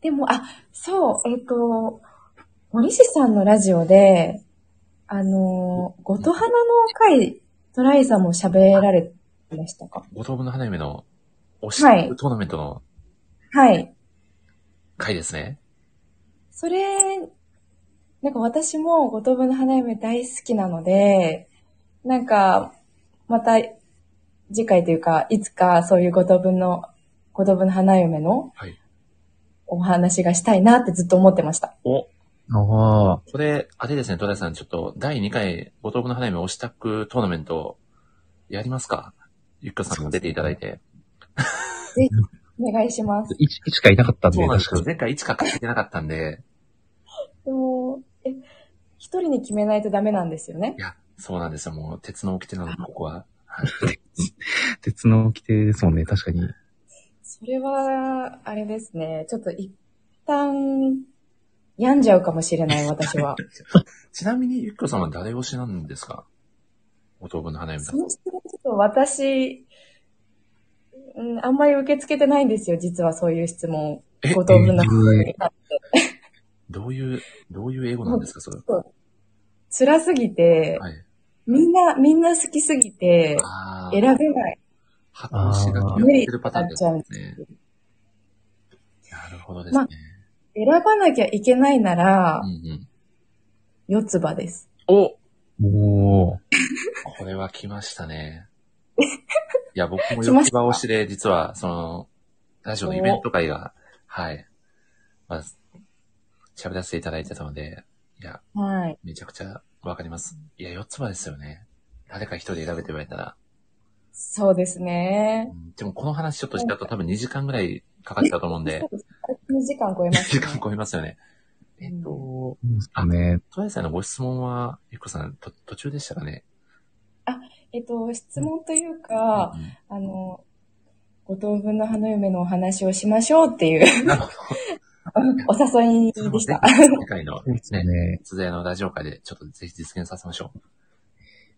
でも、あ、そう、えっと、森氏さんのラジオで、あの、ごと花の会、トライさんも喋られてましたか
五等分の花嫁の推し、
はい
トーナメントの
はい。
回ですね。
それ、なんか私も五等分の花嫁大好きなので、なんか、また次回というか、いつかそういう五等分の、五等分の花嫁の
はい
お話がしたいなってずっと思ってました。
お、
ああ、
これ、あれですね、戸田さん、ちょっと、第2回、五等分の花嫁推したくトーナメント、やりますかゆっかさんも出ていただいて。
お願いします。
一しかいなかったん
そう
で、
なんです
確
け
か
ど、
に。
前回1か買ってなかったんで、
でも、え、一人に決めないとダメなんですよね
い。や、そうなんですよ、もう、鉄の掟なので、ここは。
鉄の掟ですもんね、確かに。
それは、あれですね。ちょっと一旦、病んじゃうかもしれない、私は。
ちなみに、ゆっかさんは誰推しなんですか五等分の花嫁さ
そ
ん。
の質問ちょっと私、うん、あんまり受け付けてないんですよ、実はそういう質問。
え
ご当分の
え
どういう、どういう英語なんですか、それ。
辛すぎて、
はい。
みんな、みんな好きすぎて、
あ
選
ー、
べない。
発行しが
あ
き
ー
をやってるパターンです
無理になっ
ね。なるほどですね。
選ばなきゃいけないなら
う、んうん。
四つ葉です。
お
おー。
これは来ましたね。 いや、僕も
来ま
四
し
つ
た
葉推しで、実は、その、ラジオのイベント会が、はい。まあ、喋らせていただいてたので、いや、
はい。
めちゃくちゃわかります。いや、四つ葉ですよね。誰か一人選べて言われたら。
そうですね
う。んでも、この話ちょっとしたと多分2時間ぐらいかかったと思うんで、
2時間超え
2
ます、
時
ね。
間超えますよね。えっ
うん
と、
そうですかね。
トライさんのご質問は、ゆっこさん、と途中でしたかね
えっと、質問というか、あの、五等分の花嫁のお話をしましょうっていう
うんなるほど。
お誘い
それ
で
も
し
ぜ
た。
ひ、次回の
そうですよ
ね、
ね。
津田屋のラジオ会でちょっとぜひ実現させましょう。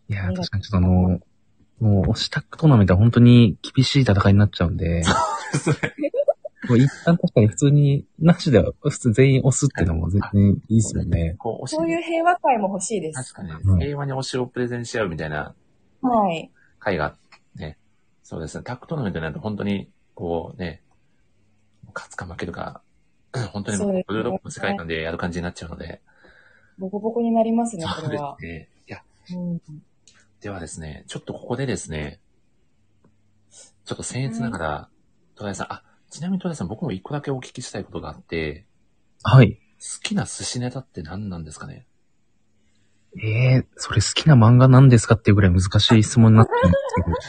いやー、確かにちょっとあの、もう、押したくトーナメントは本当に厳しい戦いになっちゃうんで、 もう一旦確かに普通に、なしでは普通全員押すっていうのも全然いいですよね。
こう、推し
そういう平和会も欲しいです
確。かに、
うん
平和に推しをプレゼンし合うみたいな
はい。
会がね、そうですね。タックトーナメントになると本当に、こうね、勝つか負けるか、 本当に
そうですね
ブルーロックの世界観でやる感じになっちゃうので、
ボコボコになりますね、
そ
こ
う
れ
です
は。
ね。いや、
うん
ではですね、ちょっとここでですね、ちょっと僭越ながら、戸田さん、あ、ちなみに戸田さん、僕も一個だけお聞きしたいことがあって、
はい。
好きな寿司ネタって何なんですかね
ええそれ好きな漫画なんですかっていうぐらい難しい質問になってるんで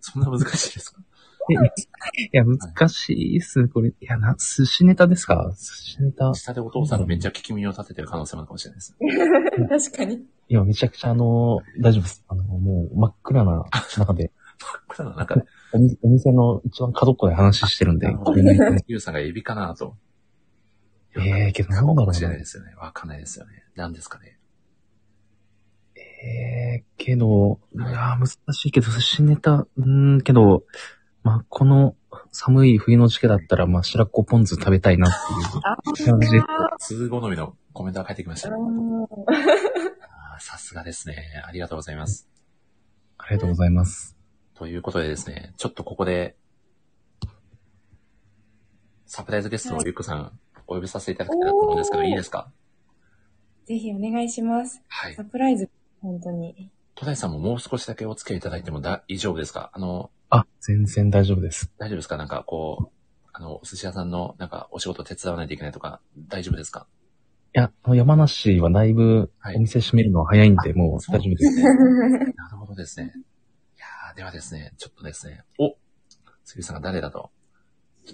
す
そんな難しいですか
けど。えい や、難しいっす。これ、いや、な、寿司ネタですか寿司ネタ。
下でお父さんがめっちゃ聞き耳を立ててる可能性もあるかもしれないです。
確かに。
今めちゃくちゃあの、大丈夫です。あの、もう真っ暗な中で、
僕らの中で、
お店お店の一番角っこで話してるんで、ごめんなさい
ゆうさんがエビかなと。
ええけどなんだ
そう
ろうな
かもしれないですよね。わかんないですよね。何ですかね。
ええけど、いやー、難しいけど、寿司ネタ、うーん、けど、まあ、この寒い冬の時期だったら、まあ、白子ポン酢食べたいなっていう感じで。
通好みのコメントが返ってきました。
うん
あーさすがですね。ありがとうございます。
ありがとうございます。
ということでですね、ちょっとここで、サプライズゲストのゆっこさん、お呼びさせていただきたいなと思うんですけど、
おー
いいですか
ぜひお願いします。
はい
サ。プライズ、本当に。
戸田さんももう少しだけお付き合いいただいても大丈夫ですかあの、
あ、全然大丈夫です。
大丈夫ですかなんかこう、あの、お寿司屋さんの、なんかお仕事手伝わないといけないとか、大丈夫ですか
いや、あの山梨はだいぶ
はい
お店閉めるのは早いんで、もう
そう
大丈夫です。
なるほどですね。いやー、ではですね、ちょっとですね、お杉さんが誰だと、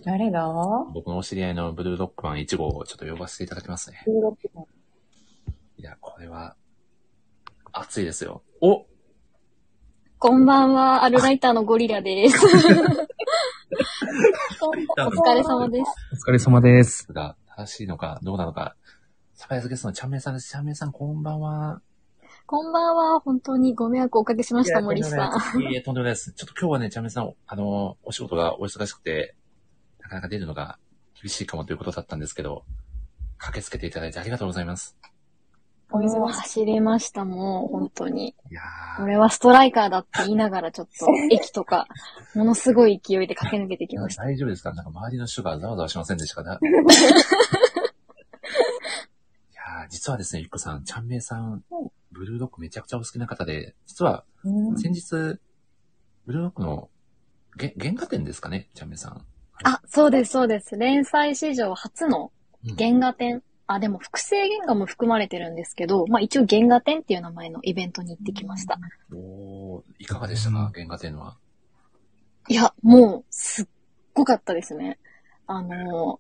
誰だ
僕のお知り合いのブルードッグマン1号をちょっと呼ばせていただきますね。
16番
いや、これは、熱いですよ。お
こんばんは、アルライターのゴリラです。
た
お
の
疲れ様です。
お疲れ様です。
が正しいのか、どうなのか。サバヤズゲストのチャンメイさんです。チャンメイさん、こんばんは。
こんばんは。本当にご迷惑をおかけしました、
い
森
や
さ
と
ん。
んでもないですいえいえ、とんでもないです。ちょっと今日はね、チャンメイさん、あの、お仕事がお忙しくて、なかなか出るのが厳しいかもということだったんですけど、駆けつけていただいてありがとうございます。
おめでとう
も
ご
う
ざいます。
走れました、もう、本当に。
いやー、
俺はストライカーだって言いながら、ちょっと、駅 とか、ものすごい勢いで駆け抜けてきました。
大丈夫ですかなんか周りの人がざわざわしませんでしたかないやー実はですね、ゆっこさん、ちゃんめいさん、ブルードッグめちゃくちゃお好きな方で、実は
うん
先日、ブルーロックのげ原画展ですかね、ちゃんめいさん。
あ、そうです、そうです。連載史上初の
うん
原画展。あ、でも複製原画も含まれてるんですけど、まあ一応原画展っていう名前のイベントに行ってきました。
おーいかがでしたか、原画展は。
いや、もう、すっごかったですね。あの、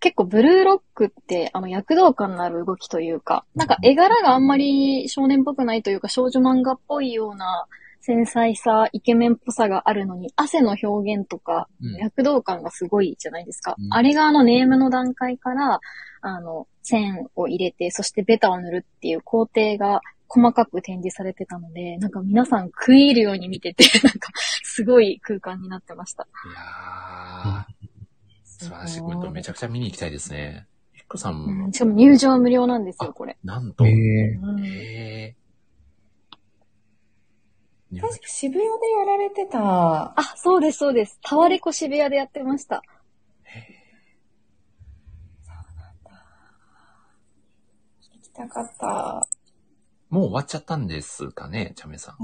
結構ブルーロックって、あの、躍動感のある動きというか、なんか絵柄があんまり少年っぽくないというか、少女漫画っぽいような繊細さ、イケメンっぽさがあるのに、汗の表現とか、
うん。
躍動感がすごいじゃないですか。
うん
あれがあのネームの段階から、あの、線を入れて、そしてベタを塗るっていう工程が細かく展示されてたので、なんか皆さん食い入るように見て て、なんかすごい空間になってました。
いやー、素晴らしいコメント、めちゃくちゃ見に行きたいですね。ゆっこさん
う
も、
ん、しかも入場無料なんですよ、これ。
なんと、
え
え
え
うん
えー。日本
確か渋谷でやられてた。
あ、そうです、そうです。タワレコ渋谷でやってました。
行きたかった。
もう終わっちゃったんですかね、ちゃんめいさん。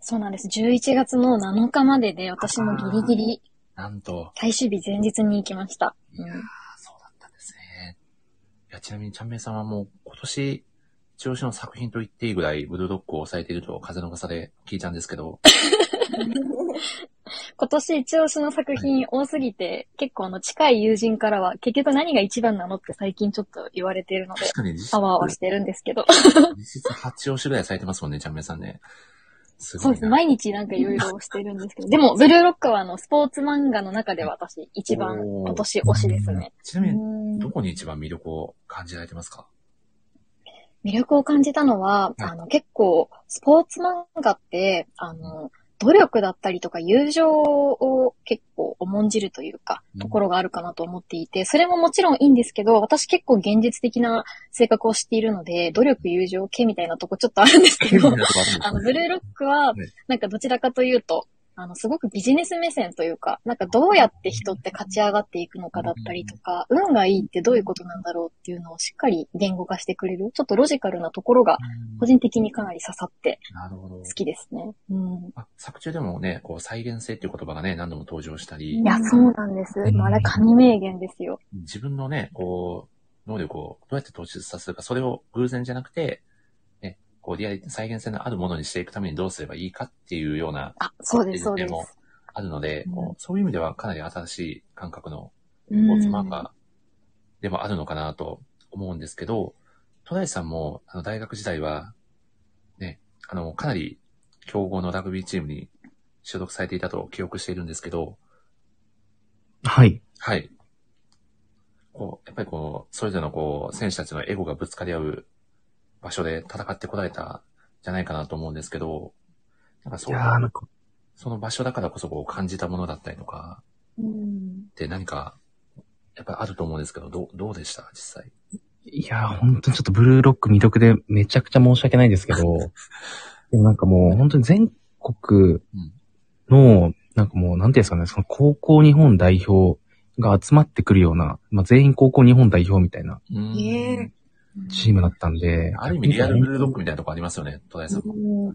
そうなんです。11月の7日までで、私もギリギリ
なんと、
最終日前日に行きました。うん
あそうだったんですね。いや、ちなみにちゃんめいさんはもう今年、一押しの作品と言っていいぐらい、ブルードッグを抑えていると風の噂で聞いたんですけど、
今年一押しの作品多すぎて、結構あの近い友人からは、結局何が一番なのって最近ちょっと言われているので
確、かに実質
パワ ーはしてるんですけど。
実質8押しぐらい咲いてますもんね、ちゃんめいさんね。す
そ
ご
うで
い
す。
な。
毎日なんかいろいろしてるんですけど。でも、ブルーロックはあの、スポーツ漫画の中では私、一番
おー
今年推しですね。
ちなみに、ど
う
こに一番魅力を感じられてますか
魅力を感じたのは、あの、結構、スポーツ漫画って、あの、努力だったりとか友情を結構重んじるというか、
うん
ところがあるかなと思っていて、それももちろんいいんですけど、私結構現実的な性格を知っているので、努力、友情、系みたいなとこちょっ とあるんですけ
興味、
ど
なとこあるんです
あ
か
の、ブルーロックは
ね、
なんかどちらかというと、あの、すごくビジネス目線というか、なんかどうやって人って勝ち上がっていくのかだったりとか、運がいいってどういうことなんだろうっていうのをしっかり言語化してくれる、ちょっとロジカルなところが、
うん
個人的にかなり刺さって
なるほど
好。きですね。うん。
あ作中でもね、こう、再現性っていう言葉がね、何度も登場したり
い、や、そうなんです。
ん
まあ、あれ神名言ですよ。
自分のね、こう、能力をどうやって突出させるか、それを偶然じゃなくて、ね、こう、リアリティ、再現性のあるものにしていくためにどうすればいいかっていうような、
あ、そうです、そうです。
もあるので、
うん
こうそういう意味ではかなり新しい感覚の
う
スポー
ん
ツ漫画でもあるのかなと思うんですけど、戸田井さんも、あの、大学時代は、ね、あの、かなり強豪のラグビーチームに所属されていたと記憶しているんですけど、
はい。
はい。こう、やっぱりこう、それぞれのこう、選手たちのエゴがぶつかり合う場所で戦ってこられたんじゃないかなと思うんですけど、なんか
い
そう
やー、なんか、
その場所だからこそこう感じたものだったりとか
ん
って何か、やっぱりあると思うんですけど、どう、どうでした実際。
いやー、本当にちょっとブルーロック未読でめちゃくちゃ申し訳ないん ですけど、でもなんかもう本当に全国の、なんかもう、なんていうんですかね、その高校日本代表が集まってくるような、まあ全員高校日本代表みたいな
うん
ええ
チームだったんで、
ある意味リアルブルードッグみたいなとこありますよね、戸田井さんも。
い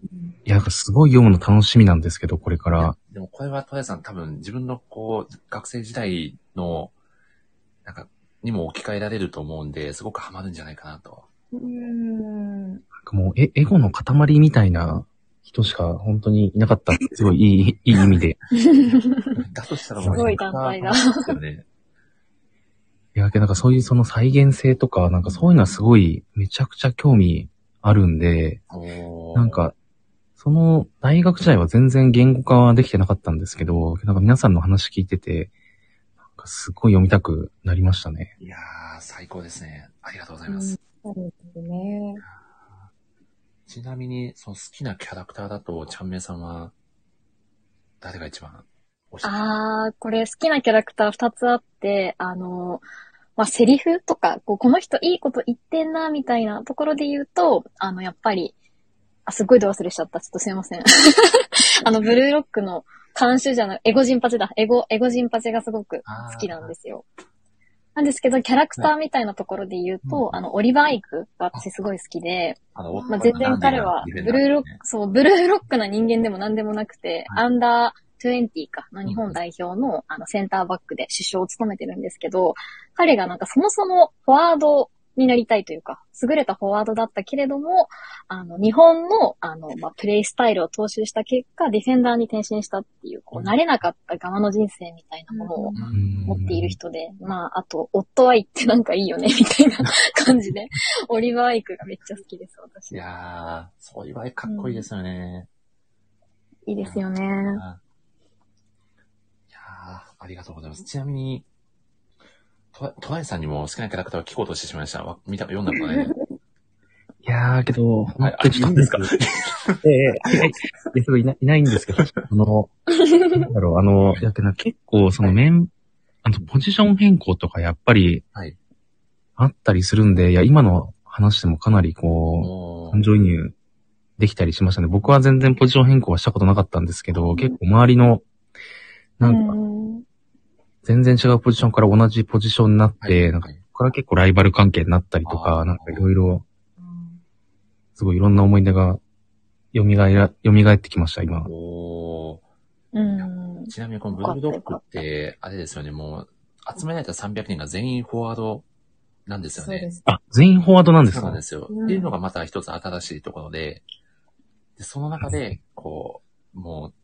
や、なんかすごい読むの楽しみなんですけど、これから。
でもこれは戸谷さん多分自分のこう、学生時代の、なんか、にも置き換えられると思うんで、すごくハマるんじゃないかな と。
うん
なんかもう、え、エゴの塊みたいな人しか本当にいな かった。すごいいい、いい意味で。
だとしたら
すごい団体が
だ。 ね、
いや、けどなんかそういうその再現性とか、なんかそういうのはすごい、めちゃくちゃ興味あるんで、
おー
なん、か、その大学時代は全然言語化はできてなかったんですけど、なんか皆さんの話聞いてて、かすごい読みたくなりましたね。
いやー、最高ですね。ありがとうござい
うん
ます。
そうですね。
ちなみに、その好きなキャラクターだと、ちゃんめいさんは、誰が一番推して
あー、これ好きなキャラクター二つあって、あの、まあ、セリフとか、こうこの人いいこと言ってんな、みたいなところで言うと、あの、やっぱり、あ、すっごい度忘れしちゃった。ちょっとすいません。 あの、ブルーロックの監修じゃない、エゴジンパチだ。エゴ、エゴジンパチがすごく好きなんですよ。なんですけど、キャラクターみたいなところで言う
うん
と、あの、オリバー・アイクが私すごい好きで、
あの、
まあ、全然彼は、ブルーロック、そう、ブルーロックな人間でも何でもなくて、
はい
アンダー20か、の日本代表の、あの、センターバックで首相を務めてるんですけど、彼がなんかそもそもフォワードになりたいというか、優れたフォワードだったけれども、あの、日本の、あの、まあ、プレイスタイルを踏襲した結果、ディフェンダーに転身したっていう、こう、慣れなかった側の人生みたいなものを
う。
うんん
持っている。人で、まあ、あと、夫愛ってなんかいいよね、みたいな感じ で、オリバー・アイクがめっちゃ好きです、私。
いやー、そういう場合かっこいいですよね。
いいですよね。
うんいやー、ありがとうございます。ちなみに、とわ、とわえさんにも好きなキャラクターを聞こうとしてしまいました。わ見た、読んだことないね。
いやー、けど、
は
本
い、あ
当
い
にちょ
い
っ
ん
と
ですか
ええ、はい。ですごいないいないんですけど、あの、なんだろう、あの、やけど結構そのメン、あの、ポジション変更とかやっぱり
はい。
あったりするんで、いや、今の話でもかなりこう、
もう
感、情移入できたりしましたね。僕は全然ポジション変更はしたことなかったんですけど、結構周りの、なんか、
うん
全然違うポジションから同じポジションになっ
はい
て、なんか、ここから結構ライバル関係になったりと
あー
か、なんかいろいろ、すごいいろんな思い出が、蘇ら、蘇ってきました、今。
おー
うん。
ちなみにこのブルドッグって、あれですよね、もう、集められた300人が全員フォワードなんですよ
そう
ね
で。す。
あ、全員フォワードなんです
そうな
か
んですよ。
うん
っていうのがまた一つ新しいところで、でその中で、こう、もう、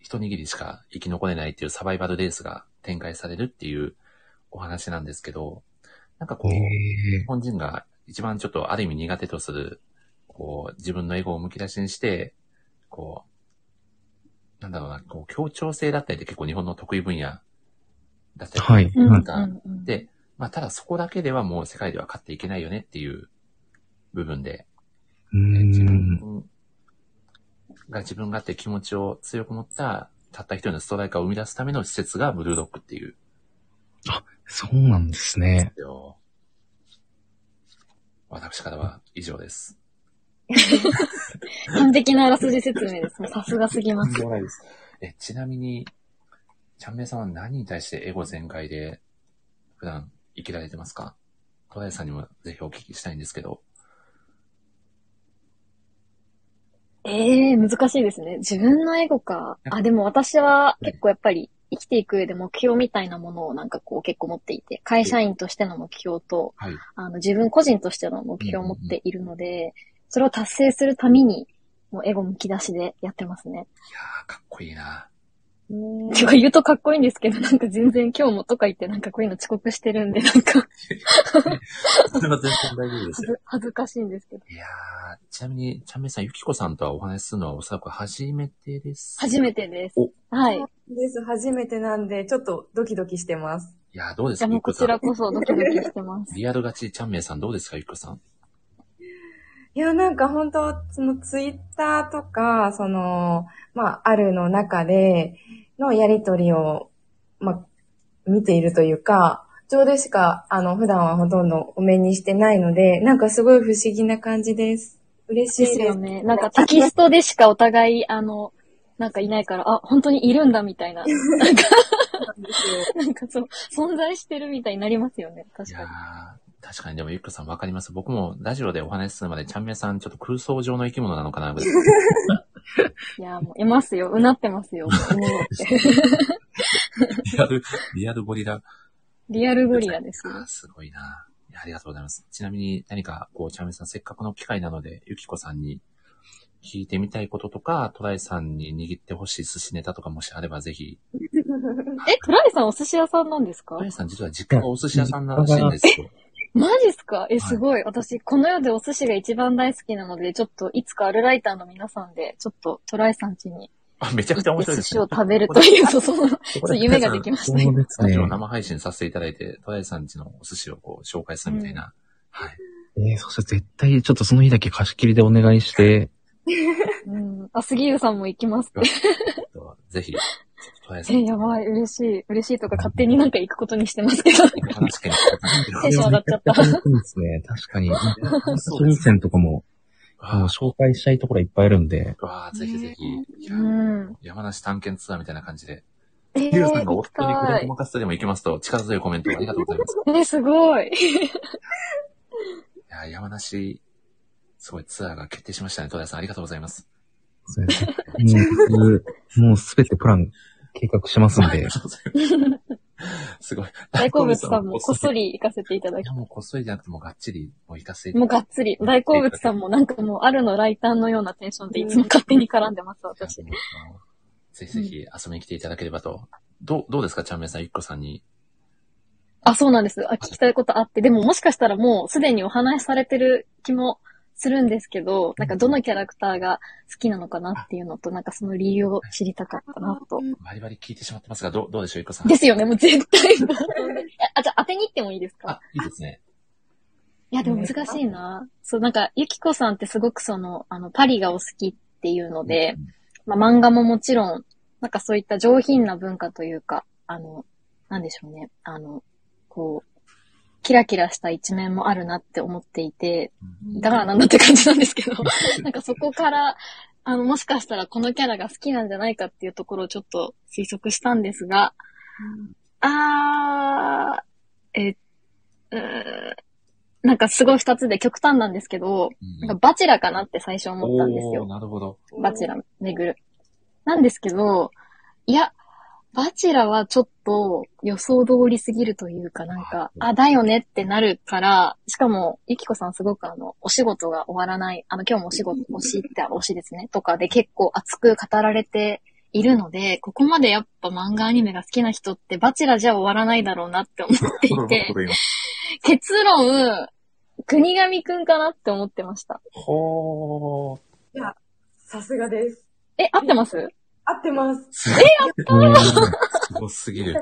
一握りしか生き残れないっていうサバイバルレースが展開されるっていうお話なんですけど、なんかこう、
へ
日
え
本人が一番ちょっとある意味苦手とする、こう、自分のエゴをむき出しにして、こう、なんだろうな、こう、協調性だったりって結構日本の得意分野だったり、
はい。
うん
はい
うんうん
で、まあ、ただそこだけではもう世界では勝っていけないよねっていう部分で、
うー
自
ん。
分が自分がって気持ちを強く持った、たった一人のストライカーを生み出すための施設がブルーロックっていう。
そうなんですね。
よ私からは以上です。
完璧なあらすじ説明です。もうさすがすぎます。
え、ちなみに、ちゃんめいさんは何に対してエゴ全開で普段生きられてますか戸田さんにもぜひお聞きしたいんですけど。
ええー、難しいですね。自分のエゴか。あ、でも私は結構やっぱり生きていく上で目標みたいなものをなんかこう結構持っていて、会社員としての目標と、
はい。
あの自分個人としての目標を持っているので、それを達成するために、もうエゴむき出しでやってますね。
いやー、かっこいいな。
ていうか言うとかっこいいんですけど、なんか全然今日もとか言ってなんかこういうの遅刻してるんで、なんか
それは 全然大丈夫です
恥
よ。
ず恥ずかしいんですけど。
いやー、ちなみに、ちゃんめいさん、ゆきこさんとはお話しするのはおそらく初めてです。
初めてです
お。
はい。
です。初めてなんで、ちょっとドキドキしてます。
いやー、どうです
じ
か
ゃあもうこちらこそドキドキしてます。
リアルガチちゃんめいさんどうですか、ゆきこさん。
いや、なんか本当そのツイッターとか、その、まあ、あるの中でのやりとりを、まあ、見ているというか、ちょうどしか、あの、普段はほとんどお目にしてないので、なんかすごい不思議な感じです。嬉し
で
い
す
で
よ
す。
ね。なんかテキストでしかお互い、あの、なんかいないから、あ、本当にいるんだみた いな。なんか、なんかそう、存在してるみたいになりますよね。
い
確
や
か
ー、
に。
確かにでもゆっこさんわかります。僕もラジオでお話しするまで、ちゃんめいさんちょっと空想上の生き物なのかな、ぐ らい。
いや、もう、いますよ。うなってますよ。も う
リアル、リアルゴリラ。
リアルゴリラですよ
あ。ーすごいな。いやありがとうございます。ちなみに何か、こう、ちゃんめいさん、せっかくの機会なので、ゆきこさんに聞いてみたいこととか、トライさんに握ってほしい寿司ネタとかもしあれば、ぜひ。
え、トライさんお寿司屋さんなんですか
トライさん実は実家がお寿司屋さんらしいんですよ。
マジっすかえ、すごい。私、この世でお寿司が一番大好きなので、ちょっと、いつかアルライターの皆さんで、ちょっと、トライさん家に
あめちゃくちゃ面白い
寿
です
司
ね
を食べるという、そう、そう
こ
そう
で
夢ができました
そ。うです
ラジオ
ね
を。生配信させていただいて、トライさんちのお寿司をこう紹介するみたいな。はい。
えー、そしたら絶対ちょっとその日だけ貸し切りでお願いして、
うん。あ、杉浦さんも行きますって。
ぜひ、トライさん。
え、やばい、嬉しい。嬉しいとか勝手になんか行くことにしてますけど。
山梨県の
テンション上がっちゃった
めちゃくちゃ楽しみです ね。確かに。
そう
初
で
任
すね
線とかも、あの、紹介したいところいっぱいあるんで、
うわあぜひぜひ。いや
うん。
山梨探検ツアーみたいな感じで。
えー、
ゆうさんが
行き
夫にこれ
た
を
い
ご。まかすとでも行きますと、力強いコメントありがとうございます。
えー、すごい。
いやー、山梨、すごいツアーが決定しましたね。戸田さん、ありがとうございます。
それ絶対に僕もうすべてプラン計画してますんで、
すごい。
大好物さんもこっそ
り。
り行かせていただ
い
き
や、もうこっそりじゃなくて、もうがっちり、もう行かせて。
もうがっつり。大好物さんもなんかもう、あるのライターのようなテンションでいつも勝手に絡んでます、私。
いやもうぜひぜひ遊びに来ていただければと。どう、どうですかちゃんめんさん、ゆっこさんに。
あ、そうなんです。あ、聞きたいことあって。でももしかしたらもうすでにお話しされてる気もするんですけど、なんかどのキャラクターが好きなのかなっていうのと、なんかその理由を知りたかったなと。
バリバリ聞いてしまってますが、どう、どうでしょう、ゆっこさん。
ですよね、もう絶 対もう。あ、じゃあ当てに行ってもいいですか
あ、いいですね。
いや、でも難しいな。そう、なんか、ゆきこさんってすごくその、あの、パリがお好きっていうので、まあ、漫画ももちろん、なんかそういった上品な文化というか、あの、なんでしょうね。あの、こう、キラキラした一面もあるなって思っていて、だからなんだって感じなんですけ ど、なんかそこから、あの、もしかしたらこのキャラが好きなんじゃないかっていうところをちょっと推測したんですが、あー、え、うーん、なんかすごい二つで極端なんですけど、
うん
なんかバチェラかなって最初思ったんです
お
よ
ー、。なるほど。
バチェラ巡る。なんですけど、いや、バチェラはちょっと予想通りすぎるというかなんか、あ、だよねってなるから、しかも、ゆきこさんすごくあの、お仕事が終わらない、あの、今日もお仕事、推しって、推しですね、とかで結構熱く語られているので、ここまでやっぱ漫画アニメが好きな人って、バチェラじゃ終わらないだろうなって思 っていて、結論、国神くんかなって思ってました。
ほー。
さすがです。
え、合ってます
合ってます。
すごい。すごすぎ
あ
る。
の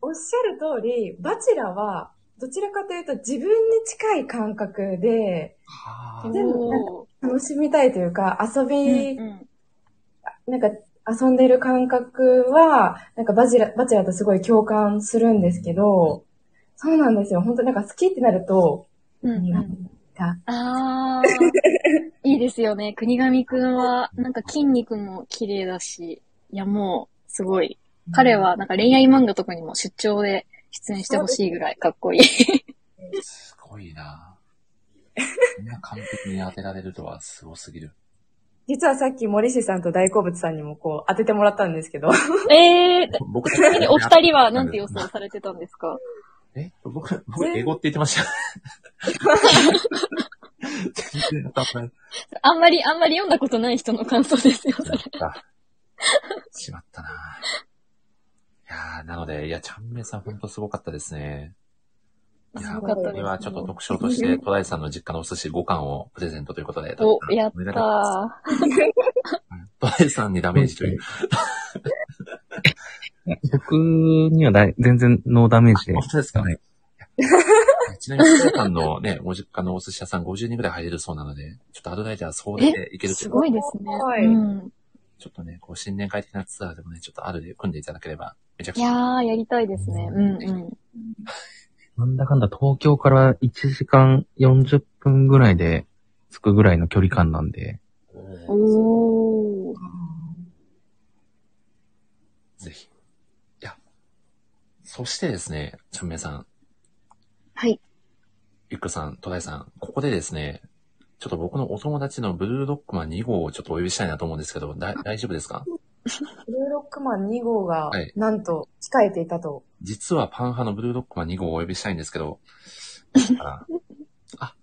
おっしゃる通り、バチェラは、どちらかというと自分に近い感覚で、
は
でもなんか
おー
楽しみたいというか、遊び、
うんうん
なんか遊んでる感覚は、なんかバチェラ、バチェラとすごい共感するんですけど、そうなんですよ。本当なんか好きってなると、
うんうん
が
ああ、いいですよね。 国神くんは、なんか筋肉も綺麗だし、いやもう、すごい。彼は、なんか恋愛漫画とかにも出張で出演してほしいぐらいかっこいい。
すごいなこんな完璧に当てられるとはすごす ぎる。
実はさっき森氏さんと大好物さんにもこう当ててもらったんですけど、
ええ
僕、
ちなみにお二人はなんて予想されてたんですか
え僕、僕、 英語って言ってま した。全然当たらない。
あんまり、あんまり読んだことない人の感想ですよ。
しまった。しまったなぁ。いやーなので、いや、ちゃんめいさんほんとすごかったですね。いや
す
ー
ごかったです
これはちょっと特賞と して、戸田井さんの実家のお寿司5貫をプレゼントということで。
お、やっ
おめで
た
とうございます
ー。
戸田井さんにダメージと いう。
僕にはだい全然ノーダメージで
本。当ですか
はい
ちなみに、皆さんのね、ご実家のお寿司屋さん50人ぐらい入れるそうなので、ちょっとアドライダー総出でいけると
す
いう
ごいですね。
はい
うん。
ちょっとね、こう、新年会的なツアーでもね、ちょっとあるで組んでいただければ、めちゃく
い
ちゃ。
やー、やりたいですね。うんうん。
なんだかんだ東京から1時間40分ぐらいで着くぐらいの距離感なんで、
おー。
ぜひ。いや。そしてですね、ちゃんめいさん、
はい。
ゆっくさん、とだいさん、ここでですね、ちょっと僕のお友達のブルードッグマン2号をちょっとお呼びしたいなと思うんですけど、だ大丈夫ですか
ブルーロックマン2号が
はい、
なんと、控えていたと。
実はパン派のブルードッグマン2号をお呼びしたいんですけど、あ、あ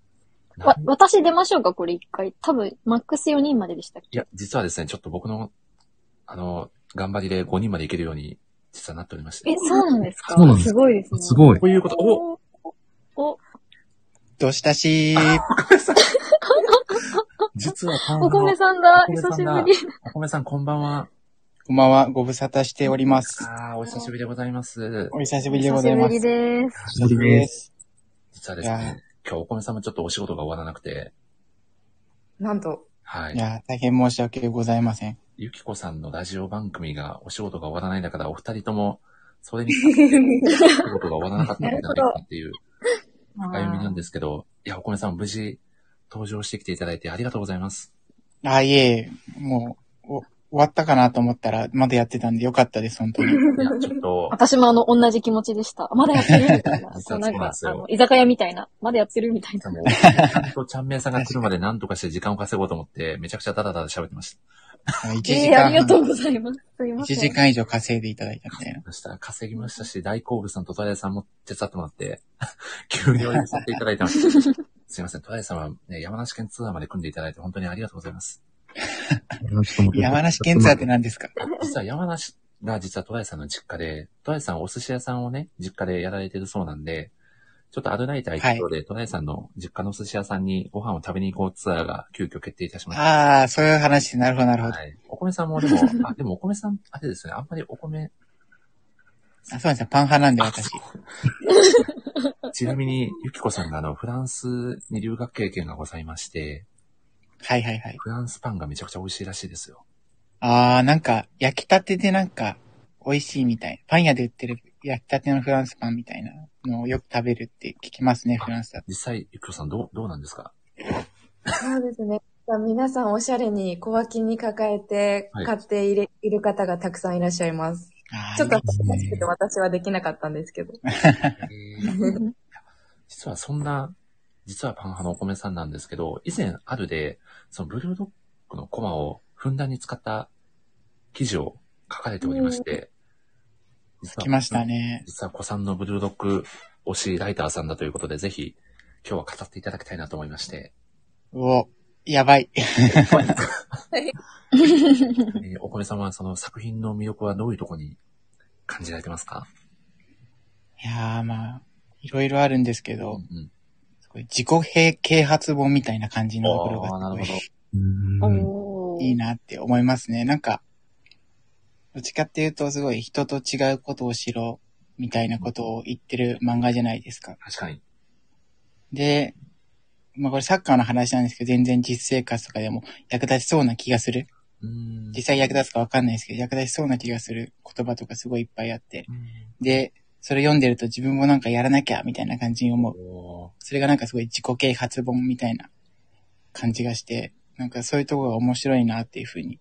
な
わ
ん、
私出ましょうか、これ一回。多分、マックス4人まででしたっけ
いや、実はですね、ちょっと僕の、あの、頑張りで5人までいけるように、実はなっておりまして。
え、そうなんですか
そうなんです
ごいですね。
すごい。
こういうこと、お
おお
どしたし
実はパン
お
派の
米さんだ
お米
久
さん
し
だ
ぶり。
お米さんこんばんは。
こんばんは、ご無沙汰しております。
ああ、お久しぶりでございます。
お久しぶりでございます。。
久しぶりです。
久しぶりです
実はです
いや
ね、今日お米さんもちょっとお仕事が終わらなくて、
なんと、
はいい。
や、大変申し訳ございません。
ゆきこさんのラジオ番組がお仕事が終わらないんだから、お二人とも、それに先立って、お仕事が終わらなかったんじゃないかなっていう歩みなんですけど、いや、お米さん無事登場してきていただいてありがとうございます。
あ、いえ、もう、お終わったかなと思ったら、まだやってたんでよかったです、本当に。
いや、ちょっ と、
私もあの、同じ気持ちでした。まだやってるみたいな。
そ
そうう、
な
なんん
で
か、
すよ
あの、居酒屋みたいな。まだやってるみた
で
いな。
もう、とちゃんめいさんが来るまで何とかして時間を稼ごうと思って、めちゃくちゃダダダダ喋ってまし
1時
えー、あ
間
りがとうございます。すいませ
1
ん。
時間以上稼いでいただいたみたいな。
た。そしたら稼ぎましたし、大好物さんとトラヤさんも手伝ってもらって、 給料を譲っていただいてました。すいません、トラヤさんは、ね、山梨県ツアーまで組んでいただいて本当にありがとうございます。
山梨県ツアーって
な。
何ですか
実は山梨が実はトラヤさんの実家で、トラヤさんお寿司屋さんをね、実家でやられてるそうなんで、ちょっとアルナイター一行で、トラヤさんの実家のお寿司屋さんにご飯を食べに行こうツアーが急遽決定いたしました。
ああ、そういう話、なるほど、なるほど。
はい。お米さんもでも、あ、でもお米さん、あれですね、あんまりお米、
あそうなんですよ、パン派なんで私。
ちなみに、ゆきこさんがあの、フランスに留学経験がございまして、
はいはいはい。
フランスパンがめちゃくちゃ美味しいらしいですよ。
ああ、なんか、焼きたてでなんか、美味しいみたい。パン屋で売ってる焼きたてのフランスパンみたいなのをよく食べるって聞きますね、フランスだと。
実際、ゆきこさんどう、どうなんですか
そうですね。皆さんおしゃれに小脇に抱えて
はい
買っていれ、いる方がたくさんいらっしゃいます。
あー
ちょっと
いい
恥ずかしくて私はできなかったんですけど。
実はそんな、実はパン派のお米さんなんですけど、以前あるで、そのブルードッグのコマをふんだんに使った記事を書かれておりまして、実は
来ましたね。
実は子さんのブルードッグ推しライターさんだということで、ぜひ今日は語っていただきたいなと思いまして、
うお、やばい。
えーお米さんはその作品の魅力はどういうところに感じられてますか
いやーまあ、いろいろあるんですけど、
うん。
すごい自己啓啓発本みたいな感じのところ
ああ、な
が
る
す
ほ
ご
ど
い。
うん
おー
いい。なって思いますね。なんか、どっちかっていうとすごい人と違うことをしろみたいなことを言ってる漫画じゃないですか。
確かに。
で、まあこれサッカーの話なんですけど、全然実生活とかでも役立ちそうな気がする。
うーん。
実際役立つかわかんないですけど、役立ちそうな気がする言葉とかすごいいっぱいあって。で、それ読んでると自分もなんかやらなきゃみたいな感じに思う。
おー
それがなんかすごい自己啓発本みたいな感じがして、なんかそういうとこが面白いなっていうふうに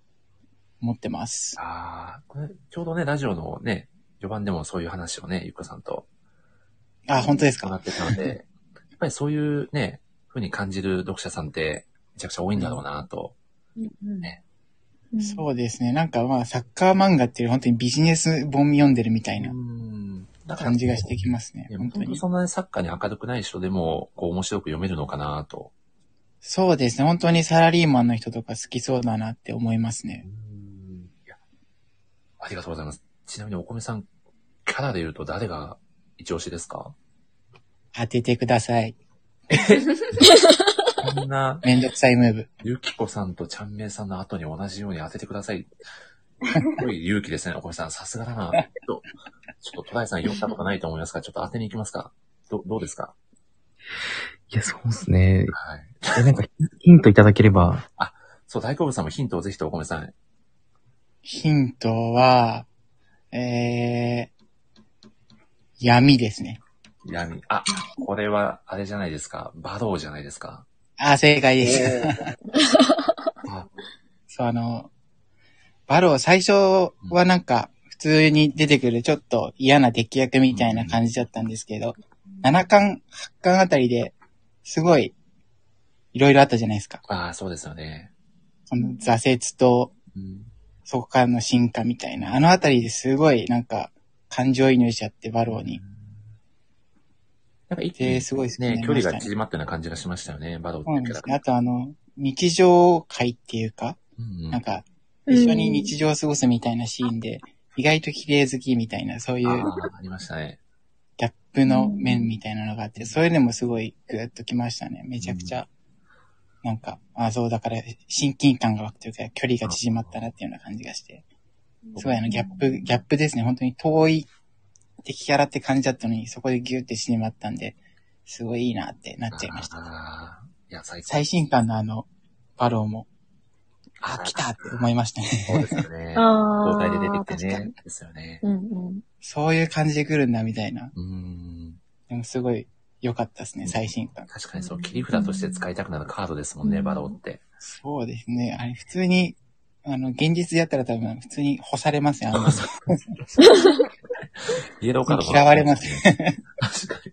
思ってます。
ああ、これ、ちょうどね、ラジオのね、序盤でもそういう話をね、ゆっこさんと
あ、本当です
伺
か
ってたの で、やっぱりそういうね、風に感じる読者さんって、めちゃくちゃ多いんだろうなと。
そうですね。なんかまあサッカー漫画っていう本当にビジネス本読んでるみたい
ー。
なん
だから
感じがしてきますね。
ね
本
本
当
当
に
に。そんなにサッカーに明るくない人でも、こう面白く読めるのかなと。
そうですね。本当にサラリーマンの人とか好きそうだなって思いますね。
いやありがとうございます。ちなみにお米さん、キャラで言うと誰が一押しですか
当ててください。
こんな、
めんどくさいムーブ。
ゆきこさんとちゃんめいさんの後に同じように当ててください。すごい勇気ですね、お米さん。さすがだな。ちょっと、ちょっとトライさん読んだことないと思いますから、ちょっと当てに行きますか。どどうですか
いや、そうですね。
はい。
えなんか、ヒントいただければ。
そう、大好物さんもヒントをぜひとお米さん。
ヒントは、えー闇ですね。
闇。あ、これは、あれじゃないですか。バドーじゃないですか。
あ、正解です。
あ
そう、あの、バロー最初はなんか、普通に出てくるちょっと嫌な敵役みたいな感じだったんですけど、7巻、8巻あたりで、すごい、いろいろあったじゃないですか。
あー、そうですよね。
その挫折と、
うん、
そこからの進化みたいな。あのあたりですごい、なんか、感情移入しちゃって、バローに。
なんか一気に
で、すごい好きにな
ね、
り
距
ま
離
した
が
ね。
縮まったような感じがしましたよね、バドーって
そう
いうん
な
キ
で
ャラ
すね。あとあの、日常会っていうか、
うんうん
なんか、一緒に日常を過ごすみたいなシーンで、意外と綺麗好きみたいな、そういう
ああ、ありましたね。
ギャップの面みたいなのがあって、それでもすごいグッときましたね。めちゃくちゃ。なんか、あそう、だから親近感が湧くというか、距離が縮まったなっていうような感じがして、すごいあの、ギャップ、ギャップですね。本当に遠い敵キャラって感じだったのに、そこでギュってしてまったんで、すごいいいなってなっちゃいました。
ああ、いや、最高。
最新刊のあの、バローも、あ、来たって思いました
そうで
ね。
すよね。
あ
交
あ。
代で出てきて
確か
ね
に。
ですよね。
うんうん。
そういう感じで来るんだ、みたいな。
うーん。
でもすごい良かったですね、最新刊。
確かにそう、切り札として使いたくなるカードですもんね、バローって。
そうですね。あれ、普通に、あの、現実でやったら多分、普通に干されますよ。あの
イエローカード
嫌われます
ね。 確かに。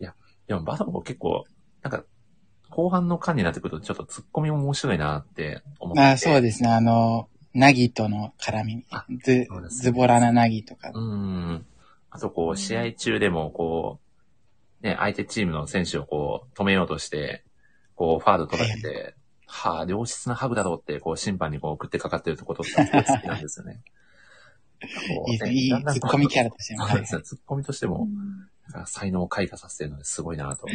いや、でもバロー結構、なんか、後半の巻になってくると、ちょっと突っ込みも面白いなって思ってて。
あそうですね。あの、ナギとの絡み
あ。
ズ
そうですね
ズボラなナギとか
う。ん。あとこう、試合中でもこう、ね、相手チームの選手をこう、止めようとして、こう、ファール取られて、はあ、良質なハグだろうって、こう、審判にこう、食ってかかってるところとか、すごい好きなんですよ ね。こう
い
ね
いですねいい
だんだん
ツッコミキャラとしても
そうですね、ツッコミとして
う
も、
ん
なんか才能を開花させてるのですごいなと、い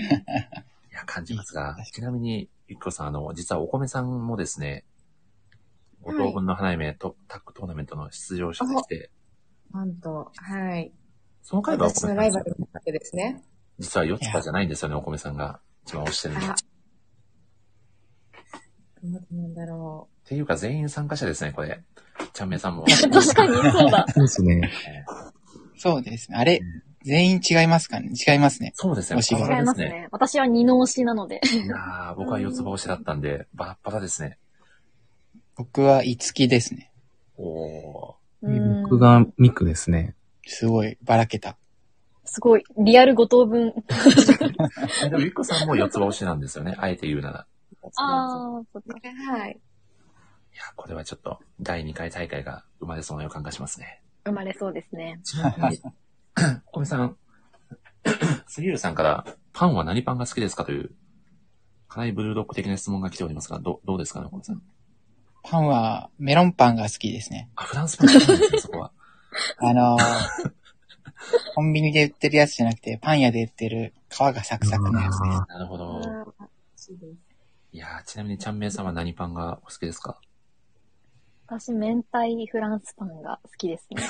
や、感じますが
いいですね確かに、
ちなみに、ゆきこさん、あの、実はお米さんもですね、ご当分の花嫁とタッグトーナメントの出場者でして、
なんと、はい。
その回がお米
私
さ
の
ん
ライバルのわけですね。
実は四つ葉じゃないんですよね、お米さんが一番推してるのは。
あ
っ、
どうなんだろ
ていうか、全員参加者ですね、これ。ちゃんめいさんも。
確かに、そうだ。
そうですね。
そうですね。あれ、全員違いますかね違いますね。
そうですね、
おし
バ
げ
ラバラで
違いま
さん
すす
ね。
ね。私は二の推しなので。
いやー、僕は四つ葉推しだったんで、バラッバラですね。
僕は、いつきですね。
おー。
うん
僕がミクですね。
すごい、ばらけた。
すごい、リアル五等分。
えでも、ゆっこさんも四つ葉推しなんですよね、あえて言うなら。
う。
ああ、そっか。
はい。
いや、これはちょっと、第2回大会が生まれそうな予感がしますね。
生まれそうですね。
ちなみに、小梅さん、 杉浦さんから、パンは何パンが好きですかという、かなりブルードック的な質問が来ておりますが、どどうですかね、小梅さん。
パンは、メロンパンが好きですね。
あ、フランスパンじゃないんですね、そ こは。
あのーコンビニで売ってるやつじゃなくて、パン屋で売ってる皮がサクサクのやつです。
あ
なるほ
あ
ど。
ーそうです
いやーちなみに、ちゃんめいさんは何パンがお好きですか
私、明太フランスパンが好きですね。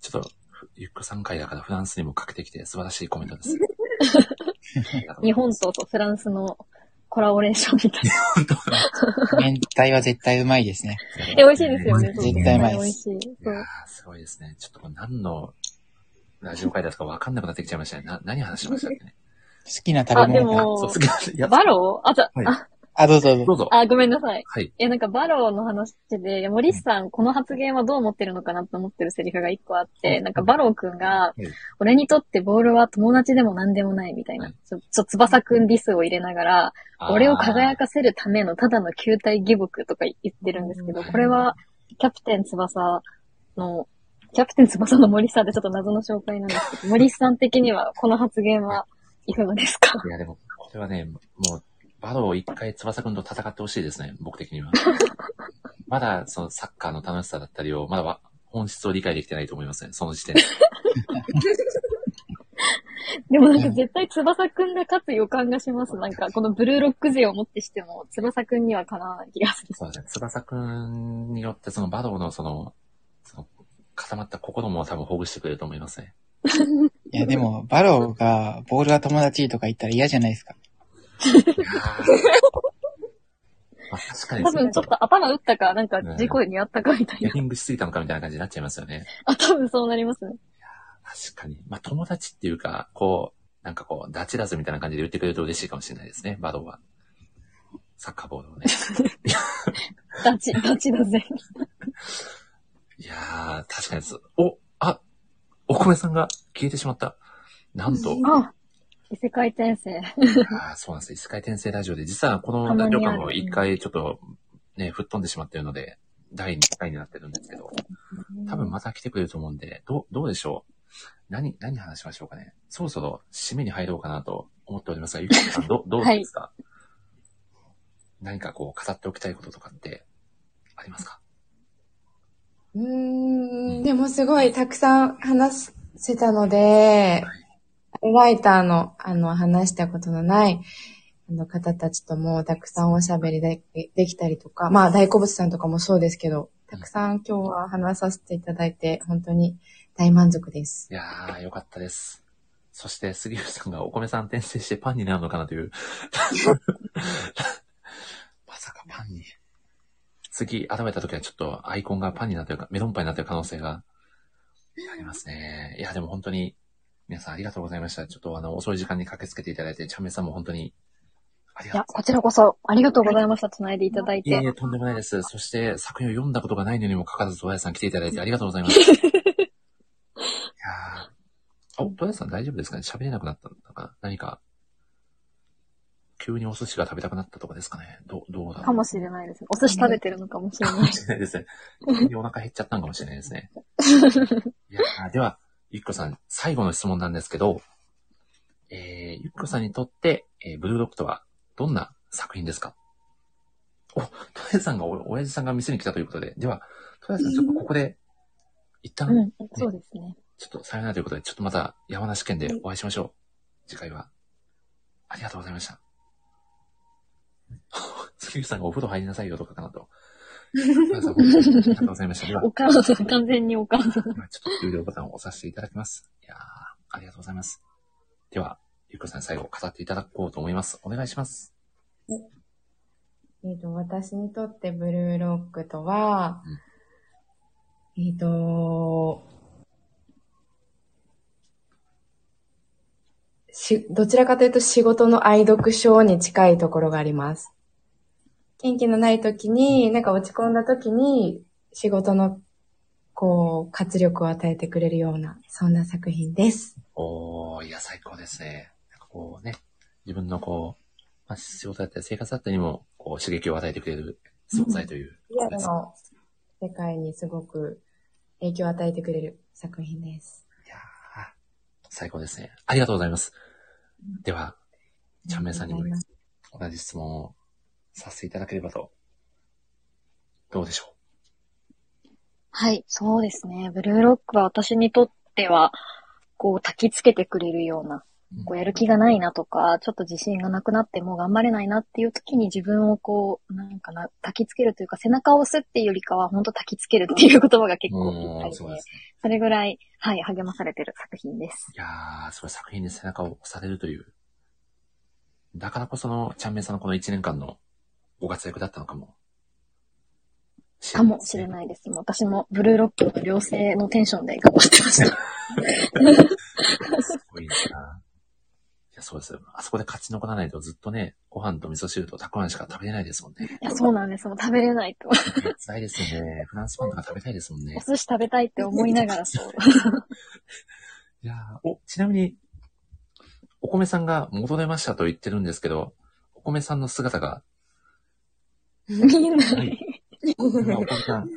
ちょっと、ふゆっこさん回だからフランスにもかけてきて素晴らしいコメント です。
日本とフランスのコラボレーションみたいな。
明太は絶対うまいですね。
え、美味しいですよね。そう
絶対うまい
美
で
味
す。
しい。
い
そ
や
う。
ーすごいですね。ちょっとこれ何のラジオ会だったかわかんなくなってきちゃいましたね。な何話してましたっけね。
好きな食べ
あで
物
も
そう、
が。
好きなんでいや
バローあ、じゃ、
はい
あ、
あ、どうぞど
ど
うぞ。
うぞ。
あ、ごめんなさい。
はい。
いや、なんかバローの話で、いや森下さん、この発言はどう思ってるのかなって思ってるセリフが一個あって、なんかバローくんが
うん、
俺にとってボールは友達でも何でもないみたい
は、
ないちょちょ、翼くんディスを入れながら、俺を輝
か
かせるためのただの球体下僕とか言ってるんですけど、
うん
これは、キャプテン翼の、キャプテン翼の森下でちょっと謎の紹介なんですけ ど、森下さん的には、この発言はいかがですか
いや、でも、これはね、もう、バロー一回翼くんと戦ってほしいですね、僕的に は。まだ、そのサッカーの楽しさだったりを、まだわ本質を理解できてないと思いますね、その時 点で。
でもなんか絶対翼くんが勝つ予感がします。なんかこのブルーロック勢をもってしても翼くんにはかなわない気がする。
そうですね。翼くんによって、そのバローのその、その、固まった心も多分ほぐしてくれると思います ね。
いや、でも、バローが、ボールは友達とか言ったら嫌じゃないですか。
いやーまあ、確かに
多分ちょっと頭打ったか、なんか事故にあったかみたい
ヘ
な。
ディングしすぎたのかみたいな感じになっちゃいますよね。
あ、多分そうなりますね。
確かに。まあ、友達っていうか、こう、なんかこう、ダチラズみたいな感じで言ってくれると嬉しいかもしれないですね、バローは。サッカーボールをね。
ダチ、ダチだぜ。
いやー、確かにです。お、あ、お米さんが消えてしまった。なんと、
あ、異世界転生。
あーそうなんです。異世界転生ラジオで、実はこの
たま
ラ
に
ジ
あ
オ
る
感も一回ちょっと、ね、吹っ飛んでしまってるので、第2回になってるんですけど、多分また来てくれると思うんで、どう、どうでしょう何、何話しましょうかね。そろそろ締めに入ろうかなと思っておりますが、ゆきこさん、 どう、どうですか、何かこう、語っておきたいこととかって、ありますか
うーん、でもすごいたくさん話せたので、ライターの、あの、話したことのない、あの方たちともたくさんおしゃべりでできたりとか、まあ大好物さんとかもそうですけど、たくさん今日は話させていただいて、本当に大満足です。
いやー、よかったです。そして、杉浦さんがお米さん転生してパンになるのかなという。 まさかパンに。次、温めた時はちょっとアイコンがパンになってるか、メロンパンになってる可能性がありますね。いや、でも本当に、皆さんありがとうございました。ちょっとあの、遅い時間に駆けつけていただいて、チャンメイさんも本当に、あり
いや
が、とう
こちらこそ、ありがとうございました。繋いでいただい
いえい
て。
え、とんでもないです。そして、作品を読んだことがないのにもかかわらず、戸谷さん来ていただいてありがとうござい ます。いやーお、戸谷さん大丈夫ですかね喋れなくなったのかな何か、急にお寿司が食べたくなったとかですかねどう、どうだろう
かもしれないですね。お寿司食べてるのかもしれ
か
な
も
い。
しれないですね。急にお腹減っちゃったのかもしれないですね。いやーでは、ゆっこさん、最後の質問なんですけど、えー、ゆっこさんにとって、えーブルードックとはどんな作品ですかお、トヤさんがお、親父さんが店に来たということで、では、トヤさん、ちょっとここで、一旦、
うん、そうですね。
ちょっとさよならということで、ちょっとまた山梨県でお会いしましょう。次回は。ありがとうございました。 杉内さんがお風呂入りなさいよとかかなと。皆さん本当にありがとうございました。では、
お母さん、完全にお母さん。
今ちょっと終了ボタンを押させていただきます。いやーありがとうございます。では、ゆっこさん最後語っていただこうと思います。お願いします。
えっ、と、私にとってブルーロックとは、えっ、と、し、どちらかというと仕事の愛読症に近いところがあります。元気のない時に、なんか落ち込んだ時に、仕事の、こう、活力を与えてくれるような、そんな作品です。
おー、いや、最高ですね。なんかこうね、自分のこう、まあ、仕事だったり生活だったりにも、こう、刺激を与えてくれる存在という
リアル
ことです。
の世界にすごく影響を与えてくれる作品です。
最高ですね。ありがとうございます。では、チャンメイさんにも
ありがと
同じ質問をさせていただければと。どうでしょ
はい、そうですね。ブルーロックは私にとっては、こう、焚きつけてくれるような、こう、やる気がないなとか、ちょっと自信がなくなってもう頑張れないなっていう時に自分をこう、なんかな、焚きつけるというか、背中を押すっていうよりかは、本当焚きつけるっていう言葉が結
う
構ぴった
うー
り
ん、
で
そうですね。
それぐらい、はい、励まされてる作品です。
いやー、すごい作品に背中を押されるという。だからこその、チャンメイさんのこの1年間のご活躍だったのかも。
かもしれないです。もう私もブルーロックの両性のテンションで頑張って ました。
す ごいな。いや、そうですよ。あそこで勝ち残らないとずっとね、ご飯と味噌汁とたくあんしか食べれないですもんね。
いや、そうなんです。もう食べ れないと。
辛いですよ ね。フランスパンとか食べたいですもんね
お。寿司食べたいって思いながら、そう。
いやーお、ちなみに、お米さんが戻れましたと言ってるんですけど、お米さんの姿が、
見えな
はいい。今お米さん、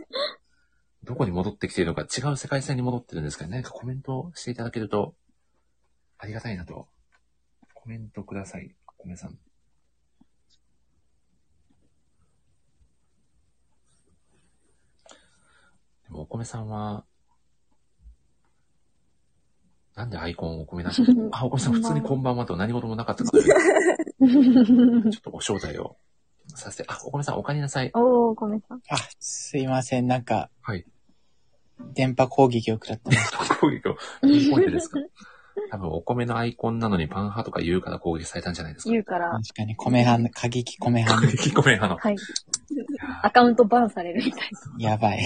どこに戻ってきているのか、違う世界線に戻ってるんですかね。何かコメントをしていただけると、ありがたいなと。コメントください、お米さん。でも、お米さんは、なんでアイコンをお米な しあ、お米さん普通にこんばんはと何事もなかったから、ちょっとご招待をさせて、あ、お米さんお帰りなさい。
おー、ごめんなさい。
あ、すいません。なんか、
はい。
電波攻撃を食 らってます。
攻撃を、ピンポイントですか多分お米のアイコンなのにパン派とか言うから攻撃されたんじゃないですか
言。うから、
確かに、米派の、過激米派
攻
の、
撃ごめん、あの、
はい。アカウントバンされるみたい
や ばい。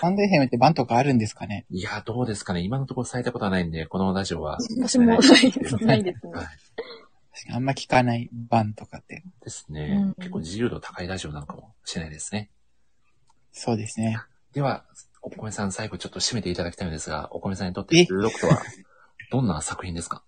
サンド FM ってバンとかあるんですかね
いや、どうですかね。今のところされたことはないんで、このラジオは。
な。私もないですないですね
はい。
確かにあんま聞かないバンとかって。
ですね。
うん
結構自由度高いラジオなのかもしれないですね。
そうですね。
では、お米さん最後ちょっと締めていただきたいのですが、お米さんにとって
え
ブルーロックとはどんな作品ですか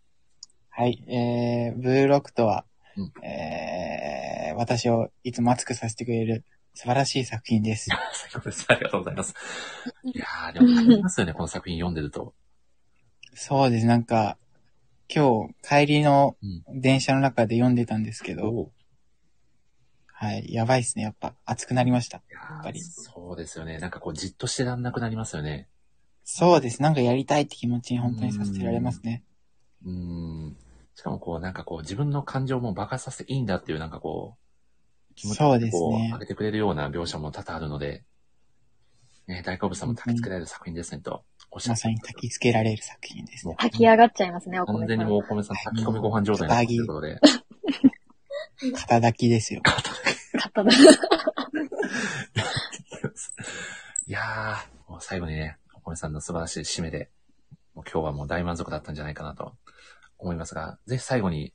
はい。えー、ブルーロックとは、
う
えー、私をいつも熱くさせてくれる素晴らしい作品です。
最高です。ありがとうございます。 いやー、でもありますよね、この作品読んでると。
そうです。なんか、今日帰りの電車の中で読んでたんですけど、
おう
はい。やばいっすね。やっぱ熱くなりました。やっぱり。
そうですよね。なんかこう、じっとしてらんなくなりますよね。
そうです。なんかやりたいって気持ちに本当にさせてられますね。
うーん。しかもこう、なんかこう、自分の感情も爆発させていいんだっていう、なんかこう、気持ち
そ
を
うです
こう
ね
上げてくれるような描写も多々あるので、ね、大好物さんも焚き付けられる作品ですねと、おっしゃ
ま
って
さに焚き付けられる作品ですね。
炊き上がっちゃいますね、お
完
米
全
さ
に
ん
も。うお米さん炊き込みご飯状態になってることで、
肩抱きですよ。
買ったな。
いやー、もう最後にね、お米さんの素晴らしい締めで、もう今日はもう大満足だったんじゃないかなと思いますが、ぜひ最後に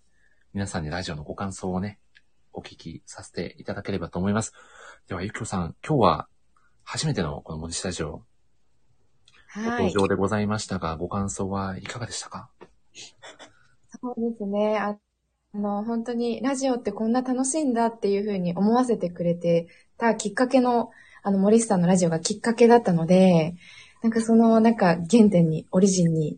皆さんにラジオのご感想をね、お聞きさせていただければと思います。では、ゆきこさん、今日は初めてのこの文字スタジオ、ご
はい
登。場でございましたが、ご感想はいかがでしたか
そうですね。ああの、本当にラジオってこんな楽しいんだっていうふうに思わせてくれてたきっかけの、あの、森下のラジオがきっかけだったので、なんかその、なんか原点に、オリジンに、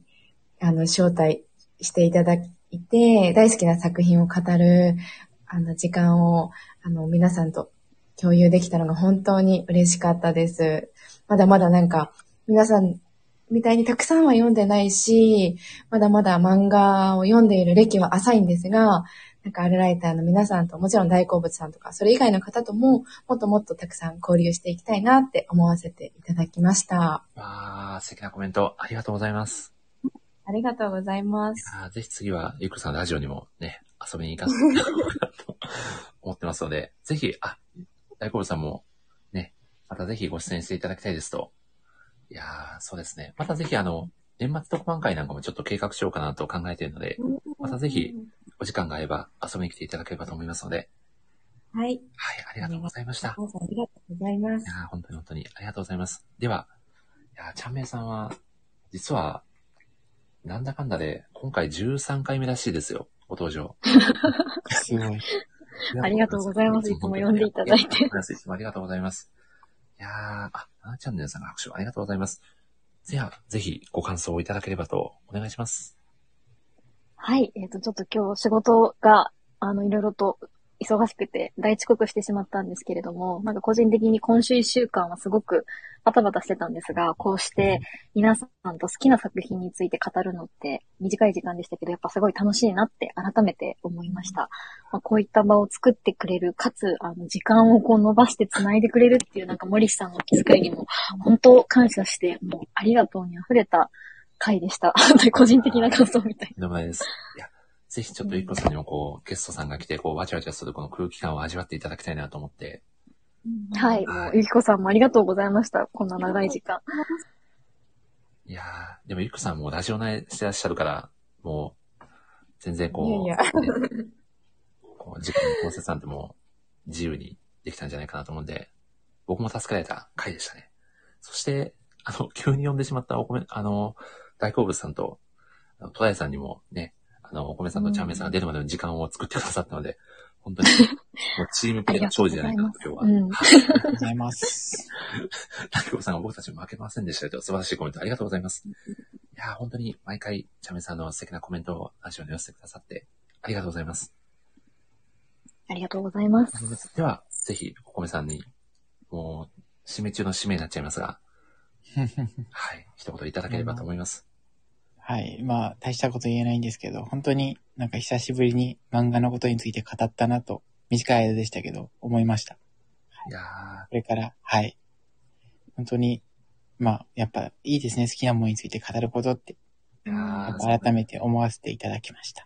あの、招待していただいて、大好きな作品を語る、あの、時間を、あの、皆さんと共有できたのが本当に嬉しかったです。まだまだなんか、皆さんみたいにたくさんは読んでないし、まだまだ漫画を読んでいる歴は浅いんですが、なんかアルライターの皆さんと、もちろん大好物さんとか、それ以外の方とも、もっともっとたくさん交流していきたいなって思わせていただきました。
わー、素敵なコメント、ありがとうございます。
ありがとうございます。
あーぜひ次は、ゆきこさんラジオにもね、遊びに行かせていただこうかなと思ってますので、ぜひ、あ、大好物さんも、ね、またぜひご出演していただきたいですと。いやー、そうですね。またぜひ、あの、年末特番会なんかもちょっと計画しようかなと考えているので、またぜひ、お時間があれば遊びに来ていただければと思いますので、
はい。
はい、ありがとうございました。
皆さんありがとうございま
い
す。
やー本当に本当にありがとうございます。では、いやーちゃんめいさんは、実は、なんだかんだで、今回13回目らしいですよ、ご登 場。
すごい。
ありがとうございますいつも呼んでいただいて
いつもありがとうございます。いやー、あ、ななチャンネルさんが拍手ありがとうございます。では、ぜひご感想をいただければとお願いします。
はい。えっ、と、ちょっと今日仕事が、あの、いろいろと忙しくて、大遅刻してしまったんですけれども、なんか個人的に今週一週間はすごくバタバタしてたんですが、こうして皆さんと好きな作品について語るのって短い時間でしたけど、やっぱすごい楽しいなって改めて思いました。まあ、こういった場を作ってくれる、かつ、あの、時間をこう伸ばして繋いでくれるっていう、なんか森さんの気遣いにも、本当感謝して、もうありがとうに溢れた回でした。 本当に個人的な感想みたい
と
な。
んでもないです。いや、ぜひちょっとゆきこさんにもこう、ゲストさんが来て、こう、わちゃわちゃするこの空気感を味わっていただきたいなと思って、
はい。もう、ゆきこさんもありがとうございました。こんな長い時間。
いやー、でもゆっこさんもうラジオ内してらっしゃるから、もう、全然こう、
いやい
ねこう時間の構成さんともう自由にできたんじゃないかなと思うんで、僕も助けられた回でしたね。そして、あの、 急に呼んでしまったお米、あの、大好物さんと、あのトライさんにもね、あの、お米さんとチャーメンさんが出るまでの時間を作ってくださったので、本当に、もうチームプレーの勝利じゃないかなと、今日は。
うん。
ありがとうございます。
大悟さんは僕たちに負けませんでしたよと素晴らしいコメントありがとうございます。いやー本当に毎回、チャメさんの素敵なコメントをラジオに寄せてくださって、ありがとうございます。
ありがとうございます。
では、ぜひ、お米さんに、もう、締め中の締めになっちゃいますが、はい、一言いただければと思います。
はい。まあ、大したこと言えないんですけど、本当になんか久しぶりに漫画のことについて語ったなと、短い間でしたけど、思いました。
いや
これから、はい。本当に、まあ、やっぱいいですね。好きなものについて語ることって、
ー、いや
やっ
ー
ぱ改めて思わせていただきました。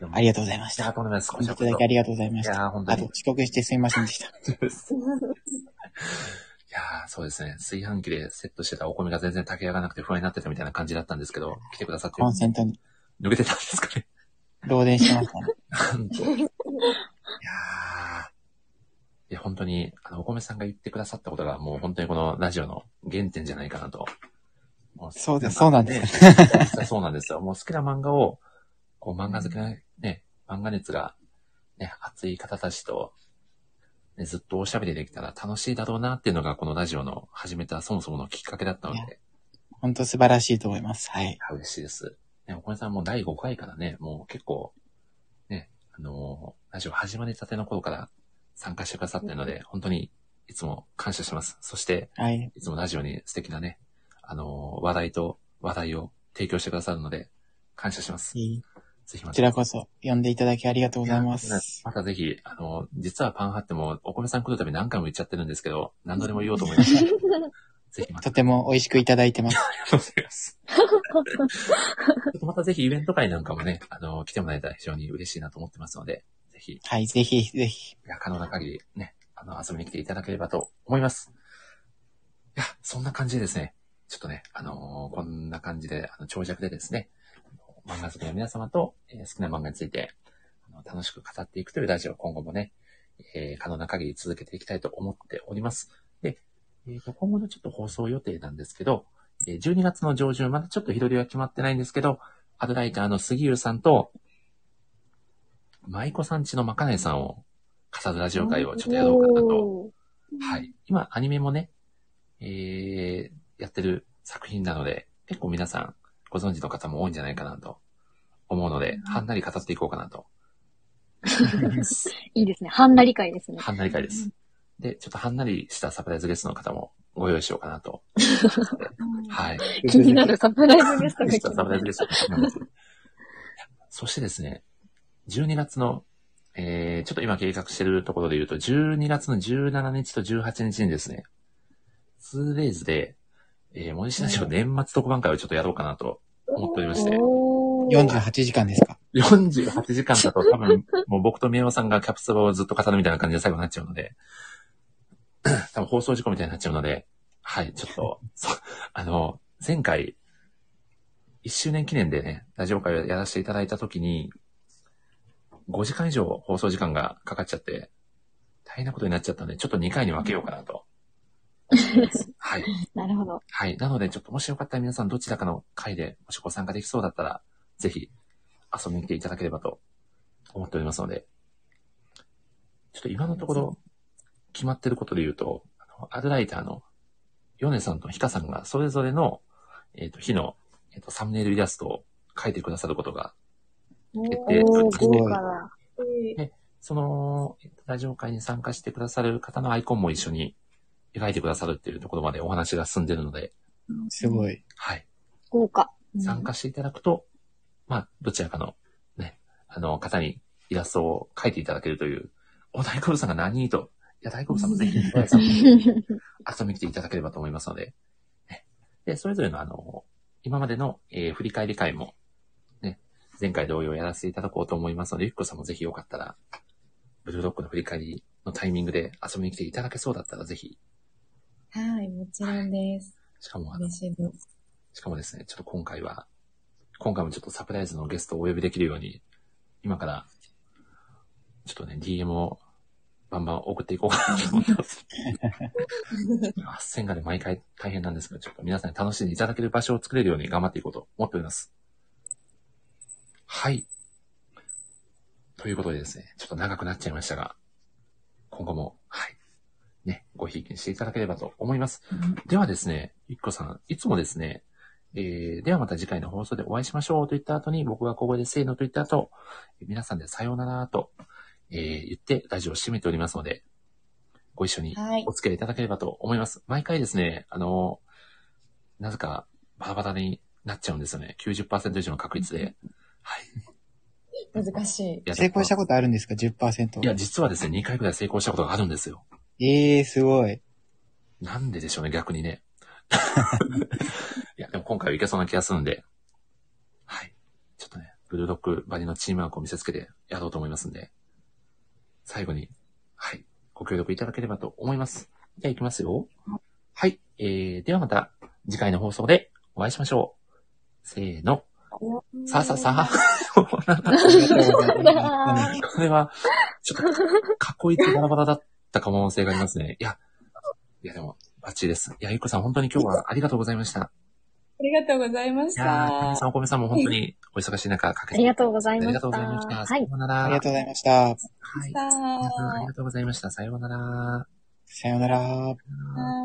どうも
ありがとうございまし
いやー
た。
とんでもないです。こ
お
ち
聞き
らこ
いただきあ
そ。
りがとうございまし
いやー
た。
本当
あ
に
と、遅刻してすいませんでした。
いやーそうですね。炊飯器でセットしてたお米が全然炊き上がらなくて不安になってたみたいな感じだったんですけど、来てくださって、
コンセントに
抜けてたんですかね。
漏電しましたね。
なんと。いやーいや、本当に、あの、お米さんが言ってくださったことが、もう本当にこのラジオの原点じゃないかなと。も
そうで
好き
すそうなんで
ね。実はそうなんですよ。もう好きな漫画を、こう漫画好きなね、漫画熱が、ね、熱い方たちと、ね、ずっとおしゃべりできたら楽しいだろうなっていうのが、このラジオの始めたそもそものきっかけだったので、
い本当素晴らしいと思います。はい
い。や嬉しいです。ね、お米さんも第5回からね、もう結構、ね、あのーラジオ始まりたての頃から参加してくださってるので、本当にいつも感謝します。そして、
はい。
いつもラジオに素敵なね、あのー話題と話題を提供してくださるので、感謝します。い
いい
ぜひ
こ
ま
ち
た。
らこそ呼んでいただきありがとうございます。
またぜひ、あの、実はパンハっても、お米さん来るたび何回も言っちゃってるんですけど、何度でも言おうと思い ました。ぜひまた
とても美味しくいただいてます。
ありがとうございます。ちょっとまたぜひイベント会なんかもね、あの、来てもらえたら非常に嬉しいなと思ってますので、ぜひ、い
はい、ぜひぜひ。
や、可能な限りね、あの、遊びに来ていただければと思います。いや、そんな感じでですね、ちょっとね、あのーこんな感じで、あの、長尺でですね、漫画好きの皆様と、えー好きな漫画について、あの楽しく語っていくというラジオを今後もね、えー可能な限り続けていきたいと思っております。で、えーと、今後のちょっと放送予定なんですけど、えー12月の上旬、まだちょっと日取りは決まってないんですけど、アドライターの杉浦さんと、舞妓さんちのまかないさんを、語るラジオ会をちょっとやろうかなと
おー
はい。今、アニメもね、えー、やってる作品なので、結構皆さんご存知の方も多いんじゃないかなと思うので、はんなり語っていこうかなと。
いいですね。半なり会ですね。
はんなり会です。で、ちょっとはんなりしたサプライズゲストの方もご用意しようかな と。はい。
気になるサプライズゲストが来
サプライズ
て。
ゲストが来てます。そしてですね、12月の、えー、ちょっと今計画してるところで言うと、12月の17日と18日にですね、2days で、えー、森下市の年末特番会をちょっとやろうかなと思っておりまして、
おー
48時間ですか
48時間だと多分、もう僕と宮尾さんがキャプツバをずっと語るみたいな感じで最後になっちゃうので、 多分放送事故みたいになっちゃうので、はい、ちょっと、 そう、あの、前回、1周年記念でね、ラジオ会をやらせていただいたときに、5時間以上放送時間がかかっちゃって、大変なことになっちゃったので、ちょっと2回に分けようかなと。はい。
なるほど。
はい。なので、ちょっともしよかったら皆さんどちらかの回で、もしご参加できそうだったら、ぜひ遊びに来ていただければと思っておりますので、ちょっと今のところ決まってることで言うと、あのアルライターのヨネさんとヒカさんがそれぞれの、えっ、と、日の、えっ、と、サムネイルイラストを描いてくださることが決定しており
お
ま
ー、
して
豪華だ。
その、えっとラジオ会に参加してくださる方のアイコンも一緒に描いてくださるっていうところまでお話が進んでるので、
すごい。
はい。
豪華。
参加していただくと、まあ、どちらかの、ね、あの、方にイラストを描いていただけるという、お、大好物さんが何と、いや、大好物さんもぜひ、おやさんも遊びに来ていただければと思いますので、ねで、それぞれのあの、今までの、えー振り返り会も、ね、前回同様やらせていただこうと思いますので、ゆっこさんもぜひよかったら、ブルードックの振り返りのタイミングで遊びに来ていただけそうだったらぜひ、
はい、もちろんです。
しかもあの
嬉しいです。
しかもですね、ちょっと今回は、今回もちょっとサプライズのゲストをお呼びできるように、今から、ちょっとね、DM をバンバン送っていこうかなと思ってます。あっせんがで毎回大変なんですけど、ちょっと皆さんに楽しんでいただける場所を作れるように頑張っていこうと思っております。はい。ということでですね、ちょっと長くなっちゃいましたが、今後も、はい。ね、ごひいきにしていただければと思います。ではですね、ゆっこさん、いつもですね、えーではまた次回の放送でお会いしましょうと言った後に、僕がここでせーのと言った後、皆さんでさようならと、えー言ってラジオを締めておりますので、ご一緒に
はい
お。付き合いいただければと思います。毎回ですね、あの、なぜかバラバラになっちゃうんですよね。90%以上の確率で。はい。
難しい。
や
成功したことあるんですか ?10%。
いや、実はですね、2回くらい成功したことがあるんですよ。
ええー、すごい。
なんででしょうね、逆にね。 いや、でも今回はいけそうな気がするんで、はい。ちょっとね、ブルードックバリのチームワークを見せつけてやろうと思いますんで、最後に、はい、ご協力いただければと思います。じゃあ行きますよ。はい。えー、ではまた次回の放送でお会いしましょう。せーの。さあさあさあ。
ありがとうございます本 当に
これは、ちょっと、かっこいいってバラバラだった可能性がありますね。いや、いやでも、バッチリです。いや、ゆっこさん、本当に今日はありがとうございました。
ありがとうございまし
いやー、
た。
さん、お米さんも本当にお忙しい中、かけ
あ
て
りがとうござ
あ
いま
り
し
が
た。
とうございました。さ
はい
よ。うなら。
ありがとうございました。
はい。
さ
皆さんあ
あ
りがとうございました。さようなら。
さようなら。